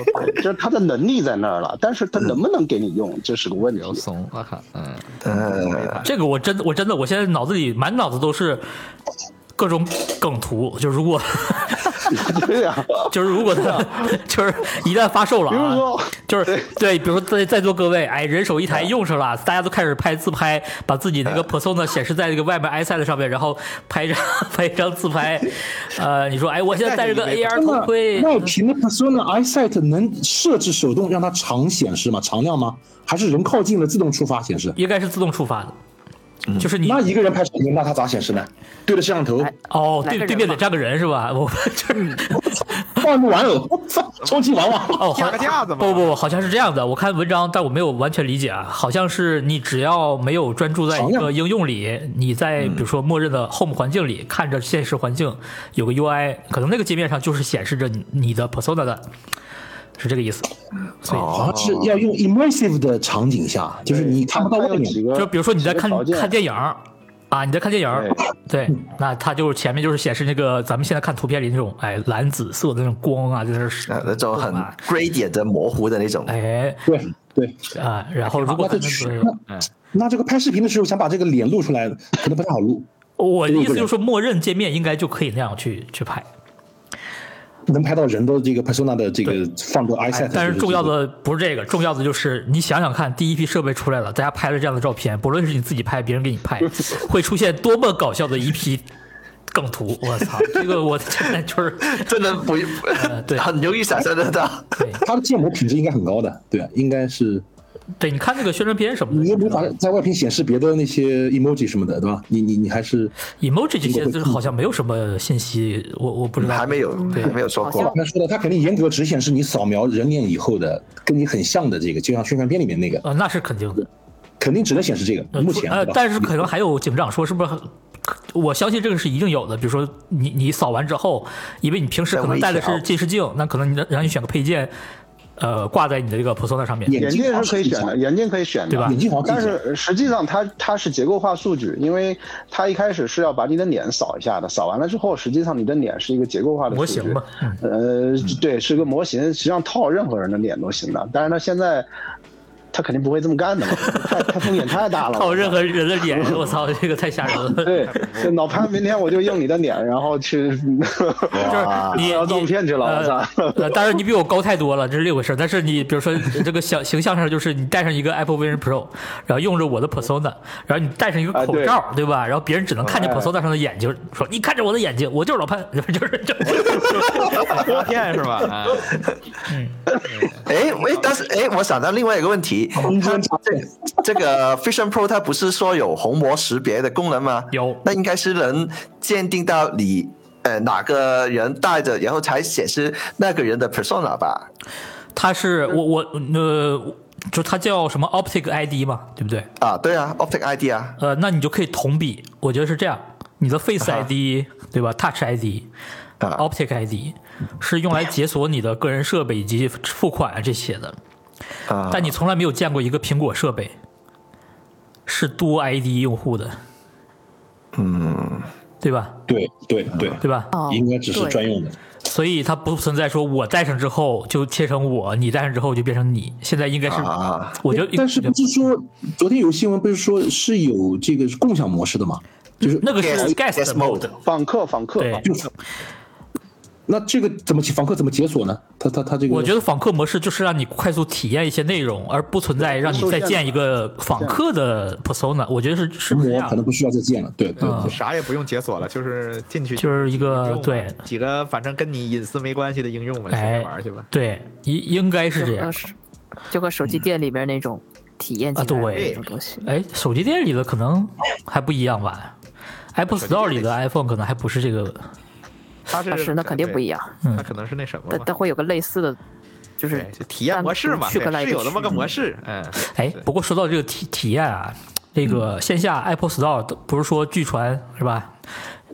[SPEAKER 6] 就是它嗯的能力在那儿了，但是
[SPEAKER 2] 嗯
[SPEAKER 6] 它能不能给你用，这是个问题
[SPEAKER 3] 比。
[SPEAKER 2] *laughs*
[SPEAKER 3] 较怂，
[SPEAKER 4] 啊
[SPEAKER 3] 我靠，嗯，
[SPEAKER 2] 呃，
[SPEAKER 1] 这个我真我真的我现在脑子里满脑子都是各种梗图，就如果
[SPEAKER 6] *laughs*
[SPEAKER 1] *laughs*
[SPEAKER 6] 对呀、
[SPEAKER 1] 就是如果它 *laughs* 就是一旦发售了、啊，
[SPEAKER 6] 比如说
[SPEAKER 1] 就是对，比如说在在座各位，哎，人手一台用上了，大家都开始拍自拍，把自己那个 persona 显示在这个外面 iPad 上面，然后拍一张 *laughs* 拍一张自拍，呃，你说哎，我现在戴着个 AR 头盔，
[SPEAKER 5] 那屏的 Persona EyeSight 能设置手动让它长显示吗？常亮吗？还是人靠近了自动触发显示？
[SPEAKER 1] 应该是自动触发的，就是你
[SPEAKER 5] 那一个人拍长屏，那它咋显示呢？对着摄像头，
[SPEAKER 4] 哎
[SPEAKER 1] 哦，
[SPEAKER 4] 来
[SPEAKER 1] 对
[SPEAKER 4] 个人
[SPEAKER 1] 对面得
[SPEAKER 4] 吧
[SPEAKER 1] 站个人是吧？我 *laughs* 就是
[SPEAKER 5] 放个玩偶，充气娃娃。
[SPEAKER 1] 哦，好
[SPEAKER 3] 架个架子嘛
[SPEAKER 1] 不不不，好像是这样的。我看文章，但我没有完全理解啊。好像是你只要没有专注在一
[SPEAKER 5] 常
[SPEAKER 1] 个
[SPEAKER 5] 用
[SPEAKER 1] 应用里，你在比如说默认的 Home 环境里看着现实环境，有个 UI，可能那个界面上就是显示着你你的 persona 的，是这个意思。所以。
[SPEAKER 5] 好像是要用 immersive 的场景下，就是你看不到
[SPEAKER 6] 它
[SPEAKER 5] 外
[SPEAKER 6] 有
[SPEAKER 5] 面
[SPEAKER 6] 几。个，
[SPEAKER 1] 就比如说你在看
[SPEAKER 6] 呃几个条件
[SPEAKER 1] 看电影儿啊，你在看电影儿，对，那它就是前面就是显示那个咱们现在看图片里那种哎蓝紫色的那种光啊，在那儿闪
[SPEAKER 2] 呃，那种很
[SPEAKER 1] 动啊
[SPEAKER 2] gradient 的模糊的那种，
[SPEAKER 1] 哎
[SPEAKER 5] 对对，
[SPEAKER 1] 啊，然后如果
[SPEAKER 5] 那
[SPEAKER 1] 看
[SPEAKER 5] 这
[SPEAKER 1] 那
[SPEAKER 5] 取
[SPEAKER 1] 个
[SPEAKER 5] 那那这个拍视频的时候想把这个脸露出来，可能不太好录，
[SPEAKER 1] 我的意思就
[SPEAKER 5] 录不
[SPEAKER 1] 是
[SPEAKER 5] 了
[SPEAKER 1] 说，默认界面应该就可以那样去去拍，
[SPEAKER 5] 能拍到人的这个 persona 的这
[SPEAKER 1] 对
[SPEAKER 5] 个放到 EyeSight
[SPEAKER 1] 哎
[SPEAKER 5] 里。
[SPEAKER 1] 但是重要的不是这个，重要的就是你想想看，第一批设备出来了，大家拍了这样的照片，不论是你自己拍，别人给你拍，会出现多么搞笑的一批梗图！我操，这个我真的就是
[SPEAKER 2] 真的不，
[SPEAKER 1] 呃对
[SPEAKER 2] 很容易想象得到。
[SPEAKER 1] 对
[SPEAKER 5] 它的建模品质应该很高的，对，应该是
[SPEAKER 1] 对，你看那个宣传片什么
[SPEAKER 5] 你又没法
[SPEAKER 1] 的
[SPEAKER 5] 在外屏显示别的那些 emoji 什么的，对吧？你你你
[SPEAKER 1] *laughs*
[SPEAKER 5] 还是
[SPEAKER 1] ，emoji 这些
[SPEAKER 5] 苹果会
[SPEAKER 1] 就是好像没有什么信息，我我不知道，
[SPEAKER 2] 还没有，
[SPEAKER 1] 对
[SPEAKER 2] 还没有说
[SPEAKER 4] 好
[SPEAKER 2] 过
[SPEAKER 4] 像。
[SPEAKER 5] 刚才说的，它肯定严格只显示你扫描人脸以后的跟你很像的这个，就像宣传片里面那个，
[SPEAKER 1] 呃，那是肯定的。
[SPEAKER 5] 肯定只能显示这个。
[SPEAKER 1] 呃
[SPEAKER 5] 目
[SPEAKER 1] 除
[SPEAKER 5] 前，
[SPEAKER 1] 呃，
[SPEAKER 5] 对吧
[SPEAKER 1] 但是可能还有警长说，是不是很？可我相信这个是一定有的。比如说你你扫完之后，因为你平时
[SPEAKER 2] 再
[SPEAKER 1] 可能
[SPEAKER 2] 微
[SPEAKER 1] 戴的
[SPEAKER 2] 调
[SPEAKER 1] 是近视镜，那可能你的然后你选个配件，呃，挂在你的这个 persona 上面。
[SPEAKER 5] 眼
[SPEAKER 6] 眼
[SPEAKER 5] 睛
[SPEAKER 6] 镜
[SPEAKER 5] 好像
[SPEAKER 6] 是可以
[SPEAKER 5] 一
[SPEAKER 6] 选
[SPEAKER 5] 张
[SPEAKER 6] 的，眼镜可以选
[SPEAKER 1] 对吧
[SPEAKER 6] 的。
[SPEAKER 5] 眼睛好像
[SPEAKER 6] 但
[SPEAKER 5] 一张
[SPEAKER 6] 是实际上它它是结构化数据，因为它一开始是要把你的脸扫一下的，扫完了之后，实际上你的脸是一个结构化的
[SPEAKER 1] 模
[SPEAKER 6] 数据
[SPEAKER 1] 型嘛嗯
[SPEAKER 6] 呃，对，是个模型，实际上套任何人的脸都行的。但是它现在，它肯定不会这么干的嘛，太它风险太
[SPEAKER 1] *laughs*
[SPEAKER 6] 大了。
[SPEAKER 1] 靠任何人的脸，我操，这个太吓人了。
[SPEAKER 6] 对，就脑盘明天我就用你的脸，然后去
[SPEAKER 1] 就是你
[SPEAKER 6] 啊 *laughs* 要照
[SPEAKER 1] 你
[SPEAKER 6] 片去了，我
[SPEAKER 1] 呃
[SPEAKER 6] 操！
[SPEAKER 1] 呃，当然你比我高太多了，这是另一回事儿。但是你比如说这个小形象上，就是你戴上一个 Apple Vision Pro，然后用着我的 Persona，然后你戴上一个
[SPEAKER 6] 啊
[SPEAKER 1] 口
[SPEAKER 6] 对哎
[SPEAKER 1] 罩，对吧？然后别人只能看见 Persona 上的眼睛，说你看着我的眼睛，我就是老潘， *laughs* 就是就
[SPEAKER 4] *laughs*
[SPEAKER 3] 诈骗是吧？啊
[SPEAKER 2] 哎，喂，但是哎，我想到另外一个问题，它这这个 Vision Pro 它不是说有虹膜识别的功能吗？
[SPEAKER 1] 有
[SPEAKER 2] 那应该是能鉴定到你呃哪个人戴着，然后才显示那个人的 persona 吧？
[SPEAKER 1] 它是我我呃，就它叫什么 Optic ID 嘛，对不对？
[SPEAKER 2] 啊，对啊，Optic ID 啊，
[SPEAKER 1] 呃，那你就可以同比，我觉得是这样，你的 Face
[SPEAKER 2] 啊
[SPEAKER 1] ID、对吧？Touch ID、
[SPEAKER 2] 啊
[SPEAKER 1] Optic ID 是用来解锁你的个人设备以及付款啊这些的，
[SPEAKER 2] 啊，
[SPEAKER 1] 但你从来没有见过一个苹果设备是多 ID 用户的，
[SPEAKER 3] 嗯，
[SPEAKER 1] 对吧？
[SPEAKER 5] 对对对，
[SPEAKER 1] 对吧？
[SPEAKER 4] 哦，
[SPEAKER 5] 应该只是
[SPEAKER 4] 对
[SPEAKER 5] 专用的。
[SPEAKER 1] 所以它不存在说我戴上之后就切成我，你戴上之后就变成你。现在应该是，
[SPEAKER 3] 啊
[SPEAKER 1] 我觉得，
[SPEAKER 5] 但是不是说昨天有新闻不是说是有这个共享模式的吗？就是
[SPEAKER 1] 那个是
[SPEAKER 2] Guest-
[SPEAKER 1] guest
[SPEAKER 2] guest
[SPEAKER 1] mode，
[SPEAKER 2] mode
[SPEAKER 6] 访客访客，
[SPEAKER 1] 对，
[SPEAKER 5] 就是，那这个怎么解访客怎么解锁呢？他他他这个，
[SPEAKER 1] 我觉得访客模式就是让你快速体验一些内容，而不存在让你再建一个访客的 persona。我觉得是是不是这
[SPEAKER 5] 我
[SPEAKER 1] 样
[SPEAKER 5] 可？能不需要再见了。对对
[SPEAKER 1] 啊
[SPEAKER 3] *laughs*
[SPEAKER 5] 对，
[SPEAKER 3] 啥也不用解锁了，就是进去
[SPEAKER 1] 就是一个
[SPEAKER 3] 用嘛
[SPEAKER 1] 对
[SPEAKER 3] 几个反正跟你隐私没关系的应用嘛，随
[SPEAKER 1] 哎
[SPEAKER 3] 便玩去吧。
[SPEAKER 1] 对，应应该是
[SPEAKER 4] 就
[SPEAKER 1] 这
[SPEAKER 4] 和
[SPEAKER 1] 样。嗯
[SPEAKER 4] 手就和手机店里边那种体验
[SPEAKER 1] 啊
[SPEAKER 4] 进来的
[SPEAKER 1] 对
[SPEAKER 4] 那种东西。
[SPEAKER 1] 哎，手机店里的可能还不一样吧？Apple 哎 Store 里的 iPhone 可能还不是这个。
[SPEAKER 3] 它是
[SPEAKER 4] 啊是，那肯定不一
[SPEAKER 3] 样，
[SPEAKER 4] 样，
[SPEAKER 1] 嗯
[SPEAKER 3] 它可能是那什么
[SPEAKER 4] 但
[SPEAKER 3] 嘛，
[SPEAKER 4] 但会有个类似的，就是
[SPEAKER 3] 对，就体验模式嘛，
[SPEAKER 4] 单独区隔
[SPEAKER 3] 对
[SPEAKER 4] 了一
[SPEAKER 3] 是
[SPEAKER 4] 个
[SPEAKER 3] 有那么个
[SPEAKER 4] 区域
[SPEAKER 3] 模式，嗯，
[SPEAKER 1] 哎
[SPEAKER 3] 对，
[SPEAKER 1] 不过说到这个体体验啊，这个线下 Apple Store 都不是说据传是吧？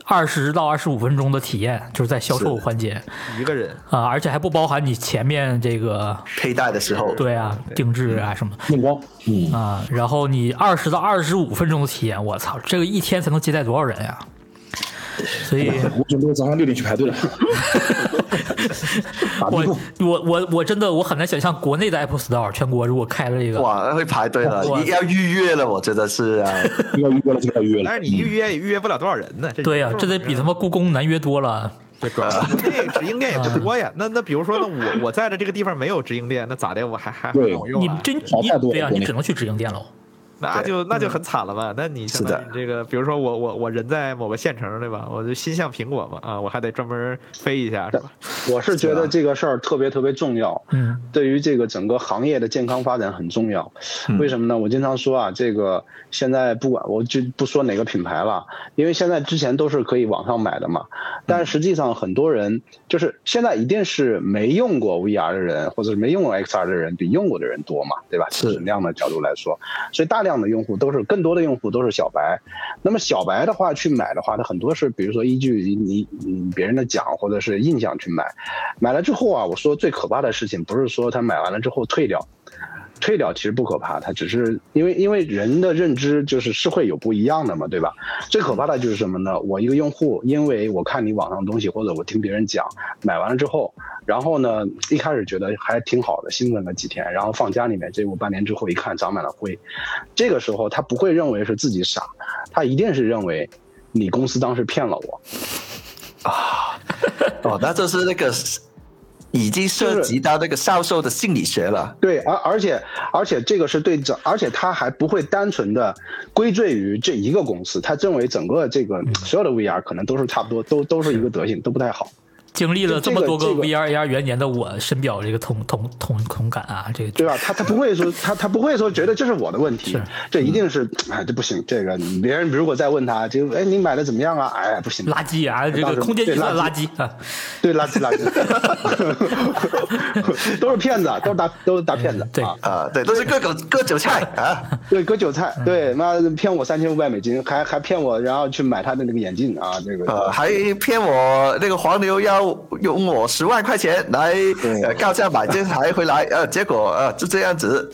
[SPEAKER 1] 二十到二十五分钟的体验，就是在销售环节
[SPEAKER 3] 一个人
[SPEAKER 1] 啊、而且还不包含你前面这个
[SPEAKER 2] 佩戴的时候，
[SPEAKER 1] *laughs* 对啊定制啊什么
[SPEAKER 5] 目光，嗯，
[SPEAKER 1] 啊、然后你二十到二十五分钟的体验，我操，这个一天才能接待多少人呀、所以，
[SPEAKER 5] 我准备早上六点去排队了。打地
[SPEAKER 1] 我
[SPEAKER 5] 铺
[SPEAKER 1] 我我我真的我很难想象国内的 Apple Store 全国如果开了这个，
[SPEAKER 2] 哇，那会排队了，
[SPEAKER 1] 哇
[SPEAKER 2] 你要预约了，我觉得是
[SPEAKER 1] *laughs*
[SPEAKER 2] 啊。
[SPEAKER 5] 要预约了就要预约了嗯
[SPEAKER 3] 但。是哎你预约也预约不了多少人呢，啊这
[SPEAKER 1] 对呀、
[SPEAKER 3] 呀、
[SPEAKER 1] 这得比他妈故宫难约多了。
[SPEAKER 3] 对，主要
[SPEAKER 2] 啊
[SPEAKER 3] 是国内直营店也
[SPEAKER 1] 啊
[SPEAKER 3] 不多呀。那那比如说呢，我我在的这个地方没有直营店，那咋的？我还还还
[SPEAKER 5] 对
[SPEAKER 3] 让我用
[SPEAKER 1] 你
[SPEAKER 3] 啊？
[SPEAKER 1] 真
[SPEAKER 5] 少
[SPEAKER 1] 你
[SPEAKER 5] 太多
[SPEAKER 1] 对呀、
[SPEAKER 5] 了国
[SPEAKER 1] 你
[SPEAKER 5] 内
[SPEAKER 1] 只能去直营店喽。
[SPEAKER 3] 那就
[SPEAKER 1] 嗯
[SPEAKER 3] 那就很惨了吧？那你
[SPEAKER 2] 是
[SPEAKER 3] 相
[SPEAKER 2] 的
[SPEAKER 3] 当于这个，比如说我我我人在某个县城对吧？我就心向苹果嘛啊，我还得专门飞一下是吧？
[SPEAKER 6] 我是觉得这个事儿特别特别重要，
[SPEAKER 1] 嗯，
[SPEAKER 6] 对于这个整个行业的健康发展很重要。为什么呢？我经常说啊，这个现在不管我就不说哪个品牌了，因为现在之前都是可以网上买的嘛，但实际上很多人就是现在一定是没用过 VR 的人，或者是没用过 XR 的人比用过的人多嘛，对吧？
[SPEAKER 5] 是
[SPEAKER 6] 质量的角度来说，所以大量的用户都是更多的用户都是小白，那么小白的话去买的话，他很多是比如说依据你你别人的讲或者是印象去买，买了之后啊，我说最可怕的事情不是说他买完了之后退掉，退掉其实不可怕，他只是因为因为人的认知就是是会有不一样的嘛，对吧？最可怕的就是什么呢？我一个用户，因为我看你网上的东西或者我听别人讲，买完了之后，然后呢一开始觉得还挺好的，兴奋了几天，然后放家里面，结果半年之后一看长满了灰，这个时候他不会认为是自己傻，他一定是认为你公司当时骗了我。
[SPEAKER 2] 哦，那就是那个已经涉及到那个销售的心理学了。
[SPEAKER 6] 对，而而且而且这个是对整，而且他还不会单纯的归罪于这一个公司，他认为整个这个
[SPEAKER 1] 嗯
[SPEAKER 6] 所有的 VR 可能都是差不多，都都是一个德性，都不太好。
[SPEAKER 1] 经历了这么多个
[SPEAKER 6] 这个这
[SPEAKER 1] VR AR 元年的我，深表这个同同同同感啊！这
[SPEAKER 6] 对
[SPEAKER 1] 个
[SPEAKER 6] 吧？他他不会说他他不会说觉得这是我的问题
[SPEAKER 1] 是，
[SPEAKER 6] 这一定是哎这不行，这个别人如果再问他，就哎你买的怎么样啊？哎不行，
[SPEAKER 1] 垃圾啊，这
[SPEAKER 6] 当
[SPEAKER 1] 个
[SPEAKER 6] 时
[SPEAKER 1] 空间计
[SPEAKER 6] 对
[SPEAKER 1] 算垃
[SPEAKER 6] 垃
[SPEAKER 1] 圾啊，
[SPEAKER 6] 对垃圾 *laughs* 垃圾，都是骗子，都是大都是大骗子
[SPEAKER 1] 嗯，对
[SPEAKER 6] 啊，
[SPEAKER 2] 啊，对，都是割韭割韭菜啊！
[SPEAKER 6] 对割韭菜，
[SPEAKER 1] 嗯
[SPEAKER 6] 对妈的骗我三千五百美金，还还骗我，然后去买他的那个眼镜啊，这个
[SPEAKER 2] 呃，还骗我那个黄牛要用我十万块钱来呃高价买这台回来，呃，结果呃就这样子，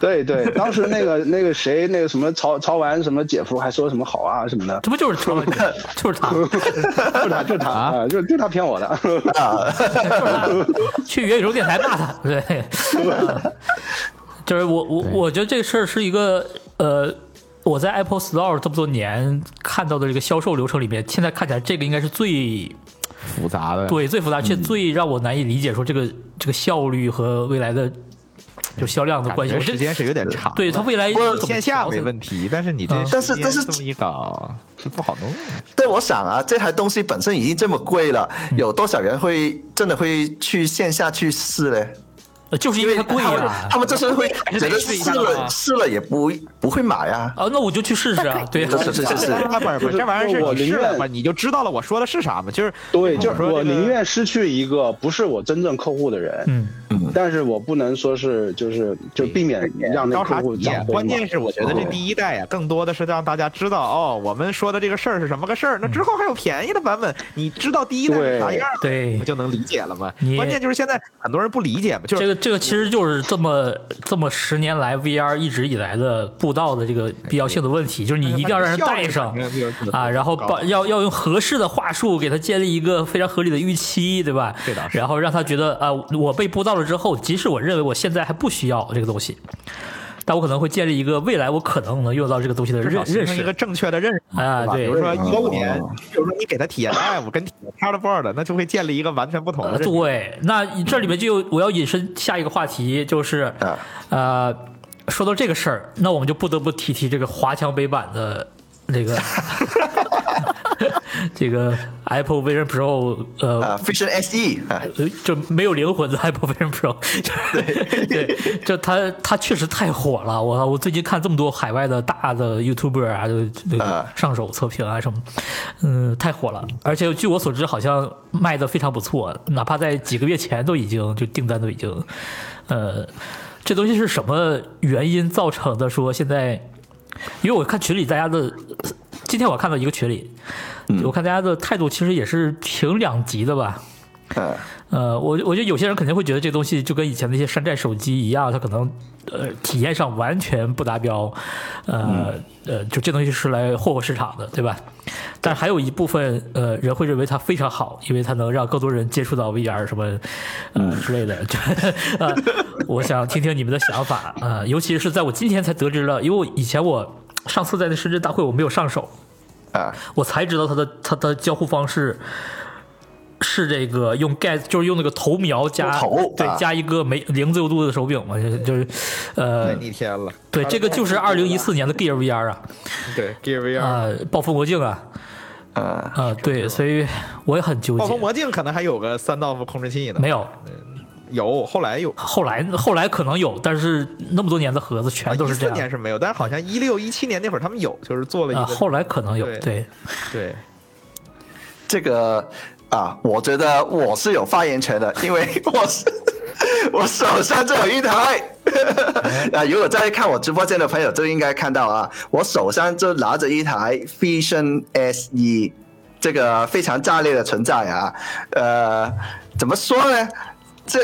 [SPEAKER 6] 对对，当时那个那个谁，那个什么曹曹完什么姐夫还说什么好啊什么的，
[SPEAKER 1] 这不就是他吗？就是他，
[SPEAKER 6] 就是他就是他啊，就是就是他骗我的。 *laughs*
[SPEAKER 1] *laughs* 去元宇宙电台骂他，对，啊就是我我我觉得这个事儿是一个呃，我在 Apple Store 这么多年看到的这个销售流程里面，现在看起来这个应该是最
[SPEAKER 3] 复杂的
[SPEAKER 1] 对，最复杂
[SPEAKER 3] 嗯
[SPEAKER 1] 却最让我难以理解，说这个这个效率和未来的就销量的
[SPEAKER 3] 感
[SPEAKER 1] 关系，
[SPEAKER 3] 觉
[SPEAKER 1] 我这
[SPEAKER 3] 时间是有点长了。
[SPEAKER 1] 对它未来
[SPEAKER 3] 不过
[SPEAKER 1] 怎么
[SPEAKER 3] 线下
[SPEAKER 1] 调
[SPEAKER 3] 没
[SPEAKER 1] 整
[SPEAKER 3] 问题，但是你这
[SPEAKER 1] 嗯
[SPEAKER 2] 但是
[SPEAKER 3] 时间
[SPEAKER 2] 但是
[SPEAKER 3] 这么一搞，这不好弄。
[SPEAKER 2] 对，我想啊，这台东西本身已经这么贵了，
[SPEAKER 3] 嗯
[SPEAKER 2] 有多少人会真的会去线下去试呢？
[SPEAKER 1] 呃就是因
[SPEAKER 2] 因
[SPEAKER 1] 为
[SPEAKER 2] 为
[SPEAKER 1] 它贵呀、
[SPEAKER 2] 他们他们就是会
[SPEAKER 3] 啊是
[SPEAKER 2] 觉
[SPEAKER 3] 得
[SPEAKER 2] 得
[SPEAKER 3] 试一
[SPEAKER 2] 试
[SPEAKER 3] 下的嘛
[SPEAKER 2] 了试了也不不会买啊。
[SPEAKER 1] 啊，那我就去试试啊，对呀、
[SPEAKER 2] 是是是是
[SPEAKER 3] 那不是不是，这玩意儿是
[SPEAKER 6] 我
[SPEAKER 3] 你
[SPEAKER 6] 宁
[SPEAKER 3] 试了
[SPEAKER 6] 愿
[SPEAKER 3] 吧，你就知道了我说的是啥嘛，就是我
[SPEAKER 6] 对，就是
[SPEAKER 3] 说
[SPEAKER 6] 我
[SPEAKER 3] 这个
[SPEAKER 6] 宁愿失去一个不是我真正客户的人，
[SPEAKER 1] 嗯，
[SPEAKER 6] 但是我不能说是就是就避免让那
[SPEAKER 3] 招
[SPEAKER 6] 个客
[SPEAKER 3] 啥
[SPEAKER 6] 户
[SPEAKER 3] 体
[SPEAKER 6] 长
[SPEAKER 3] 验？
[SPEAKER 6] 灰
[SPEAKER 3] 关
[SPEAKER 6] 嘛。哦
[SPEAKER 3] 键是我觉得这第一代呀、啊更多的是让大家知道哦，我们说的这个事儿是什么个事儿。那之
[SPEAKER 6] 嗯
[SPEAKER 3] 后还有便宜的版本，你知道第一代是啥样儿，
[SPEAKER 1] 对
[SPEAKER 3] 不就能理解了吗
[SPEAKER 1] 你？
[SPEAKER 3] 关键就是现在很多人不理解嘛，就是
[SPEAKER 1] 这个这个其实就是这么这么十年来 VR 一直以来的步道的这个必要性的问题，就是你一定要让人带上啊，然后把要要用合适的话术给他建立一个非常合理的预期，对吧？
[SPEAKER 3] 这倒是
[SPEAKER 1] 然后让他觉得啊、我被步道了之后，即使我认为我现在还不需要这个东西，但我可能会建立一个未来我可能能用到这个东西的
[SPEAKER 3] 至
[SPEAKER 1] 认
[SPEAKER 3] 少形
[SPEAKER 1] 认
[SPEAKER 3] 成一个
[SPEAKER 1] 识
[SPEAKER 3] 正确的认识。
[SPEAKER 1] 啊，
[SPEAKER 3] 对吧？比
[SPEAKER 1] 对啊
[SPEAKER 3] 如。说一六年，比如说你给他体验 Live 跟体验 Cardboard，那就会建立一个完全不同的
[SPEAKER 1] 呃
[SPEAKER 3] 认识。
[SPEAKER 1] 对，那这里面就有我要引申下一个话题，就是
[SPEAKER 2] 啊
[SPEAKER 1] 呃，说到这个事儿，那我们就不得不提提这个华强北版的这
[SPEAKER 3] *laughs*
[SPEAKER 1] 个这个 Apple Vision Pro，呃，
[SPEAKER 2] 啊，Vision SE 啊，
[SPEAKER 1] 呃就没有灵魂的 Apple Vision Pro，对对，就它它确实太火了。我我最近看这么多海外的大的 YouTuber 啊，就那个
[SPEAKER 2] 啊
[SPEAKER 1] 上手测评啊什么，嗯，太火了。而且据我所知，好像卖的非常不错，哪怕在几个月前都已经就订单都已经，呃，这东西是什么原因造成的？说现在，因为我看群里大家的，今天我看到一个群里，我看大家的态度其实也是挺两极的吧。
[SPEAKER 2] 啊
[SPEAKER 1] 呃，我我觉得有些人肯定会觉得这东西就跟以前那些山寨手机一样，它可能呃体验上完全不达标，呃、呃，就这东西是来霍霍市场的，对吧？但还有一部分呃人会认为它非常好，因为它能让更多人接触到 VR 什么呃之类的。就呃，我想听听你们的想法呃，尤其是在我今天才得知了，因为我以前我上次在那深圳大会我没有上手，
[SPEAKER 2] 啊
[SPEAKER 1] 我才知道它的它的交互方式是这个用 gas，就是用那个头瞄加
[SPEAKER 2] 用头
[SPEAKER 1] 对
[SPEAKER 2] 啊
[SPEAKER 1] 加一个没零自由度的手柄嘛，就是就是呃
[SPEAKER 3] 太，逆天了，
[SPEAKER 1] 对，这个就是二零一四年的 Gear VR 啊，
[SPEAKER 3] 对 Gear VR。
[SPEAKER 1] 啊，暴风魔镜啊，
[SPEAKER 2] 啊，
[SPEAKER 1] 啊，对，所以我也很纠
[SPEAKER 3] 暴
[SPEAKER 1] 结
[SPEAKER 3] 风，魔镜可能还有个三道夫控制器呢，
[SPEAKER 1] 没有。
[SPEAKER 3] 有，后来有，
[SPEAKER 1] 后来，后来可能有，但是那么多年的盒子全都是这
[SPEAKER 3] 啊一四年
[SPEAKER 1] 样
[SPEAKER 3] 是没有，但是好像一六一七年那会儿他们有，就是做了一
[SPEAKER 1] 啊。
[SPEAKER 3] 个
[SPEAKER 1] 后来可能有，
[SPEAKER 3] 对
[SPEAKER 1] 对，
[SPEAKER 3] 对，
[SPEAKER 2] 这个啊，我觉得我是有发言权的，因为 *laughs* 我是我手上就有一台。 *laughs* 啊，如果在看我直播间的朋友就应该看到啊，我手上就拿着一台 Vision SE，这个非常炸裂的存在啊。呃，怎么说呢？这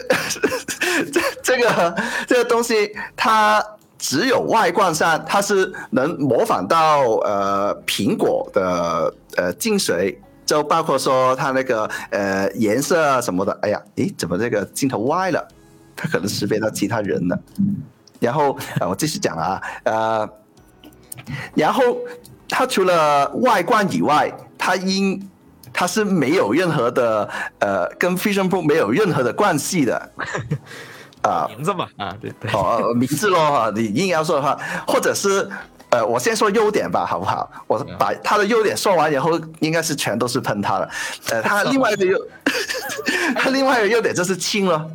[SPEAKER 2] *laughs* 这这个这个东西，它只有外观上它是能模仿到呃苹果的呃精髓。就包括说它那个呃颜色啊什么的，哎呀，诶，怎么这个镜头歪了？它可能识别到其他人了。然后呃，我继续讲啊，呃，然后它除了外观以外，它因它是没有任何的呃跟 Vision Pro 没有任何的关系的啊、
[SPEAKER 3] 名字嘛，啊，对对，
[SPEAKER 2] 哦，名字咯，你硬要说的话，或者是呃，我先说优点吧，好不好？我把他的优点说完，然后应该是全都是喷他的。呃，他另外一个优， *laughs* 他另外一个优点就是轻了。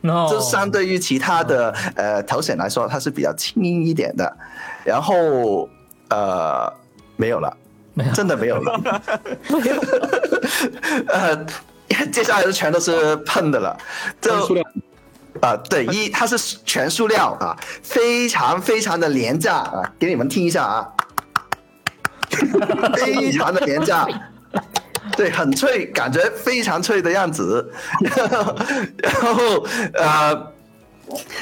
[SPEAKER 1] 那
[SPEAKER 2] 就相对于其他的呃头衔来说，它是比较轻盈一点的。然后呃，没有了，
[SPEAKER 1] 没有
[SPEAKER 2] 真的没有了，呃，接下来就全都是碰的了，就
[SPEAKER 5] 塑料
[SPEAKER 2] 啊、对，一它是全塑料啊，非常非常的廉价啊，给你们听一下啊，非常的廉价。对，很脆，感觉非常脆的样子。 *laughs* 然后，呃，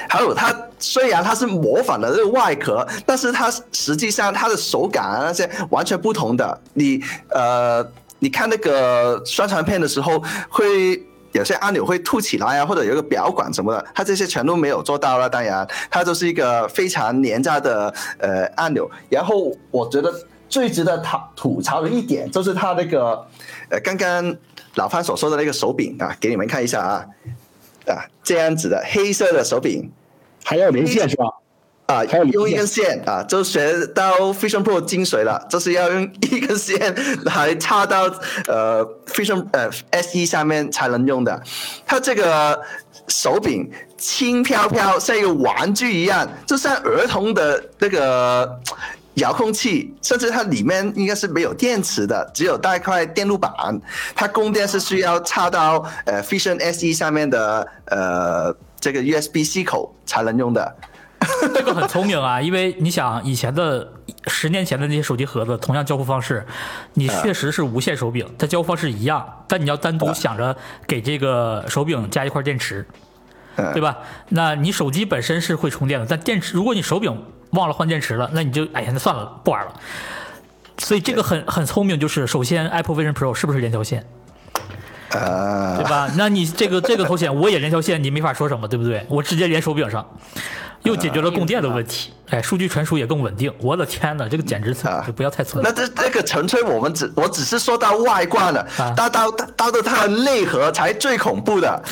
[SPEAKER 2] 还有它虽然它是模仿的这个外壳，但是它实际上它的手感啊那些完全不同的。你呃，你看那个宣传片的时候会。有些按钮会凸起来啊，或者有一个表管什么的，它这些全都没有做到了。当然，它就是一个非常廉价的呃按钮。然后我觉得最值得他吐槽的一点就是它那个呃刚刚老潘所说的那个手柄啊，给你们看一下啊啊这样子的黑色的手柄，
[SPEAKER 5] 还要连线是吧？
[SPEAKER 2] 啊，
[SPEAKER 5] 还有零件
[SPEAKER 2] 用一根线啊，就学到 Fusion Pro 精髓了，就是要用一根线来插到呃 Fusion 呃 SE 上面才能用的。它这个手柄轻飘飘，像一个玩具一样，就像儿童的那个。遥控器，甚至它里面应该是没有电池的，只有带块电路板。它供电是需要插到呃 Fusion SE 上面的呃这个 USB-C 口才能用的。
[SPEAKER 1] 这个很聪明啊，因为你想以前的十年前的那些手机盒子，同样交互方式，你确实是无线手柄，它交互方式一样，但你要单独想着给这个手柄加一块电池，对吧？那你手机本身是会充电的，但电池，如果你手柄忘了换电池了，那你就哎呀，那算了，不玩了。所以这个很很聪明，就是首先 Apple Vision Pro 是不是连条线，
[SPEAKER 2] 啊
[SPEAKER 1] 对，吧？ *laughs* 那你这个这个头显我也连条线，你没法说什么，对不对？我直接连手柄上，又解决了供电的问题，哎，数据传输也更稳定。我的天哪，这个简直是
[SPEAKER 2] 啊
[SPEAKER 1] 就不要太聪
[SPEAKER 2] 那
[SPEAKER 1] 明。
[SPEAKER 2] 这这个纯粹我们只我只是说到外观了
[SPEAKER 1] 啊，
[SPEAKER 2] 到到到到它的内核才最恐怖的，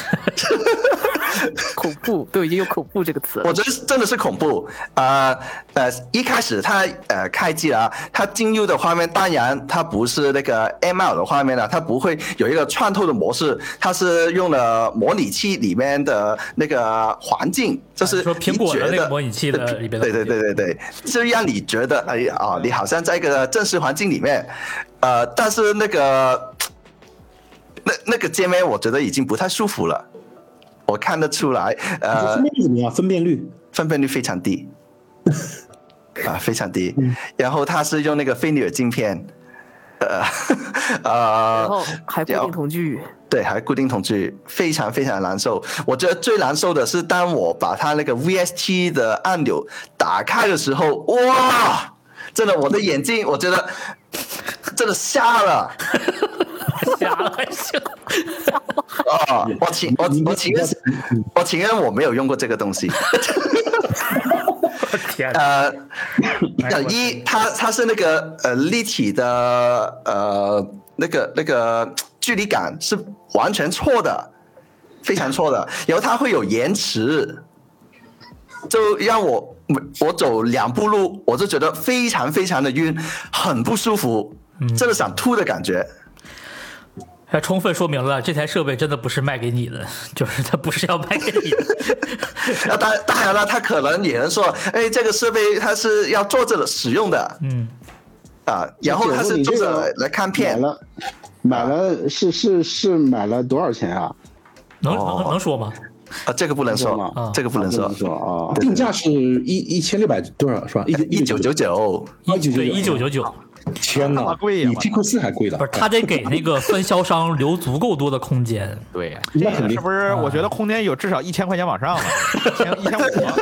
[SPEAKER 4] 恐怖都已经有恐怖这个词了
[SPEAKER 2] 我。觉得真的是恐怖。呃呃，一开始它呃开机啊，它进入的画面当然它不是那个 ML 的画面了、它不会有一个穿透的模式，它是用了模拟器里面的那个环境，就是
[SPEAKER 1] 你啊说苹果的那个模拟器的里边的
[SPEAKER 2] 对对对对对，就让你觉得哎呀啊，你好像在一个正式环境里面，呃，但是那个那那个界面我觉得已经不太舒服了。我看得出来，呃
[SPEAKER 5] 分，辨率怎么样？分辨率
[SPEAKER 2] 分辨率非常
[SPEAKER 4] *laughs*
[SPEAKER 2] 低，啊，非常低。
[SPEAKER 4] 嗯
[SPEAKER 2] 然后它是用那个菲尼尔镜片，呃 *laughs*
[SPEAKER 4] 然后
[SPEAKER 2] 呃，
[SPEAKER 4] 还固定同居，
[SPEAKER 2] 对，还固定瞳距，非常非常难受。我觉得最难受的是，当我把它那个 VST 的按钮打开的时候，哇，真的，我的眼睛，我觉得真的瞎了
[SPEAKER 1] 瞎了还行，
[SPEAKER 2] 啊！我情我
[SPEAKER 5] 你你
[SPEAKER 2] 我情愿我情愿我没有用过这个东西。
[SPEAKER 1] 我 *laughs* 天哪！哎
[SPEAKER 2] 呃，呃一它它是那个呃立体的呃那个那个距离感是完全错的，非常错的。然后它会有延迟，就让我我走两步路，我就觉得非常非常的晕，很不舒服，
[SPEAKER 1] 嗯
[SPEAKER 2] 真的想吐的感觉。
[SPEAKER 1] 还哎充分说明了这台设备真的不是卖给你的，就是它不是要卖给你的。
[SPEAKER 2] *laughs* 那当当然了，他可能也能说，哎，这个设备它是要坐着使用的
[SPEAKER 1] 嗯，
[SPEAKER 2] 啊，然后它是
[SPEAKER 7] 你
[SPEAKER 2] 坐
[SPEAKER 7] 这
[SPEAKER 2] 着
[SPEAKER 7] 个
[SPEAKER 2] 来来看
[SPEAKER 7] 买
[SPEAKER 2] 片。
[SPEAKER 7] 了，买了是是是买了多少钱啊？
[SPEAKER 1] 能
[SPEAKER 2] 哦
[SPEAKER 1] 能能说吗？
[SPEAKER 2] 啊，这个不能
[SPEAKER 7] 不能
[SPEAKER 1] 吗
[SPEAKER 2] 说
[SPEAKER 1] 啊，
[SPEAKER 2] 这个不能
[SPEAKER 7] 这
[SPEAKER 2] 说
[SPEAKER 7] 么。说
[SPEAKER 6] 哦
[SPEAKER 7] 啊，
[SPEAKER 5] 定价是一一千六百多少是吧？一
[SPEAKER 2] 一九九九，
[SPEAKER 5] 九
[SPEAKER 1] 对，一九
[SPEAKER 5] 哦九，
[SPEAKER 1] 九九。
[SPEAKER 5] 天
[SPEAKER 3] 他
[SPEAKER 5] 哪
[SPEAKER 3] 妈，贵呀
[SPEAKER 5] 比
[SPEAKER 3] 我
[SPEAKER 5] Pico 四还贵了
[SPEAKER 1] 不。是，他得给那个分销商留足够多的空间。 *laughs*
[SPEAKER 3] 对呀，
[SPEAKER 5] 那
[SPEAKER 3] 这
[SPEAKER 5] 肯
[SPEAKER 3] 个
[SPEAKER 5] 定
[SPEAKER 3] 是不是？我
[SPEAKER 1] 啊
[SPEAKER 3] 觉得空间有至少一千块钱往
[SPEAKER 1] *laughs*
[SPEAKER 3] 上了，一千一千五啊。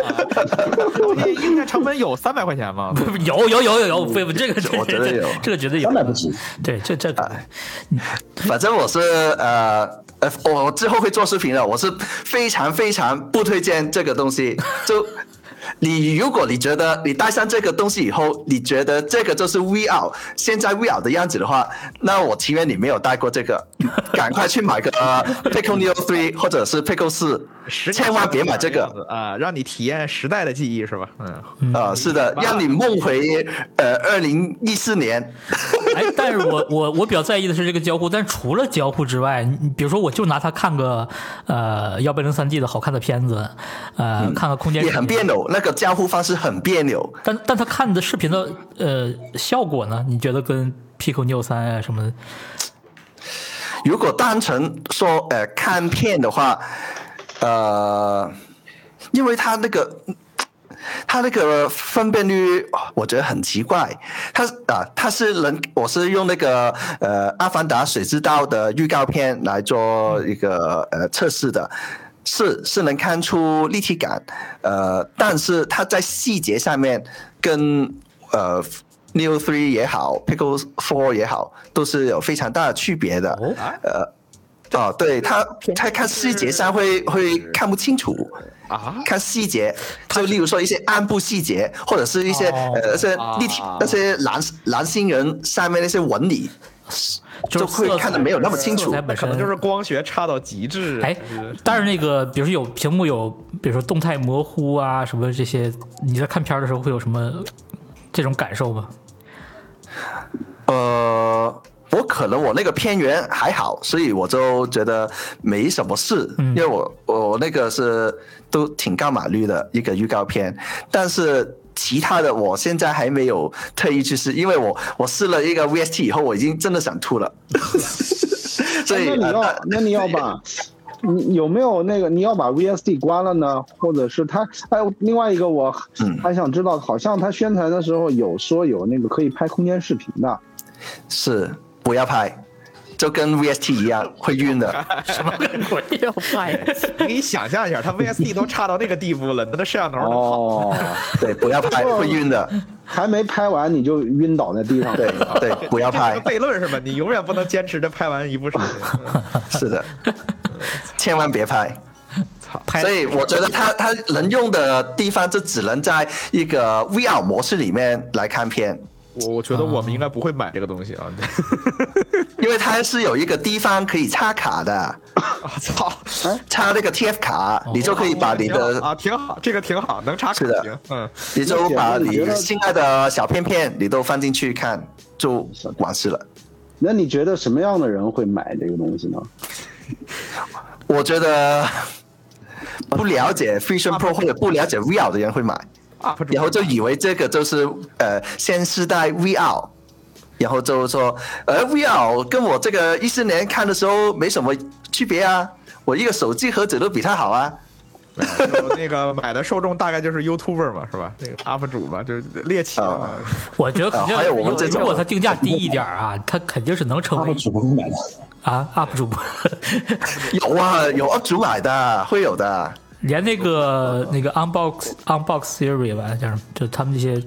[SPEAKER 3] 这硬件成本有三百块钱吗？
[SPEAKER 1] 不不有有有有有，非不这个
[SPEAKER 2] 我觉得有
[SPEAKER 1] 这个绝对有
[SPEAKER 5] 三，百不止，
[SPEAKER 1] 对，这这个
[SPEAKER 2] 反正我是呃呃，我我之后会做视频的，我是非常非常不推荐这个东西。 *laughs* 就你如果你觉得你戴上这个东西以后，你觉得这个就是 VR 现在 VR 的样子的话，那我情愿你没有戴过这个， *laughs* 赶快去买个、呃、Pico Neo 3或 *laughs* 者是 Pico 4，千万别买这个。
[SPEAKER 3] 啊，让你体验时代的记忆是吧？嗯，
[SPEAKER 2] 啊、是的，让你梦回呃二零一四年。
[SPEAKER 1] 哎，但是我我我比较在意的是这个交互，但除了交互之外，你比如说我就拿它看个呃幺八零三 D 的好看的片子，呃，看个空间
[SPEAKER 2] 嗯也很
[SPEAKER 1] 视频
[SPEAKER 2] 别扭，那个交互方式很别扭。
[SPEAKER 1] 但但他看的视频的呃效果呢？你觉得跟 Pico Neo 三啊什么的
[SPEAKER 2] 如果单纯说呃看片的话，呃，因为它那个。它那个分辨率，我觉得很奇怪。它啊，它是能，我是用那个呃《阿凡达：水之道》的预告片来做一个呃测试的，是是能看出立体感，呃，但是它在细节上面跟呃 Neo Three 也好，Pico Four 也好，都是有非常大的区别的。
[SPEAKER 1] 哦
[SPEAKER 2] 呃，哦，对，它它看细节上会会看不清楚。
[SPEAKER 3] 啊，
[SPEAKER 2] 看细节，就例如说一些暗部细节，或者是一些、
[SPEAKER 1] 哦
[SPEAKER 2] 呃那些立体、
[SPEAKER 3] 啊
[SPEAKER 2] 那些蓝蓝星人上面那些纹理，
[SPEAKER 1] 就是
[SPEAKER 2] 就会
[SPEAKER 1] 色彩
[SPEAKER 2] 看得没有那么清
[SPEAKER 1] 色
[SPEAKER 2] 楚
[SPEAKER 1] 彩本
[SPEAKER 3] 可
[SPEAKER 1] 身
[SPEAKER 3] 能就是光学差到极致。
[SPEAKER 1] 哎，但是那个，比如说有屏幕有，比如说动态模糊啊，什么这些，你在看片儿的时候会有什么这种感受吗？
[SPEAKER 2] 呃，我可能我那个片源还好，所以我就觉得没什么事，
[SPEAKER 7] 嗯
[SPEAKER 2] 因为我我那个是都挺高码率的一个预告片，但是。其他的我现在还没有特意去试，因为我我试了一个 VST 以后，我已经真的想吐
[SPEAKER 7] *laughs*
[SPEAKER 2] 了，所以
[SPEAKER 7] 哎那你
[SPEAKER 2] 呃
[SPEAKER 7] 要那你要把。你有没有那个你要把 VSD 关了呢？或者是它哎，另外一个我还想知道，好像它宣传的时候有说有那个可以拍空间视频的，
[SPEAKER 2] 是不要拍，就跟 VST 一样会晕的。
[SPEAKER 4] 要坏，
[SPEAKER 3] 你可以想象一下，它 VSD 都差到那个地步了，那那摄像头能跑
[SPEAKER 7] 哦，
[SPEAKER 2] 对，不要拍，会晕的。
[SPEAKER 7] 还没拍完你就晕倒在地上，
[SPEAKER 2] 对对，不要
[SPEAKER 3] 这是
[SPEAKER 2] 拍
[SPEAKER 3] 个，悖论是吧？你永远不能坚持着拍完一部
[SPEAKER 2] *laughs*
[SPEAKER 3] 视频。
[SPEAKER 2] 是的，千万别拍。
[SPEAKER 1] 拍
[SPEAKER 2] 所以我觉得它它能用的地方就只能在一个 VR 模式里面来看片，
[SPEAKER 3] 我我觉得我们应该不会买这个东西啊！
[SPEAKER 2] *laughs* 因为它是有一个地方可以插卡的，
[SPEAKER 3] 我操，
[SPEAKER 2] 插那个 TF 卡，你就可以把你的
[SPEAKER 3] 啊挺好，这个挺好，能插卡
[SPEAKER 2] 是的
[SPEAKER 3] 行，嗯，
[SPEAKER 2] 你就把你心爱的小片片你都放进去看，就完事了。
[SPEAKER 7] 那你觉得什么样的人会买这个东西呢？
[SPEAKER 2] 我觉得不了解 Vision Pro 或者不了解 VR 的人会买，
[SPEAKER 3] 啊，不
[SPEAKER 2] 然后就以为这个就是呃新时代 VR，然后就说呃 VR 跟我这个一四年看的时候没什么区别啊，我一个手机盒子都比它好啊。 *laughs*
[SPEAKER 3] 就那个买的受众大概就是 YouTuber 嘛，是吧？那个 UP 主嘛，就是猎奇的
[SPEAKER 2] 啊
[SPEAKER 3] 嘛。嗯
[SPEAKER 1] 我觉得肯定
[SPEAKER 2] 啊还有我们这种
[SPEAKER 1] 如果它定价低一点啊，它肯定是能成为
[SPEAKER 5] UP 主不会买的，
[SPEAKER 1] 啊 UP 主播， *laughs*
[SPEAKER 2] 有啊，有 UP 主买的，会有的。
[SPEAKER 1] 连那个那个 Unbox Unbox Theory 吧，叫什么？就他们这些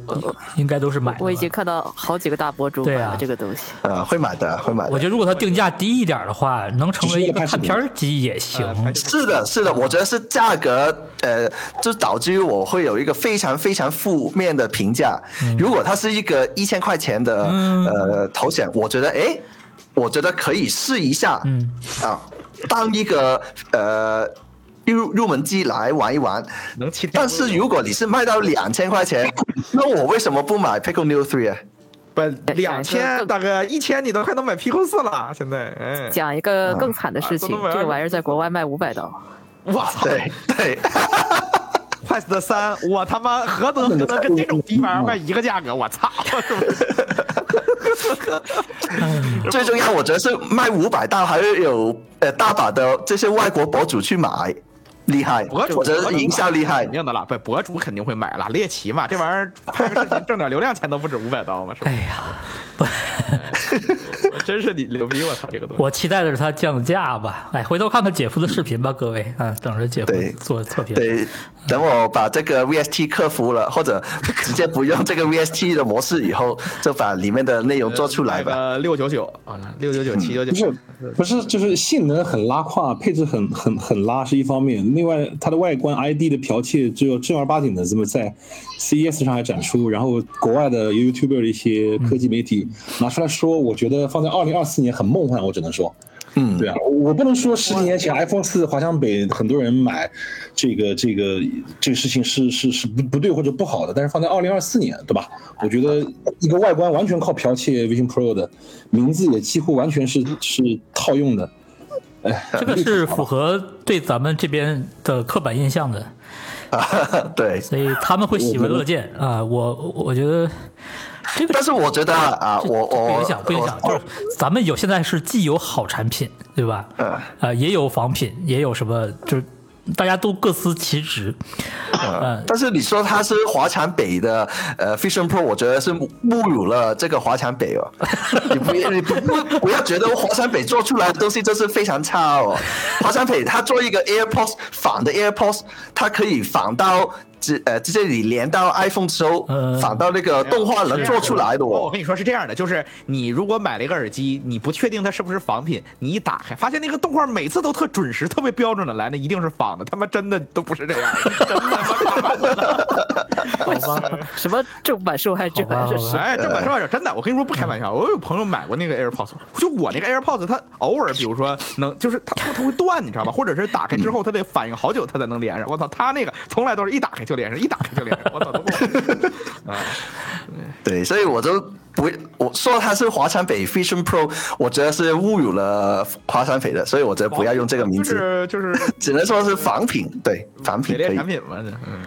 [SPEAKER 1] 应该都是买的吧。
[SPEAKER 4] 我已经看到好几个大博主买
[SPEAKER 1] 对啊
[SPEAKER 4] 了这个东西。
[SPEAKER 2] 呃，会买的，会买
[SPEAKER 1] 我
[SPEAKER 2] 的。
[SPEAKER 1] 觉得如果它定价低一点的话，能成为一个看片儿机也
[SPEAKER 3] 呃还
[SPEAKER 1] 行。
[SPEAKER 3] 是
[SPEAKER 2] 是的，是的，我觉得是价格，呃，就导致于我会有一个非常非常负面的评价。
[SPEAKER 1] 嗯
[SPEAKER 2] 如果它是一个一千块钱的、呃头显，我觉得，哎，我觉得可以试一下，
[SPEAKER 1] 嗯
[SPEAKER 2] 啊，当一个呃入入门机来玩一玩。
[SPEAKER 3] 能七天
[SPEAKER 2] 但是如果你是卖到两千块钱，那我为什么不买 Pico Neo Three 啊？
[SPEAKER 3] 不两千，大哥一千你都还能买 P Q 四了，现在哎，
[SPEAKER 4] 讲一个更惨的事情，
[SPEAKER 3] 啊
[SPEAKER 4] 这个玩意儿在国外卖五百刀，
[SPEAKER 3] 我操
[SPEAKER 2] 对对，
[SPEAKER 3] ，Quest 三，我他妈何德何能跟这种逼玩意儿卖一个价格？我操，是不是？
[SPEAKER 2] 最重要，我觉得是卖五百刀，还有呃大把的这些外国博主去买，厉害，
[SPEAKER 3] 博主
[SPEAKER 2] 我觉得营销厉害
[SPEAKER 3] 肯。定的了，不博主肯定会买了，猎奇嘛，这玩意儿拍个视频挣点流量钱都不止五百刀嘛，是
[SPEAKER 1] *laughs*
[SPEAKER 3] 吧
[SPEAKER 1] 哎？呀，不，
[SPEAKER 3] 真是你牛逼，我操，这个东西。
[SPEAKER 1] 我期待的是它降价吧。哎，回头看看姐夫的视频吧，各位啊，等着姐夫
[SPEAKER 2] 对
[SPEAKER 1] 做测评。
[SPEAKER 2] 对，等我把这个 VST 克服了，或者直接不用这个 VST 的模式以后，就把里面的内容做出来吧。嗯
[SPEAKER 3] 呃，六九九啊，六九九七九
[SPEAKER 5] 不
[SPEAKER 3] 九
[SPEAKER 5] 是，不是，就是性能很拉胯，配置很很很拉是一方面，另外它的外观 ID 的剽窃只有正儿八经的这么在 CES 上还展出，然后国外的 YouTuber 的一些科技媒体拿出来说，我觉得放在二零二四年很梦幻，我只能说。
[SPEAKER 2] 嗯
[SPEAKER 5] 对啊，我我不能说十几年前 iPhone 四华强北很多人买，这个这个这个事情是是是不不对或者不好的，但是放在二零二四年，对吧？我觉得一个外观完全靠剽窃 Vision Pro 的名字也几乎完全是是套用的，
[SPEAKER 1] 这个是符合对咱们这边的刻板印象的，
[SPEAKER 2] 对，
[SPEAKER 1] 所以他们会喜闻乐见啊。我我觉得这个
[SPEAKER 2] 但是我觉得啊，
[SPEAKER 1] 这
[SPEAKER 2] 我
[SPEAKER 1] 这
[SPEAKER 2] 我
[SPEAKER 1] 不影响，不影响。
[SPEAKER 2] 我
[SPEAKER 1] 就是咱们有现在是既有好产品，对吧？
[SPEAKER 2] 嗯
[SPEAKER 1] 呃，也有仿品，也有什么，就是大家都各司其职。嗯，
[SPEAKER 2] 但是你说它是华强北的呃 Fusion Pro，我觉得是侮辱了这个华强北
[SPEAKER 3] *laughs*
[SPEAKER 2] 哦。你不你不不不要觉得华强北做出来的东西就是非常差哦。华强北它做一个 AirPods 仿的 AirPods，它可以仿到直呃直接你连到 iPhone 之后
[SPEAKER 1] 嗯，
[SPEAKER 2] 仿到那
[SPEAKER 3] 哎
[SPEAKER 2] 个动画能做出来的
[SPEAKER 3] 我
[SPEAKER 2] 哦。
[SPEAKER 3] 跟你呃说是这样的，就是你如果买了一个耳机，你不确定它是不是仿品，你一打开发现那个动画每次都特准时、特别标准的来，那一定是仿的，他妈真的都不是这样
[SPEAKER 2] *laughs*
[SPEAKER 3] 的，真他妈假版的。
[SPEAKER 4] 什么正版受害者
[SPEAKER 1] 好吧，
[SPEAKER 4] 这
[SPEAKER 1] 好
[SPEAKER 4] 是
[SPEAKER 1] 吧
[SPEAKER 3] 哎，这本事儿真的，我跟你说不开玩笑，我有朋友买过那个 AirPods，就我那个 AirPods，它偶尔比如说能，就是它它它会断，你知道吧？或者是打开之
[SPEAKER 2] 嗯
[SPEAKER 3] 后它得反应好久它才能连上。我操，他那个从来都是一打开就连上，一打开就连上，我操都不
[SPEAKER 2] *laughs*
[SPEAKER 3] 好。啊
[SPEAKER 2] 对，所以我就不我说它是华强北 Fusion Pro，我觉得是侮辱了华强北的，所以我觉得不要用这个名字，
[SPEAKER 3] 就是就是
[SPEAKER 2] 只能说是仿品。对，
[SPEAKER 3] *laughs*
[SPEAKER 2] 仿
[SPEAKER 3] 伪
[SPEAKER 2] 品可
[SPEAKER 3] 劣
[SPEAKER 2] 以
[SPEAKER 3] 产。品嘛，这
[SPEAKER 2] *laughs*
[SPEAKER 3] 嗯。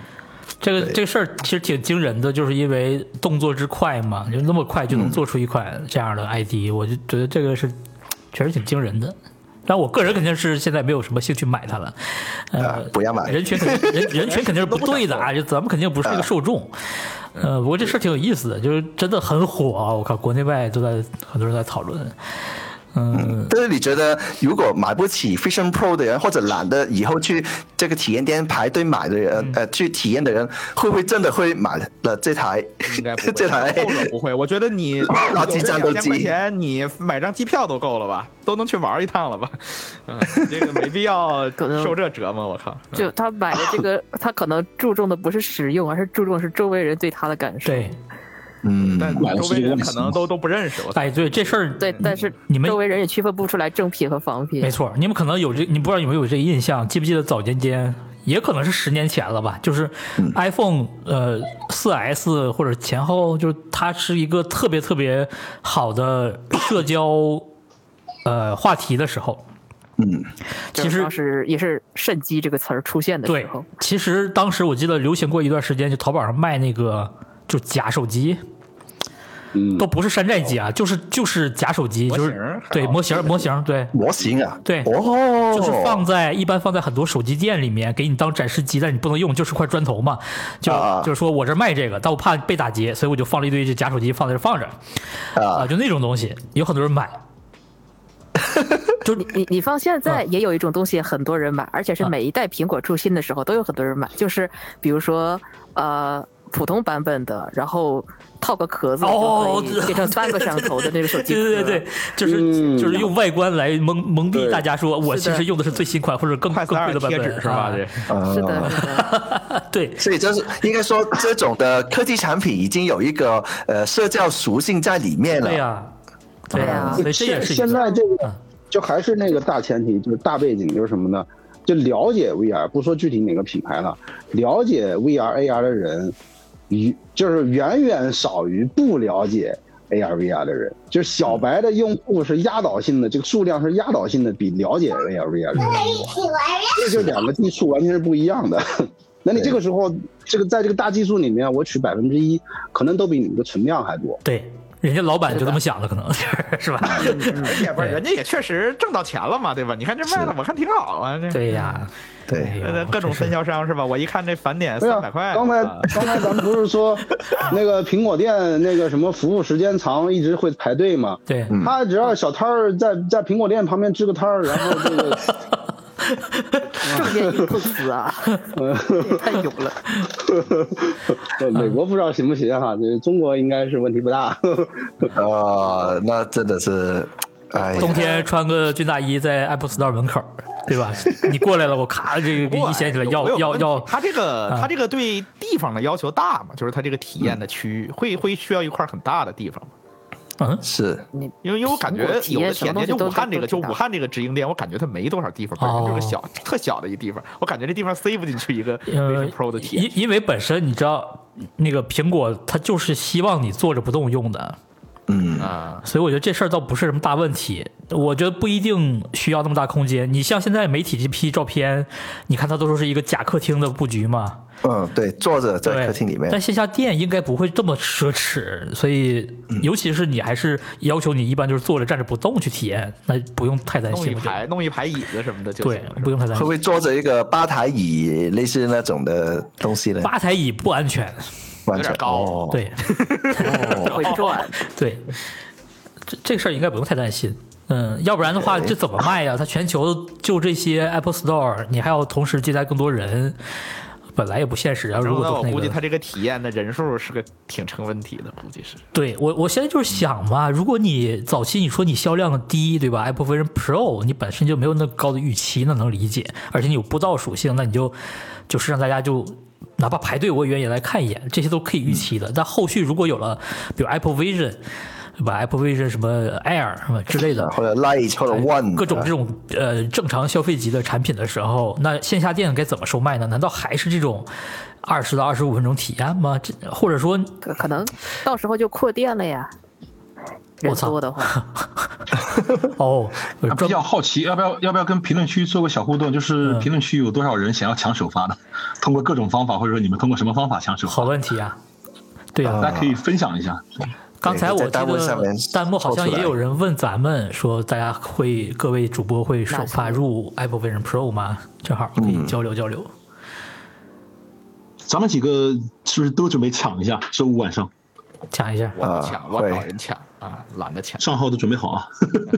[SPEAKER 1] 这个
[SPEAKER 2] 对
[SPEAKER 1] 这个事儿其实挺惊人的，就是因为动作之快嘛，就那么快
[SPEAKER 2] 嗯
[SPEAKER 1] 就能做出一款这样的 ID，、我就觉得这个是确实挺惊人的。但我个人肯定是现在没有什么兴趣买它了，
[SPEAKER 2] 啊
[SPEAKER 1] 呃，
[SPEAKER 2] 不要买
[SPEAKER 1] 人群肯定
[SPEAKER 2] *laughs*
[SPEAKER 1] 人人群肯定是不对的啊，
[SPEAKER 2] 哎
[SPEAKER 1] 就咱们肯定不是
[SPEAKER 2] 嗯
[SPEAKER 1] 一个受众。呃，不过这事儿挺有意思的，就是真的很火啊！我靠，国内外都在很多人在讨论。嗯，
[SPEAKER 2] 但是你觉得，如果买不起 Vision Pro 的人，或者懒得以后去这个体验店排队买的
[SPEAKER 1] 嗯
[SPEAKER 2] 人，呃，去体验的人，会不会真的会买了这台
[SPEAKER 3] 应该不会
[SPEAKER 2] 这台
[SPEAKER 3] 够了不会，我觉得
[SPEAKER 2] *laughs*
[SPEAKER 3] 你
[SPEAKER 2] 垃圾战斗
[SPEAKER 3] 两
[SPEAKER 2] 机
[SPEAKER 3] 千块钱，你买张机票都够了吧，都能去玩一趟了吧？嗯，这个没
[SPEAKER 1] *laughs*
[SPEAKER 3] 必要
[SPEAKER 4] 可能
[SPEAKER 3] 受这折磨，我靠！
[SPEAKER 4] 就他买的这个，他可能注重的不是实用，而是注重是周围人对他的感受。
[SPEAKER 1] 对，
[SPEAKER 2] 嗯，
[SPEAKER 3] 但
[SPEAKER 5] 买了
[SPEAKER 3] 周
[SPEAKER 5] 十
[SPEAKER 3] 围
[SPEAKER 5] 几个
[SPEAKER 3] 人
[SPEAKER 5] 万
[SPEAKER 3] 可能都都不认识我。
[SPEAKER 1] 哎，对这事儿，
[SPEAKER 4] 对，但是
[SPEAKER 1] 你们
[SPEAKER 4] 周围人也区分不出来正品和仿品
[SPEAKER 1] 没。错，你们可能有这，你不知道有没有这个印象？记不记得早年间，也可能是十年前了吧？就是
[SPEAKER 3] 嗯
[SPEAKER 1] iPhone 呃四 S 或者前后，就是它是一个特别特别好的社交呃话题的时候。嗯，其
[SPEAKER 4] 就是
[SPEAKER 1] 实
[SPEAKER 4] 当时也是“肾机”这个词儿出现的
[SPEAKER 1] 对
[SPEAKER 4] 时候，，
[SPEAKER 1] 其实当时我记得流行过一段时间，就淘宝上卖那个就假手机，
[SPEAKER 7] 嗯
[SPEAKER 1] 都不是山寨机啊，就是就是假手机，
[SPEAKER 3] 模
[SPEAKER 1] 就
[SPEAKER 3] 型儿
[SPEAKER 1] 是对模型儿模型儿，对
[SPEAKER 2] 模型啊，
[SPEAKER 1] 对
[SPEAKER 2] 哦，
[SPEAKER 1] 就是放在一般放在很多手机店里面，给你当展示机，但你不能用，就是块砖头嘛。就
[SPEAKER 2] 啊
[SPEAKER 1] 就是说我这卖这个，但我怕被打劫，所以我就放了一堆这假手机放在这放着啊，
[SPEAKER 2] 啊，
[SPEAKER 1] 就那种东西，有很多人买。就嗯
[SPEAKER 4] 你你你放现在也有一种东西很多人买，而且是每一代苹果出新的时候都有很多人买，就是比如说呃普通版本的，然后套个壳子
[SPEAKER 1] 哦
[SPEAKER 4] 就可以变成三个摄像头的那个手机壳。
[SPEAKER 1] 对对对对，就是、
[SPEAKER 7] 嗯
[SPEAKER 1] 就是用外观来蒙蒙蔽
[SPEAKER 7] 对
[SPEAKER 1] 大家说，我
[SPEAKER 4] 是
[SPEAKER 1] 其
[SPEAKER 4] 的
[SPEAKER 1] 实用的是最新款或者更
[SPEAKER 3] 快
[SPEAKER 1] 更
[SPEAKER 3] 三
[SPEAKER 1] 贵
[SPEAKER 3] 二
[SPEAKER 1] 的版
[SPEAKER 3] 贴
[SPEAKER 1] 本，
[SPEAKER 3] 纸是
[SPEAKER 1] 啊
[SPEAKER 3] 吧？这
[SPEAKER 1] *laughs*
[SPEAKER 4] 是的，是的，
[SPEAKER 1] 对，
[SPEAKER 2] 所以就是应该说，这种的科技产品已经有一个呃社交属性在里面了。
[SPEAKER 1] 对呀、对
[SPEAKER 4] 对呀
[SPEAKER 1] 所以这也是一
[SPEAKER 7] 现
[SPEAKER 1] 个
[SPEAKER 7] 在这
[SPEAKER 1] 嗯
[SPEAKER 7] 个就还是那个大前提，就是大背景就是什么呢？就了解 VR，不说具体哪个品牌了，了解 VR AR 的人，与就是远远少于不了解 AR VR 的人，就是小白的用户是压倒性的，这个数量是压倒性的比了解 AR VR 的人多。这就两个基数完全是不一样的。 *laughs* 那你这个时候，这个在这个大基数里面，我取百分之一，可能都比你们的存量还多。
[SPEAKER 1] 对，人家老板就这么想的，可能是吧？
[SPEAKER 3] 而且不是，人家也确实挣到钱了嘛，对吧？你看这卖的，我看挺好啊。这
[SPEAKER 1] 对呀、
[SPEAKER 2] 对
[SPEAKER 1] 哎呦
[SPEAKER 3] 呃各种分销商是吧？我一看这返
[SPEAKER 2] 哎
[SPEAKER 3] 点
[SPEAKER 7] 对
[SPEAKER 3] 三
[SPEAKER 7] 啊
[SPEAKER 3] 百块，，
[SPEAKER 7] 刚才
[SPEAKER 3] 啊
[SPEAKER 7] 刚才咱们不是
[SPEAKER 3] *laughs*
[SPEAKER 7] 说那个苹果店那个什么服务时间长，一直会排队吗？
[SPEAKER 1] 对，
[SPEAKER 3] 嗯
[SPEAKER 7] 他只要小摊儿在在苹果店旁边支个摊儿，然后这个
[SPEAKER 4] *laughs* 正面硬碰瓷啊，
[SPEAKER 7] *laughs*
[SPEAKER 4] 也太勇了。
[SPEAKER 7] 呃美国不知道行不行哈，这中国应该是问题不大。 *laughs*
[SPEAKER 2] 哦，那真的是，哎呀，
[SPEAKER 1] 啊冬天穿个军大衣在 Apple Store 门口，对吧？你过来了，我咔这个给
[SPEAKER 3] 不
[SPEAKER 1] 你掀起来，
[SPEAKER 3] 哎
[SPEAKER 1] 要
[SPEAKER 3] 我有
[SPEAKER 1] 要
[SPEAKER 3] 问题
[SPEAKER 1] 要，
[SPEAKER 3] 他这个
[SPEAKER 1] 啊
[SPEAKER 3] 他这个对地方的要求大嘛？就是他这个体验的区域会会需要一块很大的地方嘛
[SPEAKER 1] 嗯，
[SPEAKER 2] 是
[SPEAKER 3] 因为因为我感觉
[SPEAKER 4] 苹果体
[SPEAKER 3] 有
[SPEAKER 4] 验
[SPEAKER 3] 的
[SPEAKER 4] 什
[SPEAKER 3] 体
[SPEAKER 4] 么
[SPEAKER 3] 验
[SPEAKER 4] 东
[SPEAKER 3] 店就
[SPEAKER 4] 西都
[SPEAKER 3] 武汉这个
[SPEAKER 4] 都
[SPEAKER 3] 就
[SPEAKER 4] 知道
[SPEAKER 3] 武汉这个直营店，我感觉它没多少地方，本身就是个小特小的一个地方，我感觉这地方塞不进去一个
[SPEAKER 1] 呃
[SPEAKER 3] Vision Pro 的体验。
[SPEAKER 1] 因因为本身你知道，那个苹果它就是希望你坐着不动用的，
[SPEAKER 3] 啊，
[SPEAKER 1] 所以我觉得这事儿倒不是什么大问题。我觉得不一定需要那么大空间。你像现在媒体这批照片，你看它都说是一个假客厅的布局嘛，
[SPEAKER 2] 嗯，对，坐着
[SPEAKER 1] 对
[SPEAKER 2] 在客厅里面
[SPEAKER 1] 但，线下店应该不会这么奢侈，所以尤其是你还是要求你一般就是坐着站着不动去体验，那不用太担
[SPEAKER 3] 弄
[SPEAKER 1] 心。
[SPEAKER 3] 一
[SPEAKER 1] 我觉得
[SPEAKER 3] 排弄一排椅子什么的就
[SPEAKER 1] 对
[SPEAKER 3] 行了，，是
[SPEAKER 1] 不
[SPEAKER 3] 吧
[SPEAKER 1] 用太担
[SPEAKER 2] 会不
[SPEAKER 1] 心。
[SPEAKER 2] 会坐着一个吧台椅，类似那种的东西呢？
[SPEAKER 1] 吧台椅不安全，
[SPEAKER 2] 完
[SPEAKER 3] 有
[SPEAKER 2] 全
[SPEAKER 3] 点高
[SPEAKER 2] 哦
[SPEAKER 1] 对 *laughs*
[SPEAKER 4] 会转，
[SPEAKER 1] 对，这这个事儿应该不用太担心。嗯，要不然的话，这怎么卖呀？它全球就这些 Apple Store，你还要同时接待更多人，本来也不现实。然后
[SPEAKER 3] 然
[SPEAKER 1] 如
[SPEAKER 3] 后
[SPEAKER 1] 果都
[SPEAKER 3] 呢，我
[SPEAKER 1] 是那
[SPEAKER 3] 估
[SPEAKER 1] 个
[SPEAKER 3] 计他这个体验的人数是个挺成问题的，估计是。
[SPEAKER 1] 对我，我现在就是想嘛，如果你早期你说你销量低，对吧？Apple Vision Pro 你本身就没有那高的预期，那能理解，而且你有步道属性，那你就就是让大家就哪怕排队我也愿意来看一眼，这些都可以预期的。但后续如果有了，比如 Apple Vision，对吧？Apple Vision 什么 Air 什么之类的，
[SPEAKER 2] 或者 Light 或者
[SPEAKER 5] 嗯
[SPEAKER 2] One
[SPEAKER 1] 各种这种呃正常消费级的产品的时候，那线下店该怎么售卖呢？难道还是这种二十到二十五分钟体验吗？这或者说
[SPEAKER 4] 可可能到时候就扩店了呀。
[SPEAKER 1] 我
[SPEAKER 4] 人
[SPEAKER 1] 操
[SPEAKER 4] 多的话，
[SPEAKER 1] 哦，呃
[SPEAKER 5] 比
[SPEAKER 1] 专
[SPEAKER 5] 较好奇，要不要要不要跟评论区做个小互动？就是
[SPEAKER 1] 嗯
[SPEAKER 5] 评论区有多少人想要抢首发的？通过各种方法，或者说你们通过什么方法抢首
[SPEAKER 1] 好
[SPEAKER 5] 发？
[SPEAKER 1] 问题啊，对啊，
[SPEAKER 5] 大家可以分享一下。
[SPEAKER 1] 刚才我记
[SPEAKER 2] 嗯在弹幕上面
[SPEAKER 1] 得弹幕好像
[SPEAKER 2] 抽出
[SPEAKER 1] 也
[SPEAKER 2] 来
[SPEAKER 1] 有人问咱们说，大家会各位主播会首发入 Apple Vision Pro 吗？正好可以交流交流。
[SPEAKER 5] 咱们几个是不是都准备抢一下？周五晚上
[SPEAKER 1] 讲一下，
[SPEAKER 3] 我不抢，
[SPEAKER 2] 啊
[SPEAKER 3] 我
[SPEAKER 2] 会
[SPEAKER 3] 找人抢。啊，懒得抢，
[SPEAKER 8] 账号都准备好啊，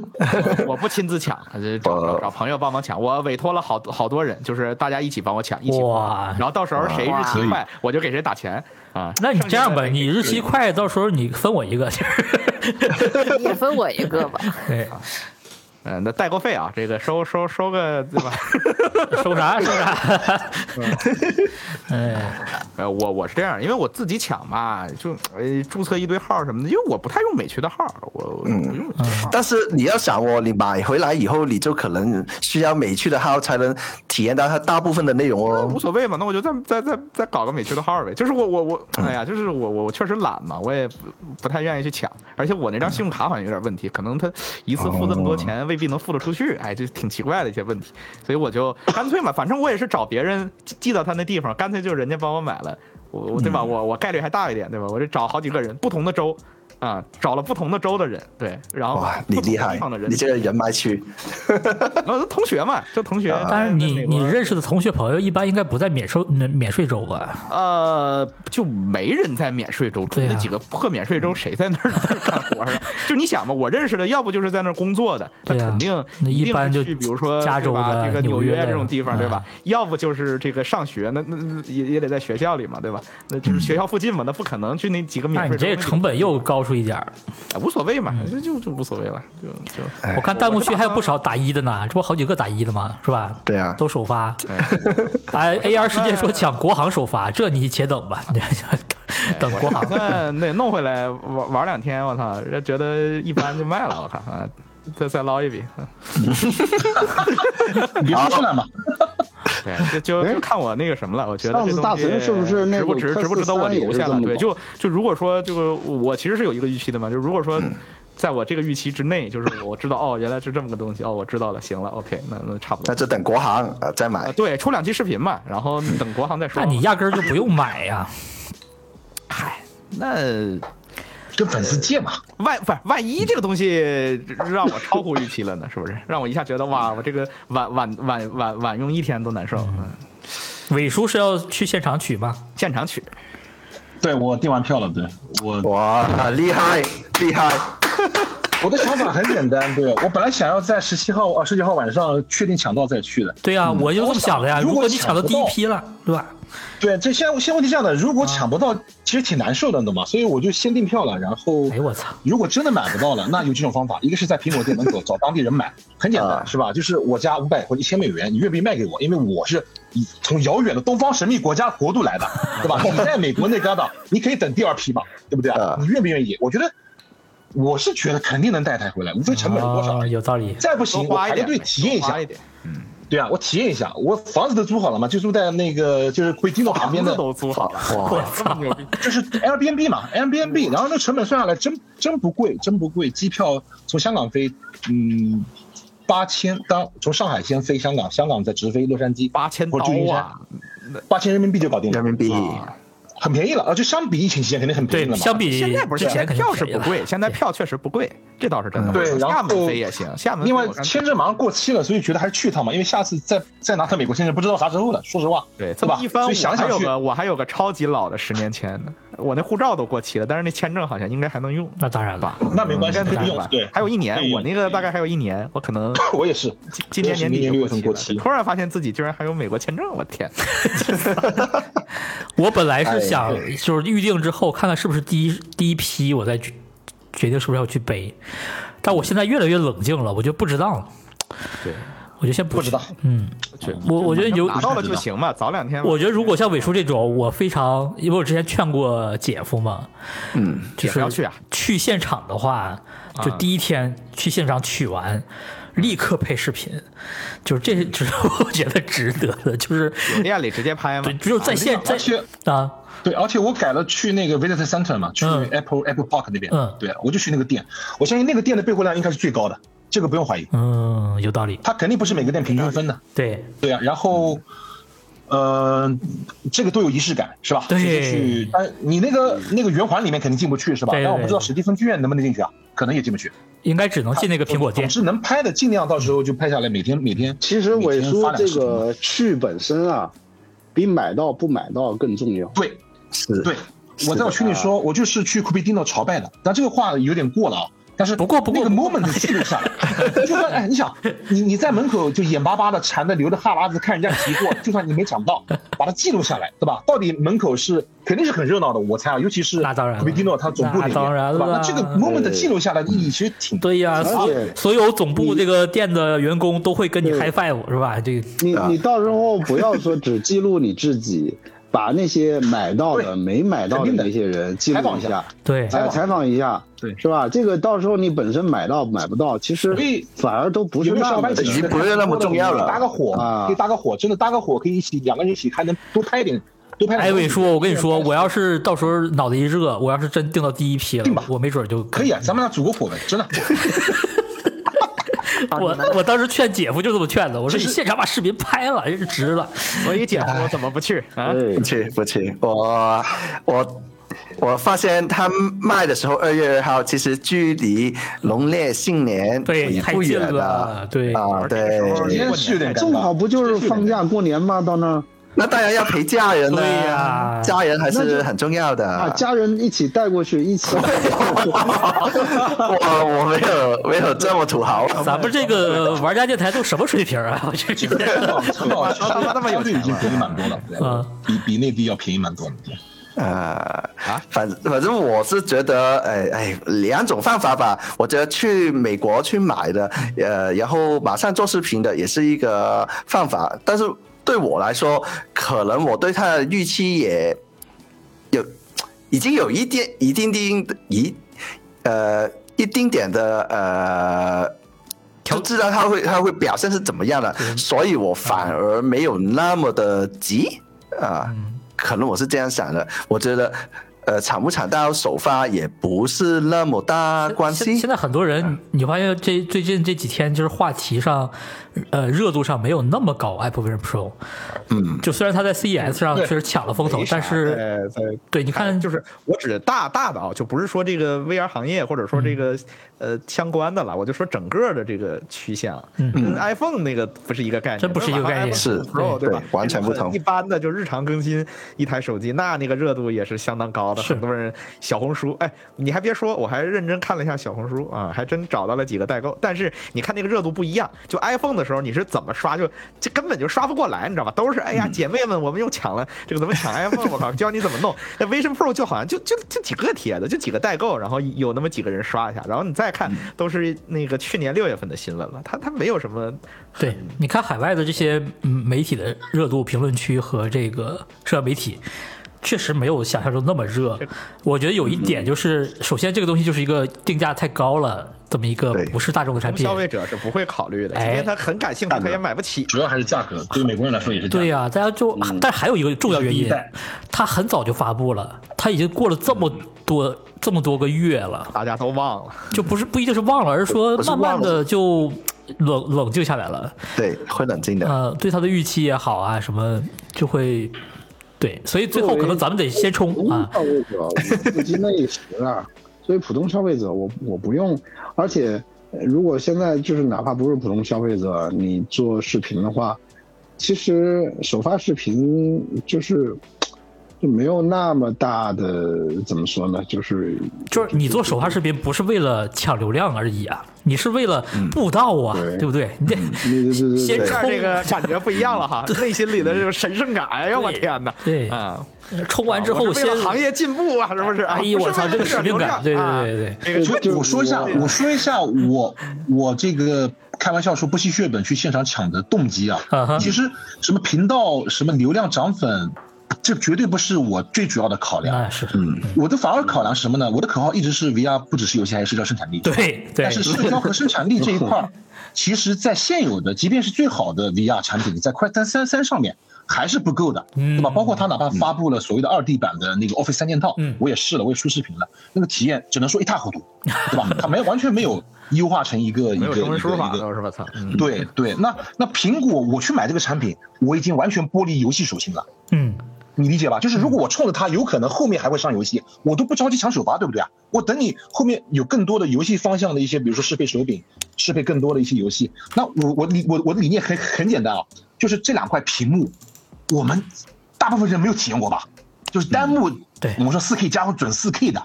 [SPEAKER 3] *laughs* 我不亲自抢，还是找找找朋友帮忙抢。我委托了好多好多人，就是大家一起帮我抢，一起帮我
[SPEAKER 1] 哇
[SPEAKER 3] 然后到时候谁日期
[SPEAKER 8] 哇
[SPEAKER 3] 快，我就给谁打钱啊。
[SPEAKER 1] 那你这样吧，
[SPEAKER 3] 剩下的
[SPEAKER 1] 你日期快，到时候你分我一个，
[SPEAKER 4] 你也分我一个吧。
[SPEAKER 1] 对，
[SPEAKER 3] 嗯，那代购费啊，这个收收收个对吧？ *laughs*
[SPEAKER 1] 哎收
[SPEAKER 2] *laughs*
[SPEAKER 1] 啥收啥。
[SPEAKER 2] 嗯
[SPEAKER 1] *laughs* 哎，
[SPEAKER 3] 呃，我我是这样，因为我自己抢吧，就呃注册一堆号什么的，因为我不太用美区的号，我我不用美区的号。
[SPEAKER 2] 但是你要想哦，你买回来以后，你就可能需要美剧的号才能体验到它大部分的内容
[SPEAKER 3] 那
[SPEAKER 2] 哦
[SPEAKER 3] 无。所谓嘛，那我就再再再再搞个美区的号呗。就是我我我，
[SPEAKER 2] 嗯
[SPEAKER 3] 哎呀，就是我我我确实懒嘛，我也不不太愿意去抢，而且我那
[SPEAKER 2] 嗯
[SPEAKER 3] 张信用卡好像有点问题，可能他一次付这么多
[SPEAKER 2] 哦
[SPEAKER 3] 钱未必能付得出去，哎，这挺奇怪的一些问题，所以我就
[SPEAKER 2] *laughs*
[SPEAKER 3] 干脆嘛，反正我也是找别人寄寄到他那地方，干脆就人家帮我买了，我我对吧？
[SPEAKER 2] 嗯
[SPEAKER 3] 我我概率还大一点，对吧？我就找好几个人，不同的州。啊、找了不同的州的人，对，然
[SPEAKER 1] 啊
[SPEAKER 3] 后
[SPEAKER 2] 哇，你
[SPEAKER 3] 不同
[SPEAKER 2] 厉
[SPEAKER 3] 地
[SPEAKER 2] 害
[SPEAKER 3] 方的，人，
[SPEAKER 2] 你这个人脉区，
[SPEAKER 3] 呃同学嘛，就同
[SPEAKER 2] 啊
[SPEAKER 3] 学。
[SPEAKER 1] 当然
[SPEAKER 3] 在美
[SPEAKER 1] 你
[SPEAKER 3] 国啊
[SPEAKER 1] 你认识的同学朋友一般应该不在免收免免税州吧？
[SPEAKER 3] 呃，就没人在免税州住，
[SPEAKER 1] 对啊嗯
[SPEAKER 3] 那几个破免税州谁在那儿干
[SPEAKER 1] *laughs*
[SPEAKER 3] 活啊？就你想吧，我认识的要不就是在那儿工作的，那
[SPEAKER 1] 对啊
[SPEAKER 3] 肯定
[SPEAKER 1] 那一
[SPEAKER 3] 定
[SPEAKER 1] 般
[SPEAKER 3] 是
[SPEAKER 1] 就
[SPEAKER 3] 去比如说
[SPEAKER 1] 加
[SPEAKER 3] 对
[SPEAKER 1] 州
[SPEAKER 3] 吧
[SPEAKER 1] 的
[SPEAKER 3] 这个
[SPEAKER 1] 纽
[SPEAKER 3] 纽
[SPEAKER 1] 约
[SPEAKER 3] 约
[SPEAKER 1] 的啊
[SPEAKER 3] 这种地方，对吧？要不就是这个上学，那那那也也得在学校里嘛，对吧？那就是学校附近嘛，那不可能去那几个
[SPEAKER 1] 但
[SPEAKER 3] 免
[SPEAKER 1] 是嗯
[SPEAKER 3] 税
[SPEAKER 1] 哎你这
[SPEAKER 3] 州那里。
[SPEAKER 1] 个成嗯本又高出一点儿。
[SPEAKER 3] 哎无所谓嘛，就就就无所谓了，就就。
[SPEAKER 1] *laughs*
[SPEAKER 2] 哎
[SPEAKER 1] 我看弹幕区还有不少打一的呢，这不好几个打一的吗？是吧？
[SPEAKER 2] 对啊
[SPEAKER 1] 都首发。
[SPEAKER 3] 哎
[SPEAKER 1] *laughs* 哎，AR 世界说抢国行首发，这你且等吧，你等国行。
[SPEAKER 3] 那那弄回来玩玩两天，我操，这觉得一般就卖了，我靠啊，再再捞一笔。嗯
[SPEAKER 8] 你别说现在嘛，
[SPEAKER 3] 对， *laughs* 就就
[SPEAKER 6] 哎
[SPEAKER 3] 就看我那个什么了，我觉得
[SPEAKER 6] 上次
[SPEAKER 3] 这东西
[SPEAKER 6] 大神是不是那
[SPEAKER 3] 值
[SPEAKER 6] 个
[SPEAKER 3] 不值
[SPEAKER 6] 快
[SPEAKER 3] 值不值得我
[SPEAKER 6] 43也
[SPEAKER 3] 留
[SPEAKER 6] 是
[SPEAKER 3] 下
[SPEAKER 6] 这
[SPEAKER 3] 了？
[SPEAKER 6] 么
[SPEAKER 3] 对，
[SPEAKER 6] 搞
[SPEAKER 3] 就就如果说这个我其实是有一个预期的嘛，就如果
[SPEAKER 6] 嗯
[SPEAKER 3] 说在我这个预期之内，就是我知道哦，原来是这么个东西，哦，我知道了，行了，OK，那那差不
[SPEAKER 2] 那
[SPEAKER 3] 多。
[SPEAKER 2] 就等国行啊再
[SPEAKER 3] 啊，
[SPEAKER 2] 买。
[SPEAKER 3] 对，出两期视频嘛，然后等国行再说
[SPEAKER 1] 那
[SPEAKER 3] 嘛。
[SPEAKER 1] 你压根儿就不用买呀，
[SPEAKER 3] *laughs* 那
[SPEAKER 5] 跟粉丝借嘛，
[SPEAKER 3] 万不是万一这个东西让我超乎预期了呢？是不是让我一下觉得哇，我这个晚晚晚晚晚用一天都难受？嗯，
[SPEAKER 1] 尾叔是要去现场取吗？
[SPEAKER 3] 现场取，
[SPEAKER 8] 对我订完票了，对我
[SPEAKER 2] 哇，厉害厉害！
[SPEAKER 5] 我的想法很简单，对我本来想要在十七号、啊二十九号晚上确定抢到再去的。
[SPEAKER 1] 对呀、啊我就这么想的呀。
[SPEAKER 5] 如
[SPEAKER 1] 如
[SPEAKER 5] 果
[SPEAKER 1] 果你抢
[SPEAKER 5] 抢
[SPEAKER 1] 到
[SPEAKER 5] 不
[SPEAKER 1] 第一
[SPEAKER 5] 到
[SPEAKER 1] 批了，对吧？
[SPEAKER 5] 对，这现在现在问题这样的，如果抢不到，其实挺难受的，你懂吗？所以我就先订票了，然后
[SPEAKER 1] 哎，我操！
[SPEAKER 5] 如果真的买不到了，那 *laughs* 有几种方法，一个是在苹果店门口找当地
[SPEAKER 3] *laughs*
[SPEAKER 5] 人买，很简
[SPEAKER 3] 啊
[SPEAKER 5] 单，是吧？就是我家五百或者一千美元，你愿不愿意卖给我？因为我是从遥远的东方神秘国家国度来
[SPEAKER 3] *laughs*
[SPEAKER 5] 的，对吧？你在美国那旮瘩，你可以等第二批嘛，对不对啊
[SPEAKER 2] 啊？
[SPEAKER 5] 你愿不愿意？我觉得我是觉得肯定能带台回来，无非成本是多少而
[SPEAKER 1] 哦
[SPEAKER 5] 已。
[SPEAKER 1] 有道理。
[SPEAKER 5] 再不
[SPEAKER 3] 啊多
[SPEAKER 5] 行，我
[SPEAKER 3] 花一
[SPEAKER 5] 排个
[SPEAKER 3] 点呗，
[SPEAKER 5] 队体验一
[SPEAKER 3] 多
[SPEAKER 5] 下
[SPEAKER 3] 花，一点。
[SPEAKER 5] 对啊，我体验一下，我房子都租好了嘛，就住在那个就是贵金岛旁边
[SPEAKER 3] 房
[SPEAKER 5] 的
[SPEAKER 3] *laughs* 子，都租好了，
[SPEAKER 1] 我
[SPEAKER 2] 哇，
[SPEAKER 1] 操！
[SPEAKER 5] 就是 Airbnb 嘛，Airbnb，然后
[SPEAKER 3] 嗯
[SPEAKER 5] 那成本算下来真真不贵，真不贵，机票从香港飞，嗯，八千，当从上海先飞香港，香港再直飞洛杉矶，
[SPEAKER 3] 八千
[SPEAKER 5] 或
[SPEAKER 3] 刀
[SPEAKER 5] 者旧金山
[SPEAKER 3] 啊！
[SPEAKER 5] 八千人民币就搞定
[SPEAKER 2] 人
[SPEAKER 5] 了，
[SPEAKER 2] 民币
[SPEAKER 5] 很便宜了啊！就相比疫情期间肯定很便宜
[SPEAKER 1] 对，
[SPEAKER 5] 了嘛。
[SPEAKER 1] 相比
[SPEAKER 3] 现在不是
[SPEAKER 1] 之前
[SPEAKER 3] 现在
[SPEAKER 1] 肯定
[SPEAKER 3] 票是
[SPEAKER 1] 便宜
[SPEAKER 3] 不
[SPEAKER 1] 了
[SPEAKER 3] 贵，现在票确实不贵，这倒是真的。
[SPEAKER 5] 嗯对然后
[SPEAKER 3] 厦门飞也行，厦门飞
[SPEAKER 5] 另外
[SPEAKER 3] 我看
[SPEAKER 5] 签证马上过期了，所以觉得还是去一趟嘛，因为下次再再拿到美国签证不知道啥时候了。说实话，
[SPEAKER 3] 对，这
[SPEAKER 5] 对
[SPEAKER 3] 么
[SPEAKER 5] 吧？
[SPEAKER 3] 一翻，
[SPEAKER 5] 所以想
[SPEAKER 3] 我还
[SPEAKER 5] 想
[SPEAKER 3] 有
[SPEAKER 5] 去，
[SPEAKER 3] 个我还有个超级老的十年前的，我那护照都过期了，但是那签证好像应该还能用。嗯
[SPEAKER 1] 那当然了，
[SPEAKER 5] 那没关系，
[SPEAKER 3] 应该
[SPEAKER 5] 可以
[SPEAKER 3] 能
[SPEAKER 5] 用
[SPEAKER 3] 吧。
[SPEAKER 5] 对，
[SPEAKER 3] 还有一年
[SPEAKER 5] 可以，用
[SPEAKER 3] 我那个大概还有一年，我可能
[SPEAKER 5] 我也是，
[SPEAKER 3] 今今年年底
[SPEAKER 5] 明年
[SPEAKER 3] 就
[SPEAKER 5] 六月份
[SPEAKER 3] 过
[SPEAKER 5] 过
[SPEAKER 3] 期
[SPEAKER 5] 期
[SPEAKER 3] 了。突然发现自己居然还有美国签证，我天！
[SPEAKER 1] 我本来是
[SPEAKER 5] 哎
[SPEAKER 1] 想就是预定之后看看是不是第一第一批，我再决决定是不是要去背。但我现在越来越冷静了，我就不值当了。
[SPEAKER 3] 对，
[SPEAKER 1] 我就先不
[SPEAKER 5] 不知道。
[SPEAKER 1] 嗯，我我觉得有
[SPEAKER 3] 拿到了就行嘛，早两天嘛。
[SPEAKER 1] 我觉得如果像伟叔这种，我非常，因为我之前劝过姐夫嘛，嗯，就
[SPEAKER 3] 姐夫
[SPEAKER 1] 是
[SPEAKER 3] 要去啊
[SPEAKER 1] 去现场的话，就第一天去现场取完，立刻配视频，就是这是只是我觉得值得的，就是
[SPEAKER 3] 店里直接拍嘛
[SPEAKER 1] 对，，只有在线在
[SPEAKER 5] 而且
[SPEAKER 1] 啊，
[SPEAKER 5] 对，而且我改了去那个 Visitor Center 嘛，去
[SPEAKER 1] 嗯
[SPEAKER 5] Apple、Apple Park 那边。
[SPEAKER 1] 嗯
[SPEAKER 5] 对，我就去那个店，我相信那个店的备货量应该是最高的，这个不用怀疑，
[SPEAKER 1] 嗯，有道理，
[SPEAKER 5] 它肯定不是每个店平均分的。
[SPEAKER 1] 对，
[SPEAKER 5] 对啊，然后，呃，这个都有仪式感，是吧？
[SPEAKER 1] 对
[SPEAKER 5] 直接去，但你那个那个圆环里面肯定进不去，是吧？
[SPEAKER 1] 对对
[SPEAKER 5] 但我不知道史蒂芬剧院能不能进去啊，可能也进不去。
[SPEAKER 1] 应该只能进那个苹果
[SPEAKER 5] 总
[SPEAKER 1] 店，
[SPEAKER 5] 之能拍的尽量到时候就拍下来，每天每天。
[SPEAKER 6] 其实
[SPEAKER 5] 每
[SPEAKER 6] 伟
[SPEAKER 5] 天
[SPEAKER 6] 叔
[SPEAKER 5] 发两
[SPEAKER 6] 这
[SPEAKER 5] 视频
[SPEAKER 6] 个去本身啊，比买到不买到更重要。
[SPEAKER 5] 对
[SPEAKER 2] 是
[SPEAKER 5] 对，我在我群里说，我就是去库比蒂诺朝拜的，但这个话有点过了啊。但是
[SPEAKER 1] 不过不过
[SPEAKER 5] 那个 moment 记录下来， *laughs* 就算哎，你想你你在门口就眼巴巴的馋的流着哈喇子看人家提过，就算你没抢到，把它记录下来，对吧？到底门口是肯定是很热闹的，我猜啊，尤其是
[SPEAKER 1] 那当然了
[SPEAKER 5] 维迪诺他总部里
[SPEAKER 1] 那
[SPEAKER 5] 面，
[SPEAKER 1] 当然
[SPEAKER 5] 对吧？
[SPEAKER 1] 了
[SPEAKER 5] 那这个 moment 记录下来的意义其实挺
[SPEAKER 1] 对呀、所
[SPEAKER 6] 而且
[SPEAKER 1] 所有总部这个店的员工都会跟你 high five 是吧？这个
[SPEAKER 6] 你
[SPEAKER 5] 啊
[SPEAKER 6] 你到时候不要说只记录你自己， *laughs* 把那些买到的、
[SPEAKER 5] 对
[SPEAKER 6] 没买到
[SPEAKER 5] 肯
[SPEAKER 6] 的
[SPEAKER 5] 定的
[SPEAKER 6] 那些人记
[SPEAKER 5] *laughs* 采
[SPEAKER 6] 录
[SPEAKER 5] 访一下
[SPEAKER 6] 下，
[SPEAKER 1] 对
[SPEAKER 5] 采
[SPEAKER 6] 哎，
[SPEAKER 5] 访
[SPEAKER 6] 采访一下，
[SPEAKER 5] 对
[SPEAKER 6] 是吧？这个到时候你本身买到买不到，其实
[SPEAKER 5] 所以
[SPEAKER 6] 反而都不是
[SPEAKER 5] 有没有
[SPEAKER 6] 那
[SPEAKER 5] 上
[SPEAKER 6] 么
[SPEAKER 5] 班
[SPEAKER 6] 的
[SPEAKER 5] 几
[SPEAKER 2] 已经
[SPEAKER 5] 个
[SPEAKER 2] 不是那么重要了
[SPEAKER 5] 搭个
[SPEAKER 6] 啊
[SPEAKER 5] 火，可以搭个火，真的搭个火，可以一起两个人一起，还能多拍一点，多拍点
[SPEAKER 1] 艾
[SPEAKER 5] 东西。
[SPEAKER 1] 伟说：“我跟你说，
[SPEAKER 5] 多拍点
[SPEAKER 1] 我要是到时候脑袋一热，我要是真订到第一批
[SPEAKER 5] 定
[SPEAKER 1] 了
[SPEAKER 5] 吧，
[SPEAKER 1] 我没准儿就
[SPEAKER 5] 可以啊，咱们俩组个伙呗，真的。
[SPEAKER 1] 我我当时劝姐夫就这么劝的，我说
[SPEAKER 5] 就
[SPEAKER 1] 你
[SPEAKER 5] 是
[SPEAKER 1] 现场把视频拍了，这是值了。
[SPEAKER 3] 所以姐夫我怎么不去
[SPEAKER 6] 哎
[SPEAKER 3] 啊？
[SPEAKER 2] 不去不去，我我我发现他卖的时候，二月二号其实距离农历新年
[SPEAKER 1] 对
[SPEAKER 2] 也
[SPEAKER 1] 太
[SPEAKER 2] 不
[SPEAKER 1] 近
[SPEAKER 2] 远
[SPEAKER 1] 了对
[SPEAKER 2] 啊，对，
[SPEAKER 5] 今天是有点尴尬
[SPEAKER 6] 正好不就是放假过年吗？到那儿
[SPEAKER 2] 那当然要陪家人了、
[SPEAKER 1] 对呀
[SPEAKER 2] 家人还是很重要的。
[SPEAKER 6] 啊，家人一起带过去，
[SPEAKER 5] *laughs*
[SPEAKER 6] 一起
[SPEAKER 2] *laughs* 我我没有没有这么土豪，
[SPEAKER 1] 咱们这个玩家电台都什么水平啊？我这
[SPEAKER 5] 这个城堡城堡相对相对已经便宜蛮多了，对
[SPEAKER 1] 嗯
[SPEAKER 5] 比比内地要便宜蛮多了。
[SPEAKER 2] 呃，反反正我是觉得，哎哎，两种方法吧。我觉得去美国去买的，呃，然后马上做视频的也是一个方法。但是对我来说，可能我对它的预期也有已经有一点一丁丁一呃一丁点的呃。就知道它会它会表现是怎么样的，所以我
[SPEAKER 3] 嗯
[SPEAKER 2] 反而没有那么的急啊。
[SPEAKER 3] 嗯
[SPEAKER 2] 可能我是这样想的，我觉得，呃，抢不抢到首发也不是那么大关
[SPEAKER 1] 现
[SPEAKER 2] 系
[SPEAKER 1] 现。在很多
[SPEAKER 3] 嗯
[SPEAKER 1] 人，你发现这最近这几天就是话题上，呃，热度上没有那么高。Apple Vision Pro，
[SPEAKER 2] 嗯，
[SPEAKER 1] 就虽然它在 CES 上确实抢了风头
[SPEAKER 3] 没，啥
[SPEAKER 1] 但是
[SPEAKER 3] 在在
[SPEAKER 1] 对，你看
[SPEAKER 3] 就是我指大大的啊，就不是说这个 VR 行业或者说
[SPEAKER 1] 嗯
[SPEAKER 3] 这个呃相关的了，我就说整个的这个趋向，
[SPEAKER 1] 嗯
[SPEAKER 3] 跟 iPhone 那个不是一个概念，
[SPEAKER 1] 真不是一个概念
[SPEAKER 2] 是
[SPEAKER 3] Pro
[SPEAKER 2] 对
[SPEAKER 3] 对吧？
[SPEAKER 2] 完全不同
[SPEAKER 3] 一般的就日常更新一台手机，那那个热度也是相当高的，
[SPEAKER 1] 是
[SPEAKER 3] 很多人小红书，哎，你还别说，我还认真看了一下小红书啊，还真找到了几个代购，但是你看那个热度不一样，就 iPhone 的时候你是怎么刷就这根本就刷不过来，你知道吧？都是哎
[SPEAKER 1] 嗯
[SPEAKER 3] 呀姐妹们，我们又抢了这个怎么抢 iPhone，我靠，教你怎么弄。 *laughs* 那 Vision Pro 就好像就就就几个帖子，就几个代购，然后有那么几个人刷一下，然后你再看
[SPEAKER 1] 嗯
[SPEAKER 3] 都是那个去年六月份的新闻了，它它没有什么
[SPEAKER 1] 对，你看海外的这些嗯媒体的热度评论区和这个社交媒体，确实没有想象中那么热。我觉得有一
[SPEAKER 3] 嗯
[SPEAKER 1] 点就是，首先这个东西就是一个定价太高了，这么一个
[SPEAKER 2] 对
[SPEAKER 1] 不是大众的
[SPEAKER 3] 咱
[SPEAKER 1] 产
[SPEAKER 3] 们
[SPEAKER 1] 品
[SPEAKER 3] 消。费者是不会考虑的。
[SPEAKER 1] 哎
[SPEAKER 3] 今天他很感兴趣，他也买不起。
[SPEAKER 5] 主要还是价格，对美国人来说也是价格
[SPEAKER 1] 对呀、大家就，但还有一个重要原
[SPEAKER 5] 第
[SPEAKER 1] 因
[SPEAKER 5] 一代，
[SPEAKER 1] 它很早就发布了，它已经过了这么多、这么多个月了，
[SPEAKER 3] 大家都忘了，
[SPEAKER 1] 就不是不一定是忘了，而是说
[SPEAKER 2] 不是
[SPEAKER 1] 慢
[SPEAKER 2] 忘了
[SPEAKER 1] 慢的就冷冷静下来了。
[SPEAKER 2] 对，会冷静
[SPEAKER 3] 嗯
[SPEAKER 2] 的。
[SPEAKER 1] 呃，对它的预期也好啊，什么就会对，所以最后可能咱们得先冲啊。
[SPEAKER 6] 消费者，我不及那一时啊。所以普通消费者，我我不用，而且呃如果现在就是哪怕不是普通消费者，你做视频的话，其实首发视频就是就没有那么大的怎么说呢，就是
[SPEAKER 1] 就是你做首发视频不是为了抢流量而已啊，你是为了布道啊，
[SPEAKER 6] 对
[SPEAKER 1] 对不 *laughs* 对？你得
[SPEAKER 6] 对对对对
[SPEAKER 1] 先
[SPEAKER 3] 这
[SPEAKER 1] 冲
[SPEAKER 3] 样这个感觉不一样
[SPEAKER 1] *laughs*
[SPEAKER 3] 了哈，内心里的这种神圣感。哎呀，我天哪！
[SPEAKER 1] 对
[SPEAKER 3] 啊，
[SPEAKER 1] 冲完之
[SPEAKER 3] 我
[SPEAKER 1] 后
[SPEAKER 3] 是为
[SPEAKER 1] 先
[SPEAKER 3] 了行业进步啊，是不是？
[SPEAKER 1] 哎呦我操，这个使命感，对
[SPEAKER 3] 啊
[SPEAKER 1] 对对对，
[SPEAKER 3] 对
[SPEAKER 5] 所以我说一下，我说一下我我这个开玩笑说不惜血本去现场抢的动机啊
[SPEAKER 1] 啊哈。
[SPEAKER 5] 其实什么频道、什么流量涨粉，这绝对不是我最主要的考量。
[SPEAKER 1] 那是
[SPEAKER 5] 我的反而考量是什么呢？我的口号一直是 VR 不只是游戏，还有社交生产力。
[SPEAKER 1] 对对
[SPEAKER 5] 但是社交和生产力这
[SPEAKER 1] *laughs*
[SPEAKER 5] 一块儿，其实在现有的，即便是最好的 VR 产品，在 Quest 三三上面还是不够的，
[SPEAKER 1] 嗯
[SPEAKER 5] 对吧？包括它哪怕发布了所谓的二 D 版的那个 Office 三件套，
[SPEAKER 1] 嗯
[SPEAKER 5] 我也试了，我也出视频了，那个体验只能说一塌
[SPEAKER 1] *laughs*
[SPEAKER 5] 糊涂，对吧？它没有完全没有优化成一个一
[SPEAKER 3] 没
[SPEAKER 5] 个
[SPEAKER 3] 有
[SPEAKER 5] 一
[SPEAKER 3] 中
[SPEAKER 5] 个
[SPEAKER 3] 文输入
[SPEAKER 5] 一
[SPEAKER 3] 法
[SPEAKER 5] 个
[SPEAKER 3] 都是吧？操，
[SPEAKER 5] 对对，那那苹果，我去买这个产品，我已经完全剥离游戏属性了。
[SPEAKER 1] 嗯，
[SPEAKER 5] 你理解吧？就是如果我冲着它，有可能后面还会上游戏，我都不着急抢首发，对不对啊？我等你后面有更多的游戏方向的一些，比如说适配手柄，适配更多的一些游戏。那我我理我我的理念很很简单啊，就是这两块屏幕，我们大部分人没有体验过吧？就是单幕，
[SPEAKER 1] 对
[SPEAKER 5] 我们说四 K 加或准四 K 的，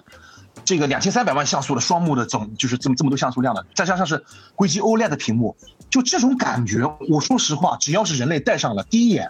[SPEAKER 5] 这个两千三百万像素的双目的总就是这么这么多像素量的，再加上是硅基 OLED 的屏幕，就这种感觉，我说实话，只要是人类戴上了，第一眼，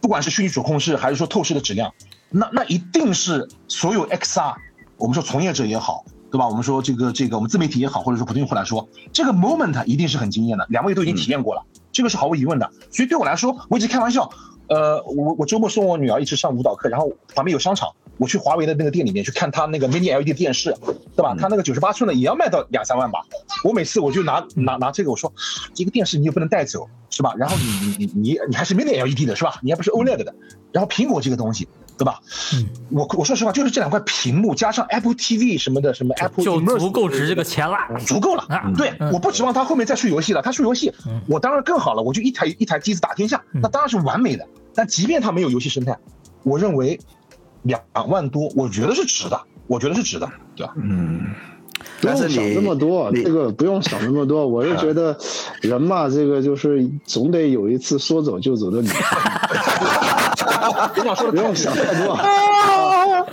[SPEAKER 5] 不管是虚拟主控室还是说透视的质量，那那一定是所有 XR，我们说从业者也好，对吧？我们说这个这个我们自媒体也好，或者说普通用户来说，这个 moment 啊一定是很惊艳的，两位都已经体验过了，这个是毫无疑问的。所以对我来说，我一直开玩笑，呃，我我周末送我女儿一直上舞蹈课，然后旁边有商场，我去华为的那个店里面去看他那个 mini LED 电视，对吧？他那个九十八寸的也要卖到两三万吧。我每次我就拿拿拿这个，我说一个电视你又不能带走，是吧？然后你你你你你还是 mini LED 的是吧？你还不
[SPEAKER 1] 嗯
[SPEAKER 5] 是 OLED 的，然后苹果这个东西。对吧？我我说实话，就是这两块屏幕加上 Apple TV 什么的，什么 Apple
[SPEAKER 1] 就
[SPEAKER 5] Immersive
[SPEAKER 1] 足够值这个钱了。
[SPEAKER 5] 足够了
[SPEAKER 1] 嗯。
[SPEAKER 5] 对，我不指望他后面再出游戏了，他出游戏，我当然更好了，我就一台一台机子打天下，
[SPEAKER 1] 嗯
[SPEAKER 5] 那当然是完美的。但即便他没有游戏生态，我认为两万多，我觉得是值的，我觉得是值的，对
[SPEAKER 1] 嗯
[SPEAKER 5] 吧？
[SPEAKER 6] 不
[SPEAKER 2] 但
[SPEAKER 6] 用
[SPEAKER 2] 是
[SPEAKER 6] 想
[SPEAKER 2] 你
[SPEAKER 6] 这么多，
[SPEAKER 2] 你
[SPEAKER 6] 这个不用想这么多。我是觉得，人嘛，这个就是总得有一次说走就走的旅程，
[SPEAKER 5] 你想说
[SPEAKER 6] 不
[SPEAKER 5] 的
[SPEAKER 6] 用想太多。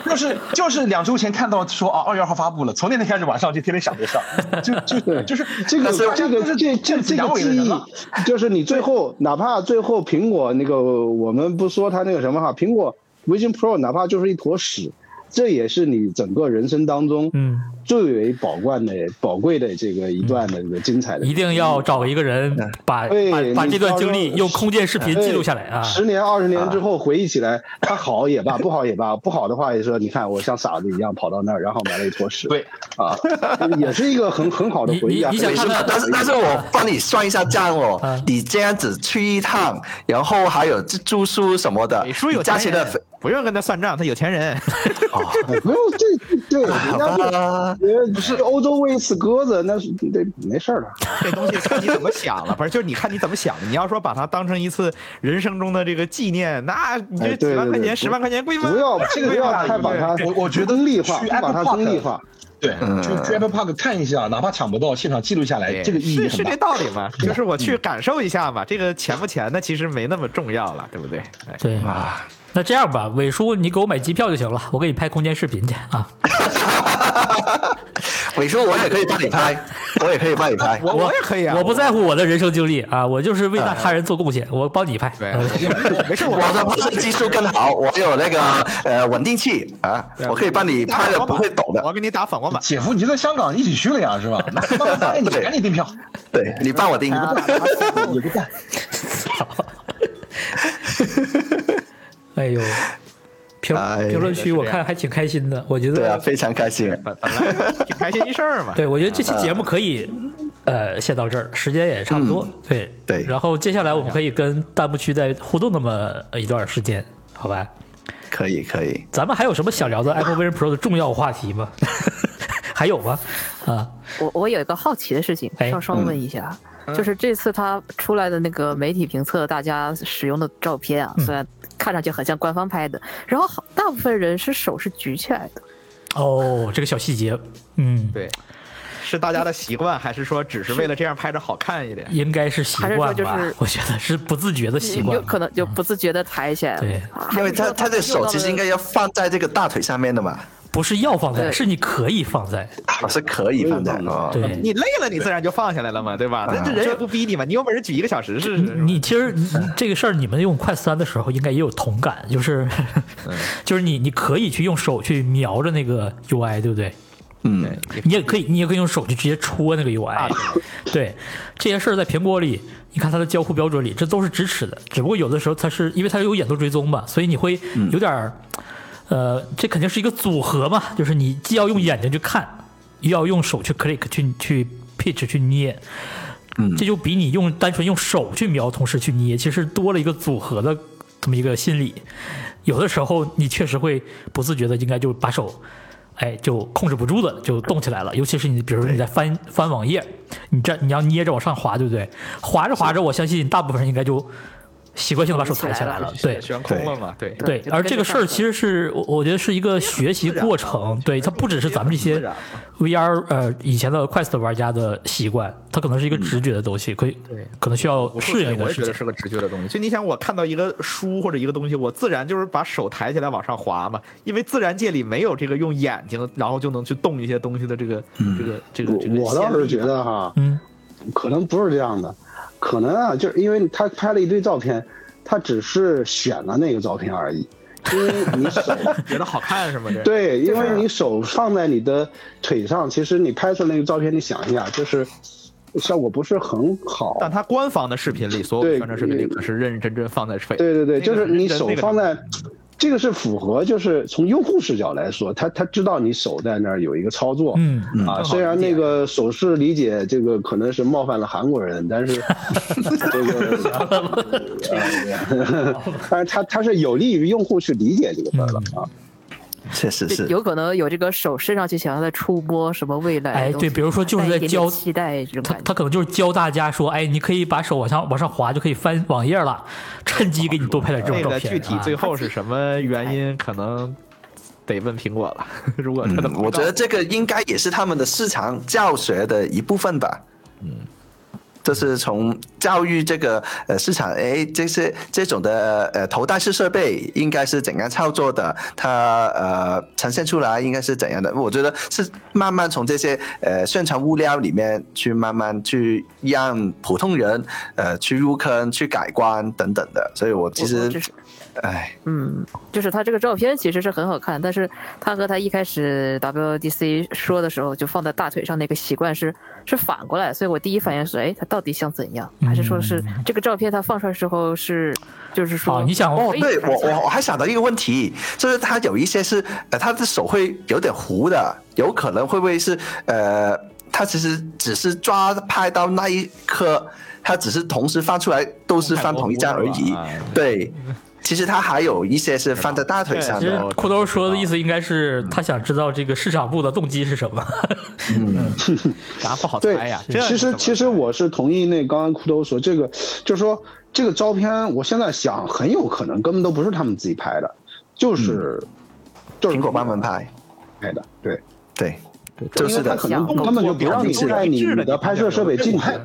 [SPEAKER 5] 就是就是两周前看到说啊二月二号发布了，从那天开始晚上就天天想这事儿，就就
[SPEAKER 6] 对
[SPEAKER 5] 就是
[SPEAKER 6] 这个
[SPEAKER 5] 大家
[SPEAKER 6] 这
[SPEAKER 5] 都是
[SPEAKER 6] 个这这
[SPEAKER 5] 见此
[SPEAKER 6] 这
[SPEAKER 5] 阳痿
[SPEAKER 6] 个
[SPEAKER 5] 的
[SPEAKER 6] 记
[SPEAKER 5] 人
[SPEAKER 6] 忆
[SPEAKER 5] 了，
[SPEAKER 6] 就是你最后哪怕最后苹果那个我们不说它那个什么哈，苹果 Vision Pro 哪怕就是一坨屎，这也是你整个人生当中
[SPEAKER 1] 嗯
[SPEAKER 6] 最为宝贵的宝贵的这个一段的这个精彩的
[SPEAKER 1] 一定要找一个人把
[SPEAKER 6] 对
[SPEAKER 1] 把把
[SPEAKER 6] 你
[SPEAKER 1] 这段
[SPEAKER 6] 到时
[SPEAKER 1] 经
[SPEAKER 6] 候哎
[SPEAKER 1] 历用空间视频记录下来啊！
[SPEAKER 6] 十年、二十年之后回忆起来，它好也罢，不好也罢，不好的话也说，你看我像傻子一样跑到那儿，然后买了一坨屎。
[SPEAKER 5] 对
[SPEAKER 6] 啊，也是一个很很好的回忆啊。
[SPEAKER 1] 你你
[SPEAKER 6] 很
[SPEAKER 1] 你想
[SPEAKER 6] 美
[SPEAKER 1] 看
[SPEAKER 6] 好的
[SPEAKER 2] 但
[SPEAKER 6] 回
[SPEAKER 2] 是
[SPEAKER 6] 忆
[SPEAKER 2] 但是我帮你算一下账哦
[SPEAKER 1] 嗯，
[SPEAKER 2] 你这样子去一趟，然后还有住住宿什么的
[SPEAKER 3] 美术，有
[SPEAKER 2] 加
[SPEAKER 3] 钱
[SPEAKER 2] 起来
[SPEAKER 3] 人，不用跟他算账，他有钱人。
[SPEAKER 6] 哎不用这
[SPEAKER 1] *laughs*
[SPEAKER 6] 对，人家
[SPEAKER 2] 好吧，
[SPEAKER 6] 就不是欧洲喂一次鸽子，那是对没事儿的。
[SPEAKER 3] 这东西看你怎么想了，不 *laughs* 是？就是你看你怎么想的。你要说把它当成一次人生中的这个纪念，那你这
[SPEAKER 6] 哎对
[SPEAKER 3] 几万
[SPEAKER 6] 对
[SPEAKER 3] 块
[SPEAKER 6] 对
[SPEAKER 3] 钱、十万块钱贵吗？
[SPEAKER 6] 不
[SPEAKER 3] *laughs*
[SPEAKER 6] 要
[SPEAKER 5] 这个
[SPEAKER 6] 不要太把它，
[SPEAKER 5] 我我觉得
[SPEAKER 6] 功利化，
[SPEAKER 5] 去
[SPEAKER 6] 不把它
[SPEAKER 5] Apple Park
[SPEAKER 6] 功利化。
[SPEAKER 5] 对，就去 Apple Park 看一下，哪怕抢不到，现场记录下来，
[SPEAKER 3] 对
[SPEAKER 5] 这个意义
[SPEAKER 3] 是
[SPEAKER 5] 很
[SPEAKER 3] 是
[SPEAKER 5] 大
[SPEAKER 3] 这。道理嘛？就是我去感受一下嘛，这个钱不钱的其实没那么重要了，对不对？哎
[SPEAKER 1] 对那这样吧，伟叔，你给我买机票就行了，我给你拍空间视频去啊！
[SPEAKER 2] 伟叔我也可以帮你拍， *laughs* 我也可以帮你拍。
[SPEAKER 3] 我我也可以啊，
[SPEAKER 1] 我不在乎我的人生经历啊，我就是为大他人做贡献，我帮你拍。
[SPEAKER 3] 对
[SPEAKER 1] 嗯，
[SPEAKER 3] 没事，我
[SPEAKER 2] 我的拍摄技术更好，我有那个呃稳定器啊，我可以帮你拍的不会抖的。
[SPEAKER 3] 我给你打反光
[SPEAKER 5] *laughs*
[SPEAKER 3] 板。
[SPEAKER 5] 姐夫，你就在香港一起去了呀，是吧？那慢慢发哎你赶紧订票。
[SPEAKER 2] 对啊你帮我盯。
[SPEAKER 5] 啊
[SPEAKER 6] 啊 *laughs*
[SPEAKER 5] 也不干，
[SPEAKER 1] *laughs* 哎呦，评
[SPEAKER 2] 哎呀
[SPEAKER 1] 评论区我看还挺开心的，我觉
[SPEAKER 2] 对啊，
[SPEAKER 1] 得，
[SPEAKER 2] 非常开心。
[SPEAKER 3] 本本来挺开心一事儿嘛。
[SPEAKER 1] 对我觉得这期节目可以，呃，先到这儿，时间也差不多。对
[SPEAKER 2] 对
[SPEAKER 1] 然后接下来我们可以跟弹幕区再互动那么一段时间，好吧？
[SPEAKER 2] 可以可以，
[SPEAKER 1] 咱们还有什么想聊的 Apple Vision Pro 的重要话题吗？ *laughs* 还有吗？啊，
[SPEAKER 4] 我我有一个好奇的事情，
[SPEAKER 1] 哎
[SPEAKER 4] 稍稍问一下，
[SPEAKER 2] 嗯
[SPEAKER 4] 就是这次他出来的那个媒体评测，大家使用的照片
[SPEAKER 1] 嗯
[SPEAKER 4] 啊，虽然看上去很像官方拍的，然后好大部分人是手是举起来的，
[SPEAKER 1] 哦，这个小细节，嗯，
[SPEAKER 3] 对，是大家的习惯，还是说只是为了这样拍着好看一
[SPEAKER 1] *laughs*
[SPEAKER 3] 点？
[SPEAKER 1] 应该是习
[SPEAKER 4] 还是
[SPEAKER 1] 惯吧？
[SPEAKER 4] 说就是
[SPEAKER 1] 我觉得是不自觉的习惯嗯
[SPEAKER 4] 有。可能就不自觉的抬起来了。
[SPEAKER 1] 对
[SPEAKER 4] 啊
[SPEAKER 2] 因为
[SPEAKER 4] 还
[SPEAKER 2] 他
[SPEAKER 4] 是说
[SPEAKER 2] 他的手其实应该
[SPEAKER 4] 用
[SPEAKER 2] 要放在这个大腿上面的嘛，
[SPEAKER 1] 不是要放在，
[SPEAKER 4] 对
[SPEAKER 1] 是你可以放在。
[SPEAKER 2] 啊是可以放在哦。
[SPEAKER 1] 对，
[SPEAKER 3] 你累了，你自然就放下来了嘛，对吧？那这人也不逼你嘛，你有本事举一个小时试试。是吧
[SPEAKER 1] 你其实你这个事儿，你们用快三的时候应该也有同感，就是 *laughs* 就是你你可以去用手去瞄着那个 UI，对不对？
[SPEAKER 2] 嗯，
[SPEAKER 1] 你也可以，你也可以用手去直接戳那个 UI。对，这些事儿在苹果里，你看它的交互标准里，这都是支持的。只不过有的时候它是因为它有眼动追踪嘛，所以你会有点儿，呃，这肯定是一个组合嘛，就是你既要用眼睛去看，又要用手去 click 去去 pitch 去捏。这就比你用单纯用手去瞄，同时去捏，其实多了一个组合的这么一个心理。有的时候你确实会不自觉的应该就把手，哎，就控制不住的就动起来了。尤其是你，比如说你在翻翻网页，你这你要捏着往上滑，对不对？滑着滑着，我相信大部分人应该就习惯性的把手抬起来了，对。
[SPEAKER 3] 悬空了嘛？对，
[SPEAKER 1] 对，
[SPEAKER 4] 就
[SPEAKER 1] 而
[SPEAKER 4] 跟
[SPEAKER 1] 这
[SPEAKER 4] 着
[SPEAKER 1] 个事儿
[SPEAKER 4] 上
[SPEAKER 1] 其实是我我觉得是一个学习过程，对，它不只是咱们这些 VR 呃以前的 Quest 玩家的习惯，它可能是一个直觉的东西，可以
[SPEAKER 3] 嗯对
[SPEAKER 1] 可能需要
[SPEAKER 3] 我
[SPEAKER 1] 适应一
[SPEAKER 3] 我
[SPEAKER 1] 段
[SPEAKER 3] 也
[SPEAKER 1] 时
[SPEAKER 3] 觉得
[SPEAKER 1] 间。
[SPEAKER 3] 是个直觉的东西。就你想，我看到一个书或者一个东西，我自然就是把手抬起来往上滑嘛，因为自然界里没有这个用眼睛然后就能去动一些东西的这个、这个这个这个。
[SPEAKER 6] 我我倒是觉，得哈，
[SPEAKER 1] 嗯，
[SPEAKER 6] 可能不是这样的，可能啊，就是因为他拍了一堆照片，他只是选了那个照片而已。因为你
[SPEAKER 5] *laughs*
[SPEAKER 6] 手，
[SPEAKER 3] 觉得好看是吗？这
[SPEAKER 6] 对，因
[SPEAKER 5] 啊
[SPEAKER 6] 为你手放在你的腿上，其实你拍出来那个照片，你想一下，就是效果不是很好。
[SPEAKER 3] 但它官方的视频里，所有的
[SPEAKER 6] 对
[SPEAKER 3] 宣传视频里可是认认真真放在对
[SPEAKER 6] 对对对，
[SPEAKER 3] 那个
[SPEAKER 6] 就是你
[SPEAKER 3] 真
[SPEAKER 6] 手
[SPEAKER 3] 那个
[SPEAKER 6] 放
[SPEAKER 3] 真
[SPEAKER 6] 在，这个是符合，就是从用户视角来说，他他知道你手在那儿有一个操作，
[SPEAKER 1] 嗯
[SPEAKER 6] 啊，
[SPEAKER 3] 更好
[SPEAKER 6] 虽然
[SPEAKER 3] 理解
[SPEAKER 6] 那个手势理解这个可能是冒犯了韩国
[SPEAKER 3] *laughs*
[SPEAKER 6] 人，但是这个，呃但是他他是有利于用户去理解这个事儿
[SPEAKER 3] 嗯
[SPEAKER 6] 的啊。
[SPEAKER 2] 确实
[SPEAKER 4] 对
[SPEAKER 2] 是。
[SPEAKER 4] 有可能有这个手伸上去，想让他触摸什么未来的
[SPEAKER 1] 哎
[SPEAKER 4] 东
[SPEAKER 1] 对
[SPEAKER 4] 西
[SPEAKER 1] 比如说就是
[SPEAKER 4] 带
[SPEAKER 1] 在
[SPEAKER 4] 一点
[SPEAKER 1] 教
[SPEAKER 4] 点期待这种
[SPEAKER 1] 他
[SPEAKER 4] 感觉。
[SPEAKER 1] 他可能就是教大家说，哎，你可以把手往上往上滑就可以翻网页了，趁机给你多拍点这种
[SPEAKER 3] 哎那
[SPEAKER 1] 照
[SPEAKER 3] 个
[SPEAKER 1] 片。
[SPEAKER 3] 具体
[SPEAKER 1] 啊
[SPEAKER 3] 最后是什么原因，可能得问苹果了。 *laughs* 如果它的
[SPEAKER 2] 嗯，
[SPEAKER 3] 广告，
[SPEAKER 2] 我觉得这个应该也是他们的市场教学的一部分吧。嗯，这是从教育这个呃市场，哎，这些这种的呃头戴式设备应该是怎样操作的，它呃呈现出来应该是怎样的？我觉得是慢慢从这些呃宣传物料里面去慢慢去让普通人呃去入坑、去改观等等的。所以我其
[SPEAKER 4] 我我
[SPEAKER 2] 实
[SPEAKER 4] 只是，
[SPEAKER 2] 哎，
[SPEAKER 4] 嗯，就是他这个照片其实是很好看，但是他和他一开始 WDC 说的时候就放在大腿上那个习惯是是反过来，所以我第一反应是，哎，他到底想怎样？还是说是这个照片他放出来之后是，就是说哎
[SPEAKER 1] 哦，嗯你想
[SPEAKER 2] 哦
[SPEAKER 4] 可，以
[SPEAKER 2] 对
[SPEAKER 4] 看
[SPEAKER 2] 我
[SPEAKER 4] 起来
[SPEAKER 2] 我我还想到一个问题，就是他有一些是呃，他的手会有点糊的，有可能会不会是呃，他其实只是抓拍到那一刻，他只是同时翻出来都是翻同一张而已
[SPEAKER 3] 太模糊了吧。
[SPEAKER 2] 对，其实他还有一些是翻在大腿上
[SPEAKER 1] 其实
[SPEAKER 6] 嗯
[SPEAKER 2] 的。
[SPEAKER 1] 裤兜说的意思应该是他想知道这个市场部的动机是什么。 *laughs*
[SPEAKER 3] 啥不好
[SPEAKER 6] 对
[SPEAKER 3] 猜呀。这
[SPEAKER 6] 其
[SPEAKER 3] 怎
[SPEAKER 6] 实
[SPEAKER 3] 么
[SPEAKER 6] 其实我是同意那刚刚裤头说这个，就是说这个照片，我现在想很有可能根本都不是他们自己拍的，就是、就是
[SPEAKER 2] 嗯苹果帮忙拍，
[SPEAKER 6] 拍的，对，
[SPEAKER 2] 对，
[SPEAKER 6] 因
[SPEAKER 2] 就
[SPEAKER 6] 为
[SPEAKER 2] 是
[SPEAKER 6] 他
[SPEAKER 2] 的
[SPEAKER 6] 可，能
[SPEAKER 4] 想
[SPEAKER 6] 根本就不让你
[SPEAKER 2] 是的
[SPEAKER 6] 带你你的拍摄设备
[SPEAKER 9] 对
[SPEAKER 6] 进
[SPEAKER 9] 我
[SPEAKER 6] 去
[SPEAKER 9] 还。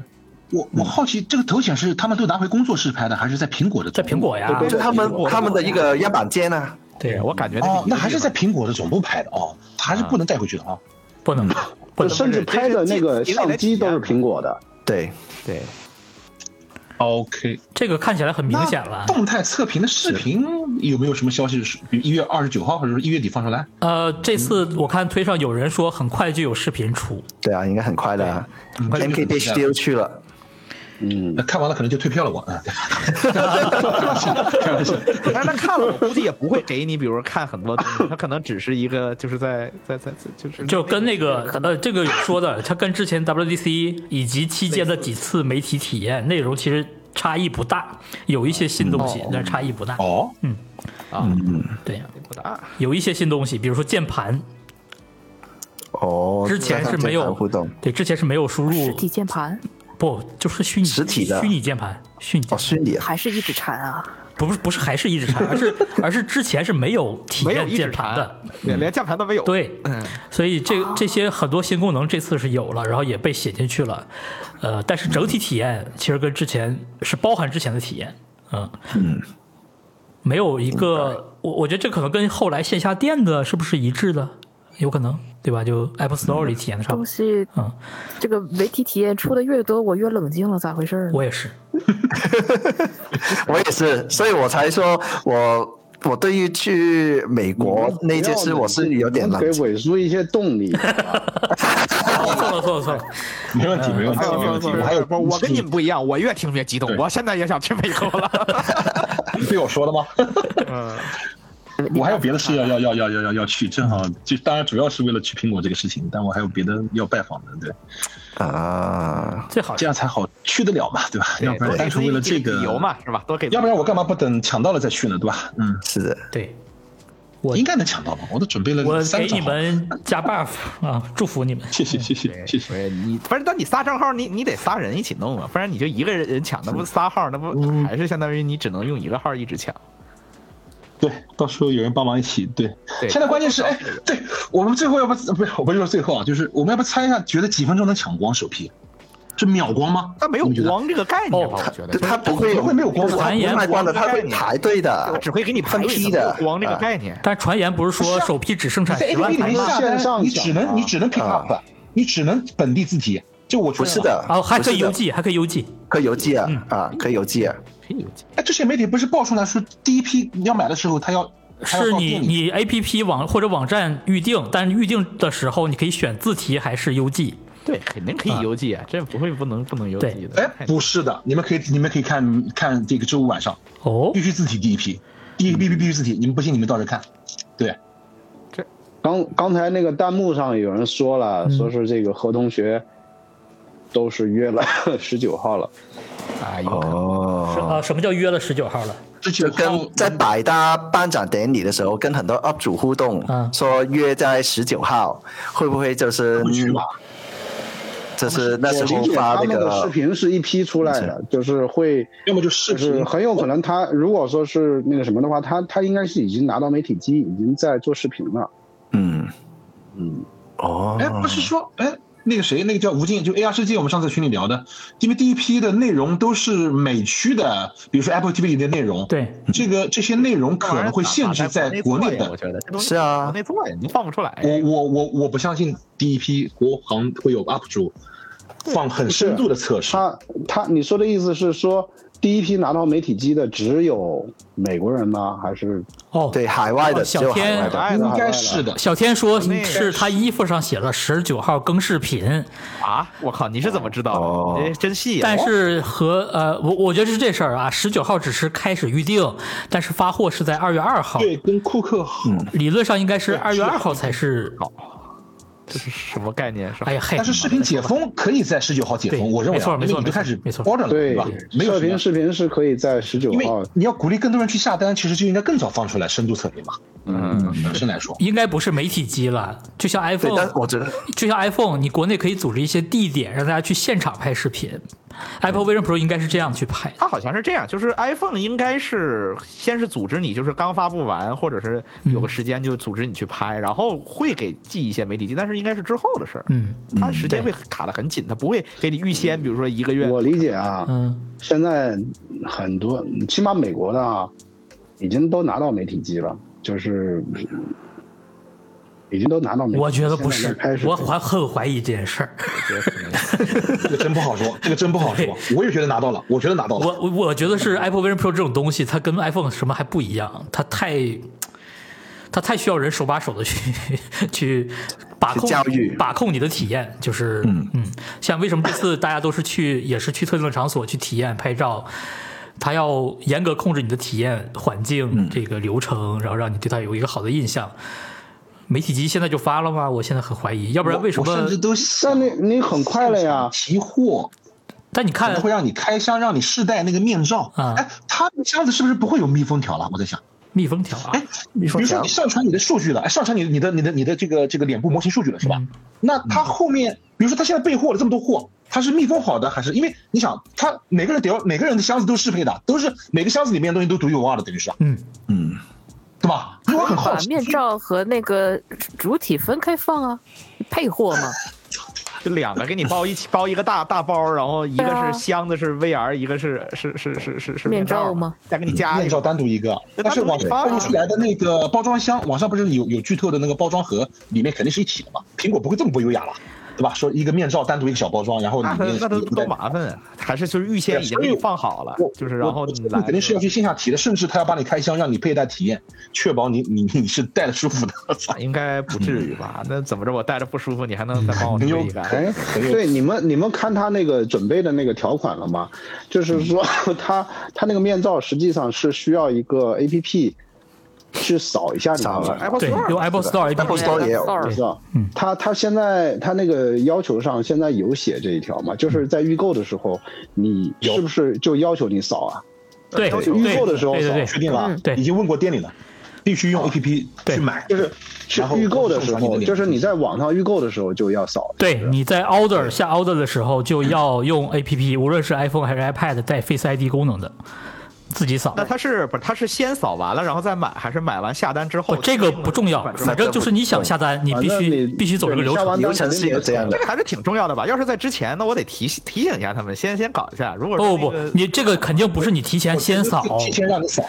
[SPEAKER 9] 我我好奇，这个头显是他们都拿回工作室拍的，还是在苹果的
[SPEAKER 1] 在
[SPEAKER 9] 总部？
[SPEAKER 1] 苹果呀，
[SPEAKER 2] 就他们他们的一个样板间啊，
[SPEAKER 1] 对，
[SPEAKER 3] 我感觉个
[SPEAKER 9] 哦，那
[SPEAKER 3] 地
[SPEAKER 9] 还是
[SPEAKER 3] 方
[SPEAKER 9] 在苹果的总部拍的哦，还是不能带回去的啊。
[SPEAKER 1] 不能不能
[SPEAKER 6] 就甚至拍的那个
[SPEAKER 3] 这是这是
[SPEAKER 6] 相机都是苹果的，
[SPEAKER 2] 对，
[SPEAKER 3] 对，
[SPEAKER 9] OK，
[SPEAKER 1] 这个看起来很明显了
[SPEAKER 9] 那。动态测评的视频有没有什么消息是？比如一月二十九号或者说一月底放出来？
[SPEAKER 1] 呃，这次我看推上有人说很快就有视频出，
[SPEAKER 2] 对啊，应该很快的啊。
[SPEAKER 9] 快就
[SPEAKER 2] MKDH 丢去了，
[SPEAKER 9] 那看完了可能就退票了我。啊，
[SPEAKER 3] 但 *laughs* 是他看了，我估计也不会 *laughs* 给你，比如看很多东西，他可能只是一个就是在在在在就是
[SPEAKER 1] 就跟那个呃，这个有说的，它跟之前 WDC 以及期间的几次媒体体验内容其实差异不大，有一些新东西，但是差异不大。
[SPEAKER 9] 哦，
[SPEAKER 3] 啊，
[SPEAKER 1] 对，
[SPEAKER 3] 不大
[SPEAKER 1] 有一些新东西，比如说键盘，
[SPEAKER 2] 哦，
[SPEAKER 1] 之前是没
[SPEAKER 2] 这
[SPEAKER 1] 有
[SPEAKER 2] 样互动，
[SPEAKER 1] 对，之前是没有输入
[SPEAKER 4] 实体键盘
[SPEAKER 1] 不，就是虚拟
[SPEAKER 2] 实体的
[SPEAKER 1] 虚拟键盘，虚拟键
[SPEAKER 2] 哦，
[SPEAKER 1] 盘
[SPEAKER 2] 虚拟啊，
[SPEAKER 4] 还是一指禅啊？
[SPEAKER 1] 不是不是还是一直缠，而是 *laughs* 而是之前是没有体
[SPEAKER 3] 没有
[SPEAKER 1] 验
[SPEAKER 3] 一指
[SPEAKER 1] 键盘
[SPEAKER 3] 禅
[SPEAKER 1] 的，，
[SPEAKER 3] 连连键盘都没有。
[SPEAKER 1] 对，所以这这些很多新功能这次是有了，然后也被写进去了，呃，但是整体体验其实跟之前是包含之前的体验，嗯，没有一个，我我觉得这可能跟后来线下店的是不是一致的，有可能对吧？就 App Store 里体验的差不
[SPEAKER 4] 东
[SPEAKER 1] 多，
[SPEAKER 4] 西
[SPEAKER 1] 嗯，
[SPEAKER 4] 这个媒体体验出的越多，我越冷静了，咋回事儿呢？
[SPEAKER 1] 我也是，
[SPEAKER 2] 我也是，所以我才说我我对于去美国那件事我是有点
[SPEAKER 6] 能
[SPEAKER 2] 冷
[SPEAKER 6] 给
[SPEAKER 2] 静。
[SPEAKER 6] 伟叔一些
[SPEAKER 2] *laughs*
[SPEAKER 6] 动力。
[SPEAKER 1] 错了错了错了，
[SPEAKER 9] 没问题，没问题，没问题。我还有
[SPEAKER 3] 不是我跟你们不一样，我越听越激动，我现在也想去美国了。
[SPEAKER 9] 对我说的吗？我还有别的事要要要要要要要去，正好就当然主要是为了去苹果这个事情，但我还有别的要拜访的，对，
[SPEAKER 2] 啊，
[SPEAKER 1] 最好
[SPEAKER 9] 这样才好去得了嘛，对吧？要不然单纯为了这个
[SPEAKER 3] 理由，嘛，是吧？多给
[SPEAKER 9] 要不然我干嘛不等抢到了再去呢，对吧？嗯，
[SPEAKER 2] 是的，
[SPEAKER 1] 对。我
[SPEAKER 5] 应该能抢到吧？我都准备了
[SPEAKER 1] 我
[SPEAKER 5] 三
[SPEAKER 1] 给
[SPEAKER 5] 张
[SPEAKER 1] 你
[SPEAKER 5] 号，
[SPEAKER 1] 们加 buff 啊，祝福你们。
[SPEAKER 5] 谢谢谢谢谢谢。
[SPEAKER 3] 对你，不是，但你仨账号你，你得仨人一起弄啊，不然你就一个人人抢，那不仨号，那不还是相当于你只能用一个号一直抢。
[SPEAKER 5] 对，到时候有人帮忙一起对。
[SPEAKER 3] 对
[SPEAKER 5] 现在关键是，哎，对我们最后要不不是，我不是说最后啊，就是我们要不猜一下，觉得几分钟能抢光首批？是秒光吗？
[SPEAKER 3] 但没有
[SPEAKER 5] 你们觉得
[SPEAKER 3] 光这个概念吧？
[SPEAKER 1] 哦
[SPEAKER 3] 我觉得
[SPEAKER 2] 他不会
[SPEAKER 5] 不会没有光
[SPEAKER 2] 他不
[SPEAKER 1] 传言
[SPEAKER 2] 会卖光的，他
[SPEAKER 3] 光
[SPEAKER 2] 会
[SPEAKER 3] 的概念
[SPEAKER 2] 排队
[SPEAKER 3] 他
[SPEAKER 2] 的，
[SPEAKER 3] 只会给你
[SPEAKER 2] 分
[SPEAKER 3] 排
[SPEAKER 2] 批的
[SPEAKER 3] 光这个
[SPEAKER 2] 啊
[SPEAKER 3] 概念。
[SPEAKER 1] 但传言不是说首批只生产
[SPEAKER 5] 在
[SPEAKER 1] 十
[SPEAKER 5] APP
[SPEAKER 1] 万
[SPEAKER 5] 里
[SPEAKER 1] 台
[SPEAKER 5] 面
[SPEAKER 1] 吗？
[SPEAKER 5] 下
[SPEAKER 6] 线
[SPEAKER 5] 哎单，
[SPEAKER 6] 上
[SPEAKER 5] 你只能
[SPEAKER 6] 抢
[SPEAKER 5] 你只能 pick up，、你只能本地自提。就我
[SPEAKER 2] 不
[SPEAKER 5] 不
[SPEAKER 2] 是，的，
[SPEAKER 3] 哦
[SPEAKER 1] 啊，还
[SPEAKER 2] 不
[SPEAKER 1] 可以
[SPEAKER 2] 是
[SPEAKER 1] 邮
[SPEAKER 2] 的，
[SPEAKER 1] 寄，还可以邮寄。
[SPEAKER 2] 可以邮寄啊
[SPEAKER 3] 嗯
[SPEAKER 2] 啊，可以邮寄啊，
[SPEAKER 5] 哎，之前媒体不是爆出来说第一批要买的时候，他要他要
[SPEAKER 1] 是
[SPEAKER 5] 到
[SPEAKER 1] 你
[SPEAKER 5] 店里
[SPEAKER 1] 你 A P P 网或者网站预定，但是预定的时候你可以选自提还是邮寄。
[SPEAKER 3] 对，肯定可以邮寄啊，这不会不能不能邮寄的。
[SPEAKER 5] 哎
[SPEAKER 3] 太，
[SPEAKER 5] 不是的，你们可以你们可以看看这个周五晚上
[SPEAKER 1] 哦
[SPEAKER 5] 必，须自提第一批，第一批必须必须自提，你们不信你们到时候看。对，
[SPEAKER 6] 刚刚才那个弹幕上有人说了，说是这个何同学都是约了 *laughs* 十九号了，
[SPEAKER 3] 啊，有可能
[SPEAKER 1] 是啊，什么叫约了十九号了？
[SPEAKER 5] 这
[SPEAKER 2] 就
[SPEAKER 5] 就
[SPEAKER 2] 哦跟
[SPEAKER 6] 嗯
[SPEAKER 2] 在百搭颁奖典礼的时候，跟很多 UP 主互动，
[SPEAKER 1] 嗯
[SPEAKER 2] 说约在十九号，会不会就是嗯
[SPEAKER 5] 去吧
[SPEAKER 2] 就是那
[SPEAKER 6] 我
[SPEAKER 2] 时
[SPEAKER 6] 理
[SPEAKER 2] 候
[SPEAKER 6] 解
[SPEAKER 2] 发
[SPEAKER 6] 他
[SPEAKER 2] 那
[SPEAKER 6] 们的视
[SPEAKER 2] 个嗯
[SPEAKER 6] 频是一批出来的，就是会。
[SPEAKER 5] 要么就视
[SPEAKER 6] 就是
[SPEAKER 5] 频，
[SPEAKER 6] 很有可能他如果说是那个什么的话，他他应该是已经拿到媒体机，已经在做视频了。
[SPEAKER 2] 嗯
[SPEAKER 6] 嗯，
[SPEAKER 2] 哦，
[SPEAKER 5] 哎，不是说哎。那个谁，那个叫吴静，就 AR 世界，我们上次群里聊的，因为第一批的内容都是美区的，比如说 Apple TV 里的内容，
[SPEAKER 1] 对，
[SPEAKER 5] 这个这些内容可能会限制在国
[SPEAKER 3] 我
[SPEAKER 5] 内的。
[SPEAKER 3] 觉得这东西
[SPEAKER 2] 是啊
[SPEAKER 3] 国内做呀，你放不出来。
[SPEAKER 6] 嗯
[SPEAKER 5] 我我我我不相信第一批国行会有 UP 主放很深度的测试。
[SPEAKER 6] 他他你说的意思是说，第一批拿到媒体机的只有美国人吗？还是
[SPEAKER 1] 哦，
[SPEAKER 2] 对，海外的
[SPEAKER 1] 小
[SPEAKER 2] 只有海
[SPEAKER 1] 天
[SPEAKER 2] 外的，
[SPEAKER 3] 哎
[SPEAKER 5] 应该是的，
[SPEAKER 1] 小天说
[SPEAKER 3] 那个
[SPEAKER 1] 是他衣服上写了十九号更视频，
[SPEAKER 3] 啊！我靠，你是怎么知道的？
[SPEAKER 2] 哦
[SPEAKER 3] 你这真细啊！
[SPEAKER 1] 但是和呃，我我觉得是这事儿啊，十九号只是开始预定，但是发货是在二月二号，
[SPEAKER 5] 对，跟库克好，
[SPEAKER 1] 理论上应该是
[SPEAKER 5] 对
[SPEAKER 1] 二月二号才是。
[SPEAKER 3] 这是什么概念？是吧
[SPEAKER 1] 哎呀嘿，
[SPEAKER 5] 但是视频解封可以在十九号解
[SPEAKER 1] 对
[SPEAKER 5] 封，我认为啊
[SPEAKER 1] 没错没
[SPEAKER 5] 因为
[SPEAKER 1] 错
[SPEAKER 5] 你就开始
[SPEAKER 1] 没错
[SPEAKER 5] order 了，对
[SPEAKER 6] 对
[SPEAKER 5] 吧？没有
[SPEAKER 6] 射
[SPEAKER 5] 什
[SPEAKER 6] 频
[SPEAKER 5] 么，
[SPEAKER 6] 视频是可以在十九
[SPEAKER 5] 因为
[SPEAKER 6] 号？
[SPEAKER 5] 你要鼓励更多人去下单，其实就应该更早放出来深度测评嘛。嗯，本身来说，
[SPEAKER 1] 应该不是媒体机了，就像
[SPEAKER 2] 对，但
[SPEAKER 1] iPhone，
[SPEAKER 2] 我觉得
[SPEAKER 1] 就像 iPhone，你国内可以组织一些地点让大家去现场拍视频，Apple Vision Pro 应该是这样去拍的。
[SPEAKER 3] 它好像是这样，就是 iPhone 应该是先是组织你，就是刚发布完，或者是有个时间就组织你去拍，然后会给寄一些媒体机，但是应该是之后的事儿。
[SPEAKER 1] 嗯
[SPEAKER 3] 它时间会卡得很紧，它不会给你预先，比如说一个月。
[SPEAKER 6] 我理解啊，
[SPEAKER 1] 嗯，
[SPEAKER 6] 现在很多，起码美国的啊，已经都拿到媒体机了，就是已经都拿到媒体机。
[SPEAKER 1] 我觉得不
[SPEAKER 6] 现
[SPEAKER 1] 是
[SPEAKER 6] 在在拍，视频
[SPEAKER 1] 我还很怀疑这件事儿。
[SPEAKER 5] 这个真不好说，这 *laughs* 个真不好说。我也觉得拿到了，我觉得拿到了。
[SPEAKER 1] 我我我觉得是 Apple Vision Pro 这种东西，它跟 iPhone 什么还不一样，它太它太需要人手把手的去去把控
[SPEAKER 2] 去驾驭
[SPEAKER 1] 把控你的体验，就是嗯像为什么这次大家都是去也是去特定的场所去体验拍照。它要严格控制你的体验环境、这个流程，然后让你对它有一个好的印象。媒体机现在就发了吗？我现在很怀疑，要不然为什
[SPEAKER 5] 我
[SPEAKER 1] 么
[SPEAKER 5] 甚？至都
[SPEAKER 6] 但
[SPEAKER 5] 想
[SPEAKER 6] 你你很快了呀，
[SPEAKER 5] 提货，
[SPEAKER 1] 但你
[SPEAKER 5] 可
[SPEAKER 1] 看
[SPEAKER 5] 能会让你开箱，让你试戴那个面罩。
[SPEAKER 1] 啊
[SPEAKER 5] 哎，他那箱子是不是不会有密封条了？我在想，
[SPEAKER 1] 密封条啊
[SPEAKER 5] 哎，，比如说你上传你的数据了，哎，上传你你的你的你的这个这个脸部模型数据了
[SPEAKER 1] 嗯
[SPEAKER 5] 是吧？那他后面，比如说他现在备货了这么多货，他是密封好的还是？因为你想，他每个人得要每个人的箱子都是适配的，都是每个箱子里面的东西都独一无二的，等于是，
[SPEAKER 1] 嗯，
[SPEAKER 2] 嗯，
[SPEAKER 5] 对吧？因为我很好
[SPEAKER 4] 把
[SPEAKER 5] 奇，
[SPEAKER 4] 面罩和那个主体分开放啊，配货嘛。
[SPEAKER 3] 就两个给你包一起包一个大大包，然后一个
[SPEAKER 4] 对啊
[SPEAKER 3] 是箱子是 VR，一个是是是是是是
[SPEAKER 4] 面罩
[SPEAKER 3] 罩
[SPEAKER 4] 吗？
[SPEAKER 3] 再给你加
[SPEAKER 5] 面
[SPEAKER 3] 一个
[SPEAKER 5] 罩单独一个，
[SPEAKER 3] 那
[SPEAKER 5] 但是
[SPEAKER 3] 单独
[SPEAKER 5] 网
[SPEAKER 3] 一个
[SPEAKER 5] 上发
[SPEAKER 3] 啊
[SPEAKER 5] 出来的那个包装箱，网上不是有有剧透的那个包装盒，里面肯定是一体的嘛？苹果不会这么不优雅了，对吧？说一个面罩单独一个小包装，然后里
[SPEAKER 3] 那
[SPEAKER 5] 面
[SPEAKER 3] 他那他
[SPEAKER 5] 你不
[SPEAKER 3] 多
[SPEAKER 5] 带
[SPEAKER 3] 麻烦啊！还是就是预先已经给你放好了
[SPEAKER 5] 我，
[SPEAKER 3] 就是然后
[SPEAKER 5] 我
[SPEAKER 3] 你
[SPEAKER 5] 我
[SPEAKER 3] 来
[SPEAKER 5] 肯定是要去线下提的，甚至他要帮你开箱，让你佩戴体验，确保你你你是戴的舒服的。哎
[SPEAKER 3] 应该不至于吧？那怎么着我戴着不舒服，你还能再帮我推一个？
[SPEAKER 6] 哎，对，你们你们看他那个准备的那个条款了吗？就是说 *laughs* 他他那个面罩实际上是需要一个 A P P 去扫一下你的
[SPEAKER 2] 扫
[SPEAKER 6] 面
[SPEAKER 2] 了
[SPEAKER 6] 罩。
[SPEAKER 3] Apple
[SPEAKER 1] 对
[SPEAKER 3] Store，
[SPEAKER 1] 用 Apple Store
[SPEAKER 2] 嗯 Apple
[SPEAKER 1] APP
[SPEAKER 4] 对
[SPEAKER 2] Store 也有
[SPEAKER 4] Store
[SPEAKER 6] 知道，他他现在他那个要求上现在有写这一条嘛？就是在预购的时候，你是不是就要求你扫啊？
[SPEAKER 1] 对
[SPEAKER 6] 就预购的时候
[SPEAKER 1] 对对
[SPEAKER 6] 扫，
[SPEAKER 1] 对
[SPEAKER 5] 确定了啊，
[SPEAKER 1] 对
[SPEAKER 5] 已经问过店里了。必须用 APP
[SPEAKER 1] 对
[SPEAKER 5] 去买，
[SPEAKER 6] 就是去
[SPEAKER 5] 然后
[SPEAKER 6] 预购的时
[SPEAKER 5] 送上你
[SPEAKER 6] 候，
[SPEAKER 5] 的
[SPEAKER 6] 就是你
[SPEAKER 5] 脸
[SPEAKER 6] 在网上预购的时候就要扫。
[SPEAKER 1] 对，你在 order 下 order 的时候就要用 APP，无论是 iPhone 还是 iPad 带 Face ID 功能的，自己扫哦
[SPEAKER 3] 那。他是不是他是先扫完了然后再买，还是买完下单之
[SPEAKER 1] 不
[SPEAKER 3] 后？，
[SPEAKER 1] 这个不重要，反正就是你想下单，你
[SPEAKER 6] 反
[SPEAKER 1] 必
[SPEAKER 6] 正
[SPEAKER 1] 须
[SPEAKER 6] 你
[SPEAKER 1] 必须走这个流
[SPEAKER 6] 对你下
[SPEAKER 1] 程
[SPEAKER 6] 完。
[SPEAKER 2] 流程是有这样的
[SPEAKER 3] 这。个还是挺重要的吧？要是在之前，那我得提提醒一下他们，先先搞一下。如果
[SPEAKER 1] 不
[SPEAKER 3] 说
[SPEAKER 1] 不
[SPEAKER 3] 那
[SPEAKER 1] 不
[SPEAKER 3] 个，
[SPEAKER 1] 你这个肯定不是你提前先扫，
[SPEAKER 5] 提前让你扫，
[SPEAKER 3] 哦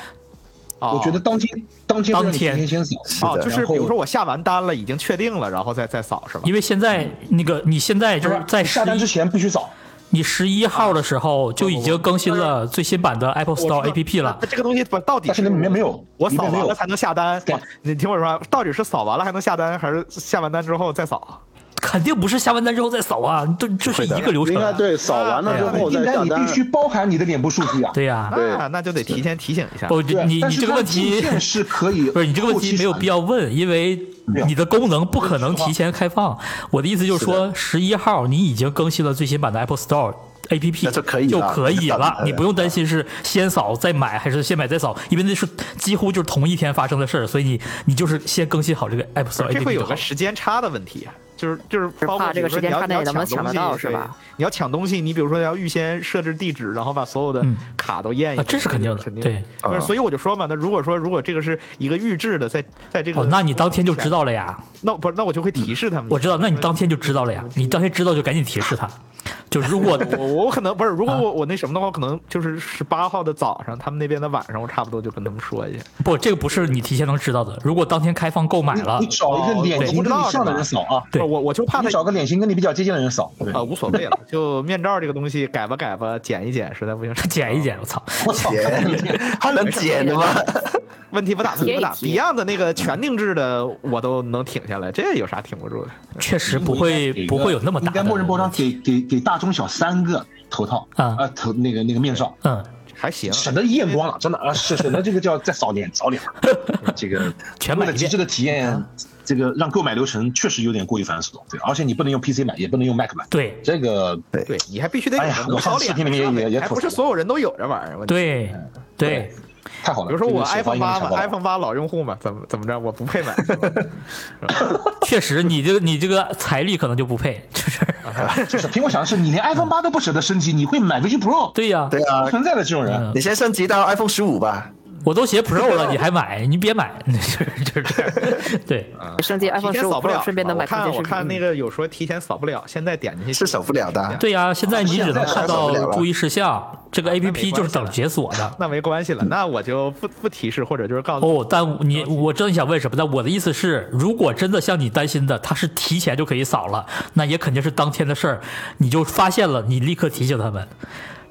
[SPEAKER 5] 我觉得当天当天会让你提
[SPEAKER 1] 当天
[SPEAKER 5] 前先扫，啊
[SPEAKER 3] 哦，
[SPEAKER 5] 的
[SPEAKER 3] 就是
[SPEAKER 5] 然后
[SPEAKER 3] 比如说我下完单了，已经确定了，然后再再扫是吧？
[SPEAKER 1] 因为现在那个你现在就是在
[SPEAKER 5] 你
[SPEAKER 1] 十
[SPEAKER 5] 下单之前必须扫。
[SPEAKER 1] 你十一号的时候就已经更新了最新版的 Apple
[SPEAKER 3] 我知道
[SPEAKER 1] Store APP 了。
[SPEAKER 3] 那这个东西不到底
[SPEAKER 5] 但是那里面没有，
[SPEAKER 3] 我
[SPEAKER 5] 里
[SPEAKER 3] 扫
[SPEAKER 5] 面没
[SPEAKER 3] 完了
[SPEAKER 5] 有，
[SPEAKER 3] 才能下单。
[SPEAKER 5] 对
[SPEAKER 3] 哇你听我说，到底是扫完了还能下单，还是下完单之后再扫？
[SPEAKER 1] 肯定不是下完单之后再扫啊，都就是一个流程
[SPEAKER 6] 应
[SPEAKER 1] 啊、
[SPEAKER 6] 该对，扫完了之后
[SPEAKER 5] 订
[SPEAKER 6] 再
[SPEAKER 5] 单
[SPEAKER 6] 下
[SPEAKER 5] 你
[SPEAKER 6] 单
[SPEAKER 5] 必。须包含你的脸部数据啊。
[SPEAKER 1] 对呀、
[SPEAKER 6] 对
[SPEAKER 3] 那那就得提前提醒一下。
[SPEAKER 1] 不，
[SPEAKER 5] 对，
[SPEAKER 1] 你
[SPEAKER 5] 但
[SPEAKER 1] 你
[SPEAKER 5] 是
[SPEAKER 1] 这个
[SPEAKER 5] 它
[SPEAKER 1] 问题
[SPEAKER 5] 进店是可以，
[SPEAKER 1] 不是你这个问题没有必。要问，因为你的功能不可能提前开放。我的意思就是说，十一号你已经更新了最新版的 Apple Store。A P P
[SPEAKER 2] 那就可以了
[SPEAKER 1] 就可以
[SPEAKER 2] 那当
[SPEAKER 1] 了
[SPEAKER 2] 然，
[SPEAKER 1] 你不用担心是先扫再买还是先买再扫，因为那是几乎就是同一天发生的事儿，所以你你就是先更新好这个 App Store A P
[SPEAKER 3] 这会
[SPEAKER 1] P 就
[SPEAKER 3] 有
[SPEAKER 1] 好了哦
[SPEAKER 3] 个。时间差的问题，啊就是就是包括
[SPEAKER 4] 怕这个
[SPEAKER 3] 比如说
[SPEAKER 4] 时间
[SPEAKER 3] 你要
[SPEAKER 4] 差
[SPEAKER 3] 你
[SPEAKER 4] 内
[SPEAKER 3] 要
[SPEAKER 4] 能不能
[SPEAKER 3] 抢东
[SPEAKER 4] 抢得
[SPEAKER 3] 西
[SPEAKER 4] 到是吧？
[SPEAKER 3] 对你要抢东西，你比如说要预先设置地址，然后把所有的
[SPEAKER 1] 嗯
[SPEAKER 3] 卡都验一
[SPEAKER 1] 啊
[SPEAKER 3] 遍，
[SPEAKER 1] 这是肯定的
[SPEAKER 3] 肯定
[SPEAKER 1] 对
[SPEAKER 4] 啊
[SPEAKER 3] 不是，所以我就说嘛，那如果说如果这个是一个预制的，啊在在这个
[SPEAKER 1] 哦，那你当天就知，道了呀？
[SPEAKER 3] 那不是那我就会提示他们。
[SPEAKER 1] 我知道，那你当天就知道了
[SPEAKER 3] 嗯
[SPEAKER 1] 呀？你当天知道就赶紧提示他，就如
[SPEAKER 3] *laughs*
[SPEAKER 1] 果
[SPEAKER 3] 我我可能不是，如
[SPEAKER 1] 啊
[SPEAKER 3] 果我我那什么的话，我可能就是十八号的早上，他们那边的晚上，我差不多就跟他们说一下。
[SPEAKER 1] 不，这个不是你提前能知道的。如果当天开放购买了哦
[SPEAKER 5] 你，找一个脸型跟你像的人扫啊，
[SPEAKER 1] 对哦
[SPEAKER 3] 我我就怕
[SPEAKER 5] 你
[SPEAKER 3] 他
[SPEAKER 5] 找个脸型跟你比较接近的人扫。
[SPEAKER 3] 啊，无所谓了，就面罩这个东西改吧改吧，剪一剪，实在不行
[SPEAKER 1] 剪一。剪，我操！
[SPEAKER 5] 我操， *laughs*
[SPEAKER 2] 还能剪
[SPEAKER 3] *laughs*
[SPEAKER 2] 的吗？
[SPEAKER 3] 问题不大，问题不大。
[SPEAKER 4] 贴一贴
[SPEAKER 3] Beyond 的那个全定制的我都能挺下来，这有啥挺不住的？
[SPEAKER 1] 确实不会
[SPEAKER 5] 你应该给一个
[SPEAKER 1] 不会有那么大
[SPEAKER 5] 应该
[SPEAKER 1] 的。
[SPEAKER 5] 默认包装给给给大中小三个头套
[SPEAKER 1] 啊
[SPEAKER 5] 啊头那个那个面罩，
[SPEAKER 1] 嗯，
[SPEAKER 3] 还行。
[SPEAKER 5] 省得验光了，真的啊是省得这个叫再扫脸
[SPEAKER 1] *laughs*
[SPEAKER 5] 扫脸了。这个
[SPEAKER 1] 全
[SPEAKER 5] 为
[SPEAKER 1] 买
[SPEAKER 5] 了
[SPEAKER 1] 一
[SPEAKER 5] 极
[SPEAKER 1] 遍啊
[SPEAKER 5] 致。的体验，这个让购买流程确实有点过于繁琐，对，而且你不能用 PC 买，也不能用 Mac 买，
[SPEAKER 1] 对
[SPEAKER 5] 这个
[SPEAKER 3] 对你还必须得
[SPEAKER 5] 哎呀
[SPEAKER 3] 有扫脸
[SPEAKER 5] 我看视频里面也
[SPEAKER 3] 上面
[SPEAKER 5] 也也
[SPEAKER 3] 还
[SPEAKER 5] 吐
[SPEAKER 3] 不
[SPEAKER 5] 槽
[SPEAKER 3] 是所有人都有这玩意儿。问题，
[SPEAKER 1] 对对，
[SPEAKER 5] 太好了。
[SPEAKER 3] 比如说我
[SPEAKER 5] 这个
[SPEAKER 3] iPhone 八
[SPEAKER 5] 想
[SPEAKER 3] 嘛
[SPEAKER 5] 法
[SPEAKER 3] ，iPhone 八老用户嘛，怎么怎么着，我不配买。是吧
[SPEAKER 1] 确实你这个你这个财力可能就不配，就是
[SPEAKER 5] 就是苹果想的是，你连
[SPEAKER 3] 嗯
[SPEAKER 5] iPhone 八都不舍得升级，你会买 Vision Pro？
[SPEAKER 1] 对呀，
[SPEAKER 2] 对啊
[SPEAKER 5] 不，存在的这种人，
[SPEAKER 3] 嗯
[SPEAKER 2] 你先升级到 iPhone 十五吧。
[SPEAKER 1] 我都写 Pro 了，你还买？你别买， *laughs* 就是就是这样。对，
[SPEAKER 4] 升级 iPhone
[SPEAKER 3] 啊提
[SPEAKER 4] 十
[SPEAKER 3] 前
[SPEAKER 4] 五
[SPEAKER 3] 扫不了
[SPEAKER 4] Pro，顺便能买
[SPEAKER 3] 我看
[SPEAKER 4] 空
[SPEAKER 3] 我
[SPEAKER 4] 间
[SPEAKER 3] 看那个有说提前扫不了，现在点进去
[SPEAKER 2] 是扫不了的啊
[SPEAKER 1] 对呀，现在你只能看到
[SPEAKER 2] 现在扫不了了
[SPEAKER 1] 注意事项，这个
[SPEAKER 3] 那没
[SPEAKER 1] A P
[SPEAKER 3] 关
[SPEAKER 1] P
[SPEAKER 3] 系了
[SPEAKER 1] 就是等解锁的。
[SPEAKER 3] 那没关
[SPEAKER 5] 嗯
[SPEAKER 3] 系了，那我就不不提示，或者就是告诉你
[SPEAKER 1] 哦，但你我真想问什么？但我的意思是，如果真的像你担心的，它是提前就可以扫了，那也肯定是当天的事儿，你就发现了，你立刻提醒他们，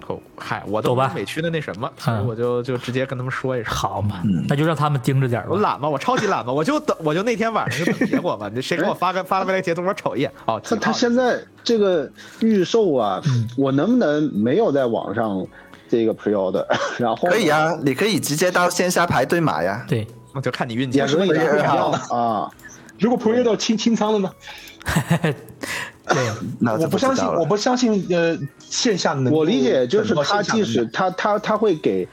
[SPEAKER 3] 哦嗨，我都
[SPEAKER 1] 懂吧
[SPEAKER 3] 没委屈的那什么，
[SPEAKER 5] 嗯
[SPEAKER 3] 所以我就就直接跟他们说一声。
[SPEAKER 1] 好嘛，那就让他们盯着点儿
[SPEAKER 3] 我
[SPEAKER 1] 吧。
[SPEAKER 3] 懒嘛，我超级懒嘛，我就等，我就那天晚上就等结果嘛。你谁给我发个发个截图，我瞅一眼。哦，
[SPEAKER 6] 他他
[SPEAKER 3] 挺好
[SPEAKER 6] 现在这个预售啊，
[SPEAKER 1] 嗯
[SPEAKER 6] 我能不能没有在网上这个 pre order？然 *laughs* 后
[SPEAKER 2] 可以，啊，你可以直接到线下排队买啊呀、
[SPEAKER 1] 对，
[SPEAKER 3] 的就看你运气
[SPEAKER 6] 也。可以
[SPEAKER 5] 也是一
[SPEAKER 6] 啊
[SPEAKER 5] 样的
[SPEAKER 6] 啊，
[SPEAKER 5] 如果 Pro 到清清仓了呢？
[SPEAKER 2] 那
[SPEAKER 5] 我
[SPEAKER 2] 就
[SPEAKER 5] 不
[SPEAKER 2] 知
[SPEAKER 5] 相信，
[SPEAKER 2] 道了
[SPEAKER 5] 我不相信，呃，线下能够
[SPEAKER 6] 我理解就是
[SPEAKER 5] 等到
[SPEAKER 6] 他
[SPEAKER 5] 线下
[SPEAKER 6] 即
[SPEAKER 5] 能
[SPEAKER 6] 使
[SPEAKER 5] 买
[SPEAKER 6] 他他他会给，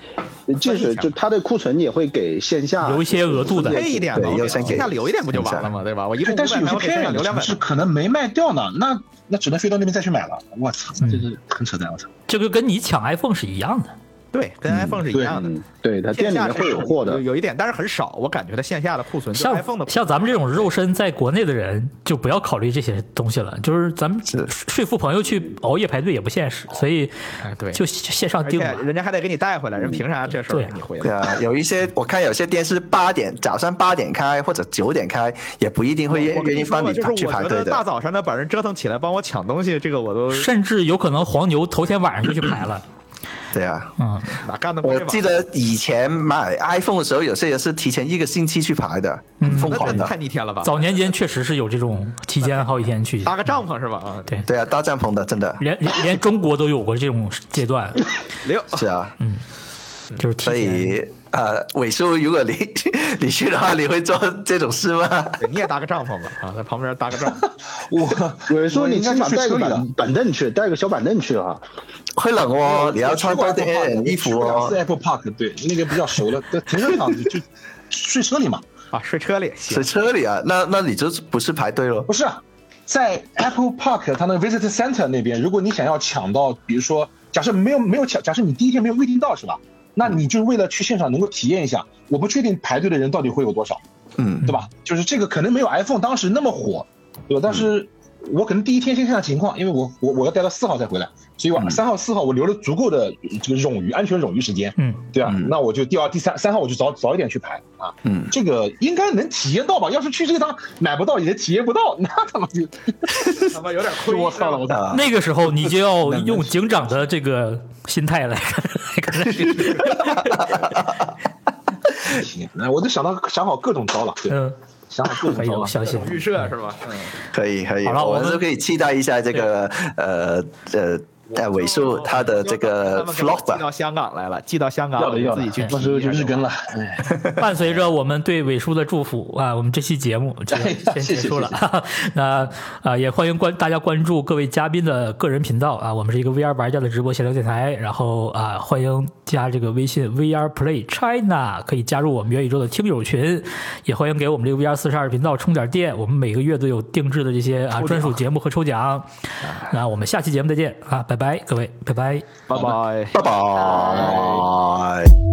[SPEAKER 6] 即使就他的库存也会给线下
[SPEAKER 1] 留一些额度的
[SPEAKER 3] 配一点嘛，
[SPEAKER 2] 对
[SPEAKER 3] 我给
[SPEAKER 2] 要先给
[SPEAKER 3] 线下留一点不就完了嘛，对吧？我一共
[SPEAKER 5] 对，但是
[SPEAKER 3] 500
[SPEAKER 5] 有些
[SPEAKER 3] 我给线
[SPEAKER 5] 偏
[SPEAKER 3] 下
[SPEAKER 5] 远
[SPEAKER 3] 留
[SPEAKER 5] 的
[SPEAKER 3] 两
[SPEAKER 5] 城
[SPEAKER 3] 百
[SPEAKER 5] 市。可能没卖掉呢，那那只能飞到那边再去买了。我操，
[SPEAKER 3] 嗯
[SPEAKER 5] 这个很扯淡！我操，
[SPEAKER 1] 这个跟你抢 iPhone 是一样的。
[SPEAKER 3] 对，跟 iPhone 是一样的。
[SPEAKER 6] 嗯，对他店里面会有货的
[SPEAKER 3] 有，有一点，但是很少。我感觉它线下的库存，就
[SPEAKER 1] 像
[SPEAKER 3] iPhone 的库存
[SPEAKER 1] 像咱们这种肉身在国内的人，就不要考虑这些东西了。就是咱们说说服朋友去熬夜排队也不现实，所以
[SPEAKER 3] 哎对
[SPEAKER 1] 就线上
[SPEAKER 3] 而
[SPEAKER 1] 订
[SPEAKER 3] 且
[SPEAKER 1] 吧。
[SPEAKER 3] 人家还得给你带回来，人凭啥这事儿
[SPEAKER 1] 对
[SPEAKER 3] 给你回
[SPEAKER 2] 对
[SPEAKER 3] 来？
[SPEAKER 2] 啊，有一些我看有些店是八点早上八点开或者九点开，也不一定会愿
[SPEAKER 3] 我跟
[SPEAKER 2] 愿
[SPEAKER 3] 你
[SPEAKER 2] 意
[SPEAKER 3] 说
[SPEAKER 2] 帮
[SPEAKER 3] 吧
[SPEAKER 2] 你
[SPEAKER 3] 就是我
[SPEAKER 2] 去排
[SPEAKER 3] 觉
[SPEAKER 2] 队
[SPEAKER 3] 得大
[SPEAKER 2] 的。
[SPEAKER 3] 早上的把人折腾起来帮我抢东西，这个我都
[SPEAKER 1] 甚至有可能黄牛头天晚上就去排
[SPEAKER 3] *laughs*
[SPEAKER 1] 了，
[SPEAKER 2] 对啊，
[SPEAKER 1] 嗯，
[SPEAKER 3] 哪干的？
[SPEAKER 2] 我记得以前买 iPhone 的时候，有些人是提前一个星期去排的，很疯
[SPEAKER 3] 那
[SPEAKER 2] 狂
[SPEAKER 3] 嗯那太
[SPEAKER 2] 的。
[SPEAKER 3] 逆天了吧？
[SPEAKER 1] 早年间确实是有这种提前好几天去，
[SPEAKER 3] 搭个帐篷是吧？啊，
[SPEAKER 1] 对
[SPEAKER 2] 对啊，搭帐篷的，真的
[SPEAKER 1] 连连连中国都有过这种阶
[SPEAKER 3] *laughs*
[SPEAKER 1] 段，
[SPEAKER 3] 六
[SPEAKER 2] 是啊。
[SPEAKER 1] 哦就是提
[SPEAKER 2] 所
[SPEAKER 1] 前。
[SPEAKER 2] 以呃，伟叔，如果你 *laughs* 你去的话，你会做这种事吗？
[SPEAKER 3] 对你也搭个帐篷吧，啊，在旁边搭个帐篷。
[SPEAKER 5] 我
[SPEAKER 6] 有人说你
[SPEAKER 5] 应该
[SPEAKER 6] 起码
[SPEAKER 5] 去
[SPEAKER 6] 带
[SPEAKER 5] 车
[SPEAKER 6] 个
[SPEAKER 5] 里的
[SPEAKER 6] 板。板凳去，带个小板凳去啊。
[SPEAKER 2] 会冷哦，你要
[SPEAKER 5] 我
[SPEAKER 2] 穿
[SPEAKER 5] 去过
[SPEAKER 2] 多
[SPEAKER 5] Apple
[SPEAKER 2] 点
[SPEAKER 5] Park，
[SPEAKER 2] 衣服
[SPEAKER 5] 我去过两
[SPEAKER 2] 哦
[SPEAKER 5] 次。Apple Park 对那个比较熟了，在停车场就睡车里嘛。
[SPEAKER 3] 啊，睡车里行
[SPEAKER 2] 在。车里啊，那那你这不是排队了
[SPEAKER 5] 不？是啊，在 Apple Park 它那个 Visitor Center 那边，如果你想要抢到，比如说，假设没有没有抢，假设你第一天没有预定到是吧？那你就为了去现场能够体验一下，我不确定排队的人到底会有多少，
[SPEAKER 2] 嗯，
[SPEAKER 5] 对吧？就是这个可能没有 iPhone 当时那么火，对吧？但是我可能第一天先看看情况，因为我我我要待到四号才回来，所以我三号四号我留了足够的这个冗余安全冗余时间，
[SPEAKER 1] 嗯，
[SPEAKER 5] 对啊，
[SPEAKER 2] 嗯
[SPEAKER 5] 那我就第二、第三三号我就早早一点去排啊，
[SPEAKER 2] 嗯，
[SPEAKER 5] 这个应该能体验到吧？要是去这个趟买不到也体验不到，那他妈
[SPEAKER 3] *laughs*
[SPEAKER 5] 就他妈有点亏。我操了，我操！
[SPEAKER 2] 啊，
[SPEAKER 1] 那个时候你就要用警长的这个心态来来看待这个事。
[SPEAKER 5] 那我都想到想好各种招了，
[SPEAKER 3] *laughs*
[SPEAKER 5] 对，
[SPEAKER 1] 嗯，
[SPEAKER 5] 想好各
[SPEAKER 1] 哎
[SPEAKER 5] 种招
[SPEAKER 1] 呦，
[SPEAKER 5] 了。
[SPEAKER 1] 小心。
[SPEAKER 3] 啊预设是吧？嗯
[SPEAKER 2] 可以可以，
[SPEAKER 1] 好了我
[SPEAKER 2] 我
[SPEAKER 1] 们
[SPEAKER 2] 们就可以期待一下这个呃呃呃尾数它的这个
[SPEAKER 3] 他们
[SPEAKER 2] vlog
[SPEAKER 3] 给我寄
[SPEAKER 2] 吧。
[SPEAKER 3] 到香港来了，寄到香港，
[SPEAKER 5] 要的要
[SPEAKER 3] 我
[SPEAKER 5] 的
[SPEAKER 3] 自己去，啊
[SPEAKER 5] 到时候就日更了。哎， *laughs*
[SPEAKER 1] 伴随着我们对伟叔的祝福啊，我们这期节目就
[SPEAKER 5] 哎呀
[SPEAKER 1] 先结
[SPEAKER 5] 谢谢
[SPEAKER 1] 束了
[SPEAKER 5] 谢。
[SPEAKER 1] *laughs* 那啊、也欢迎关大家关注各位嘉宾的个人频道啊，我们是一个 VR 玩家的直播闲聊电台，然后啊、欢迎加这个微信 VR Play China，可以加入我们元宇宙的听友群，也欢迎给我们这个 VR 四十二频道充点电，我们每个月都有定制的这些啊专属节目和抽
[SPEAKER 5] 啊
[SPEAKER 1] 奖。那我们下期节目再见啊，拜拜，各位，拜拜。
[SPEAKER 3] 拜拜。
[SPEAKER 2] 拜拜。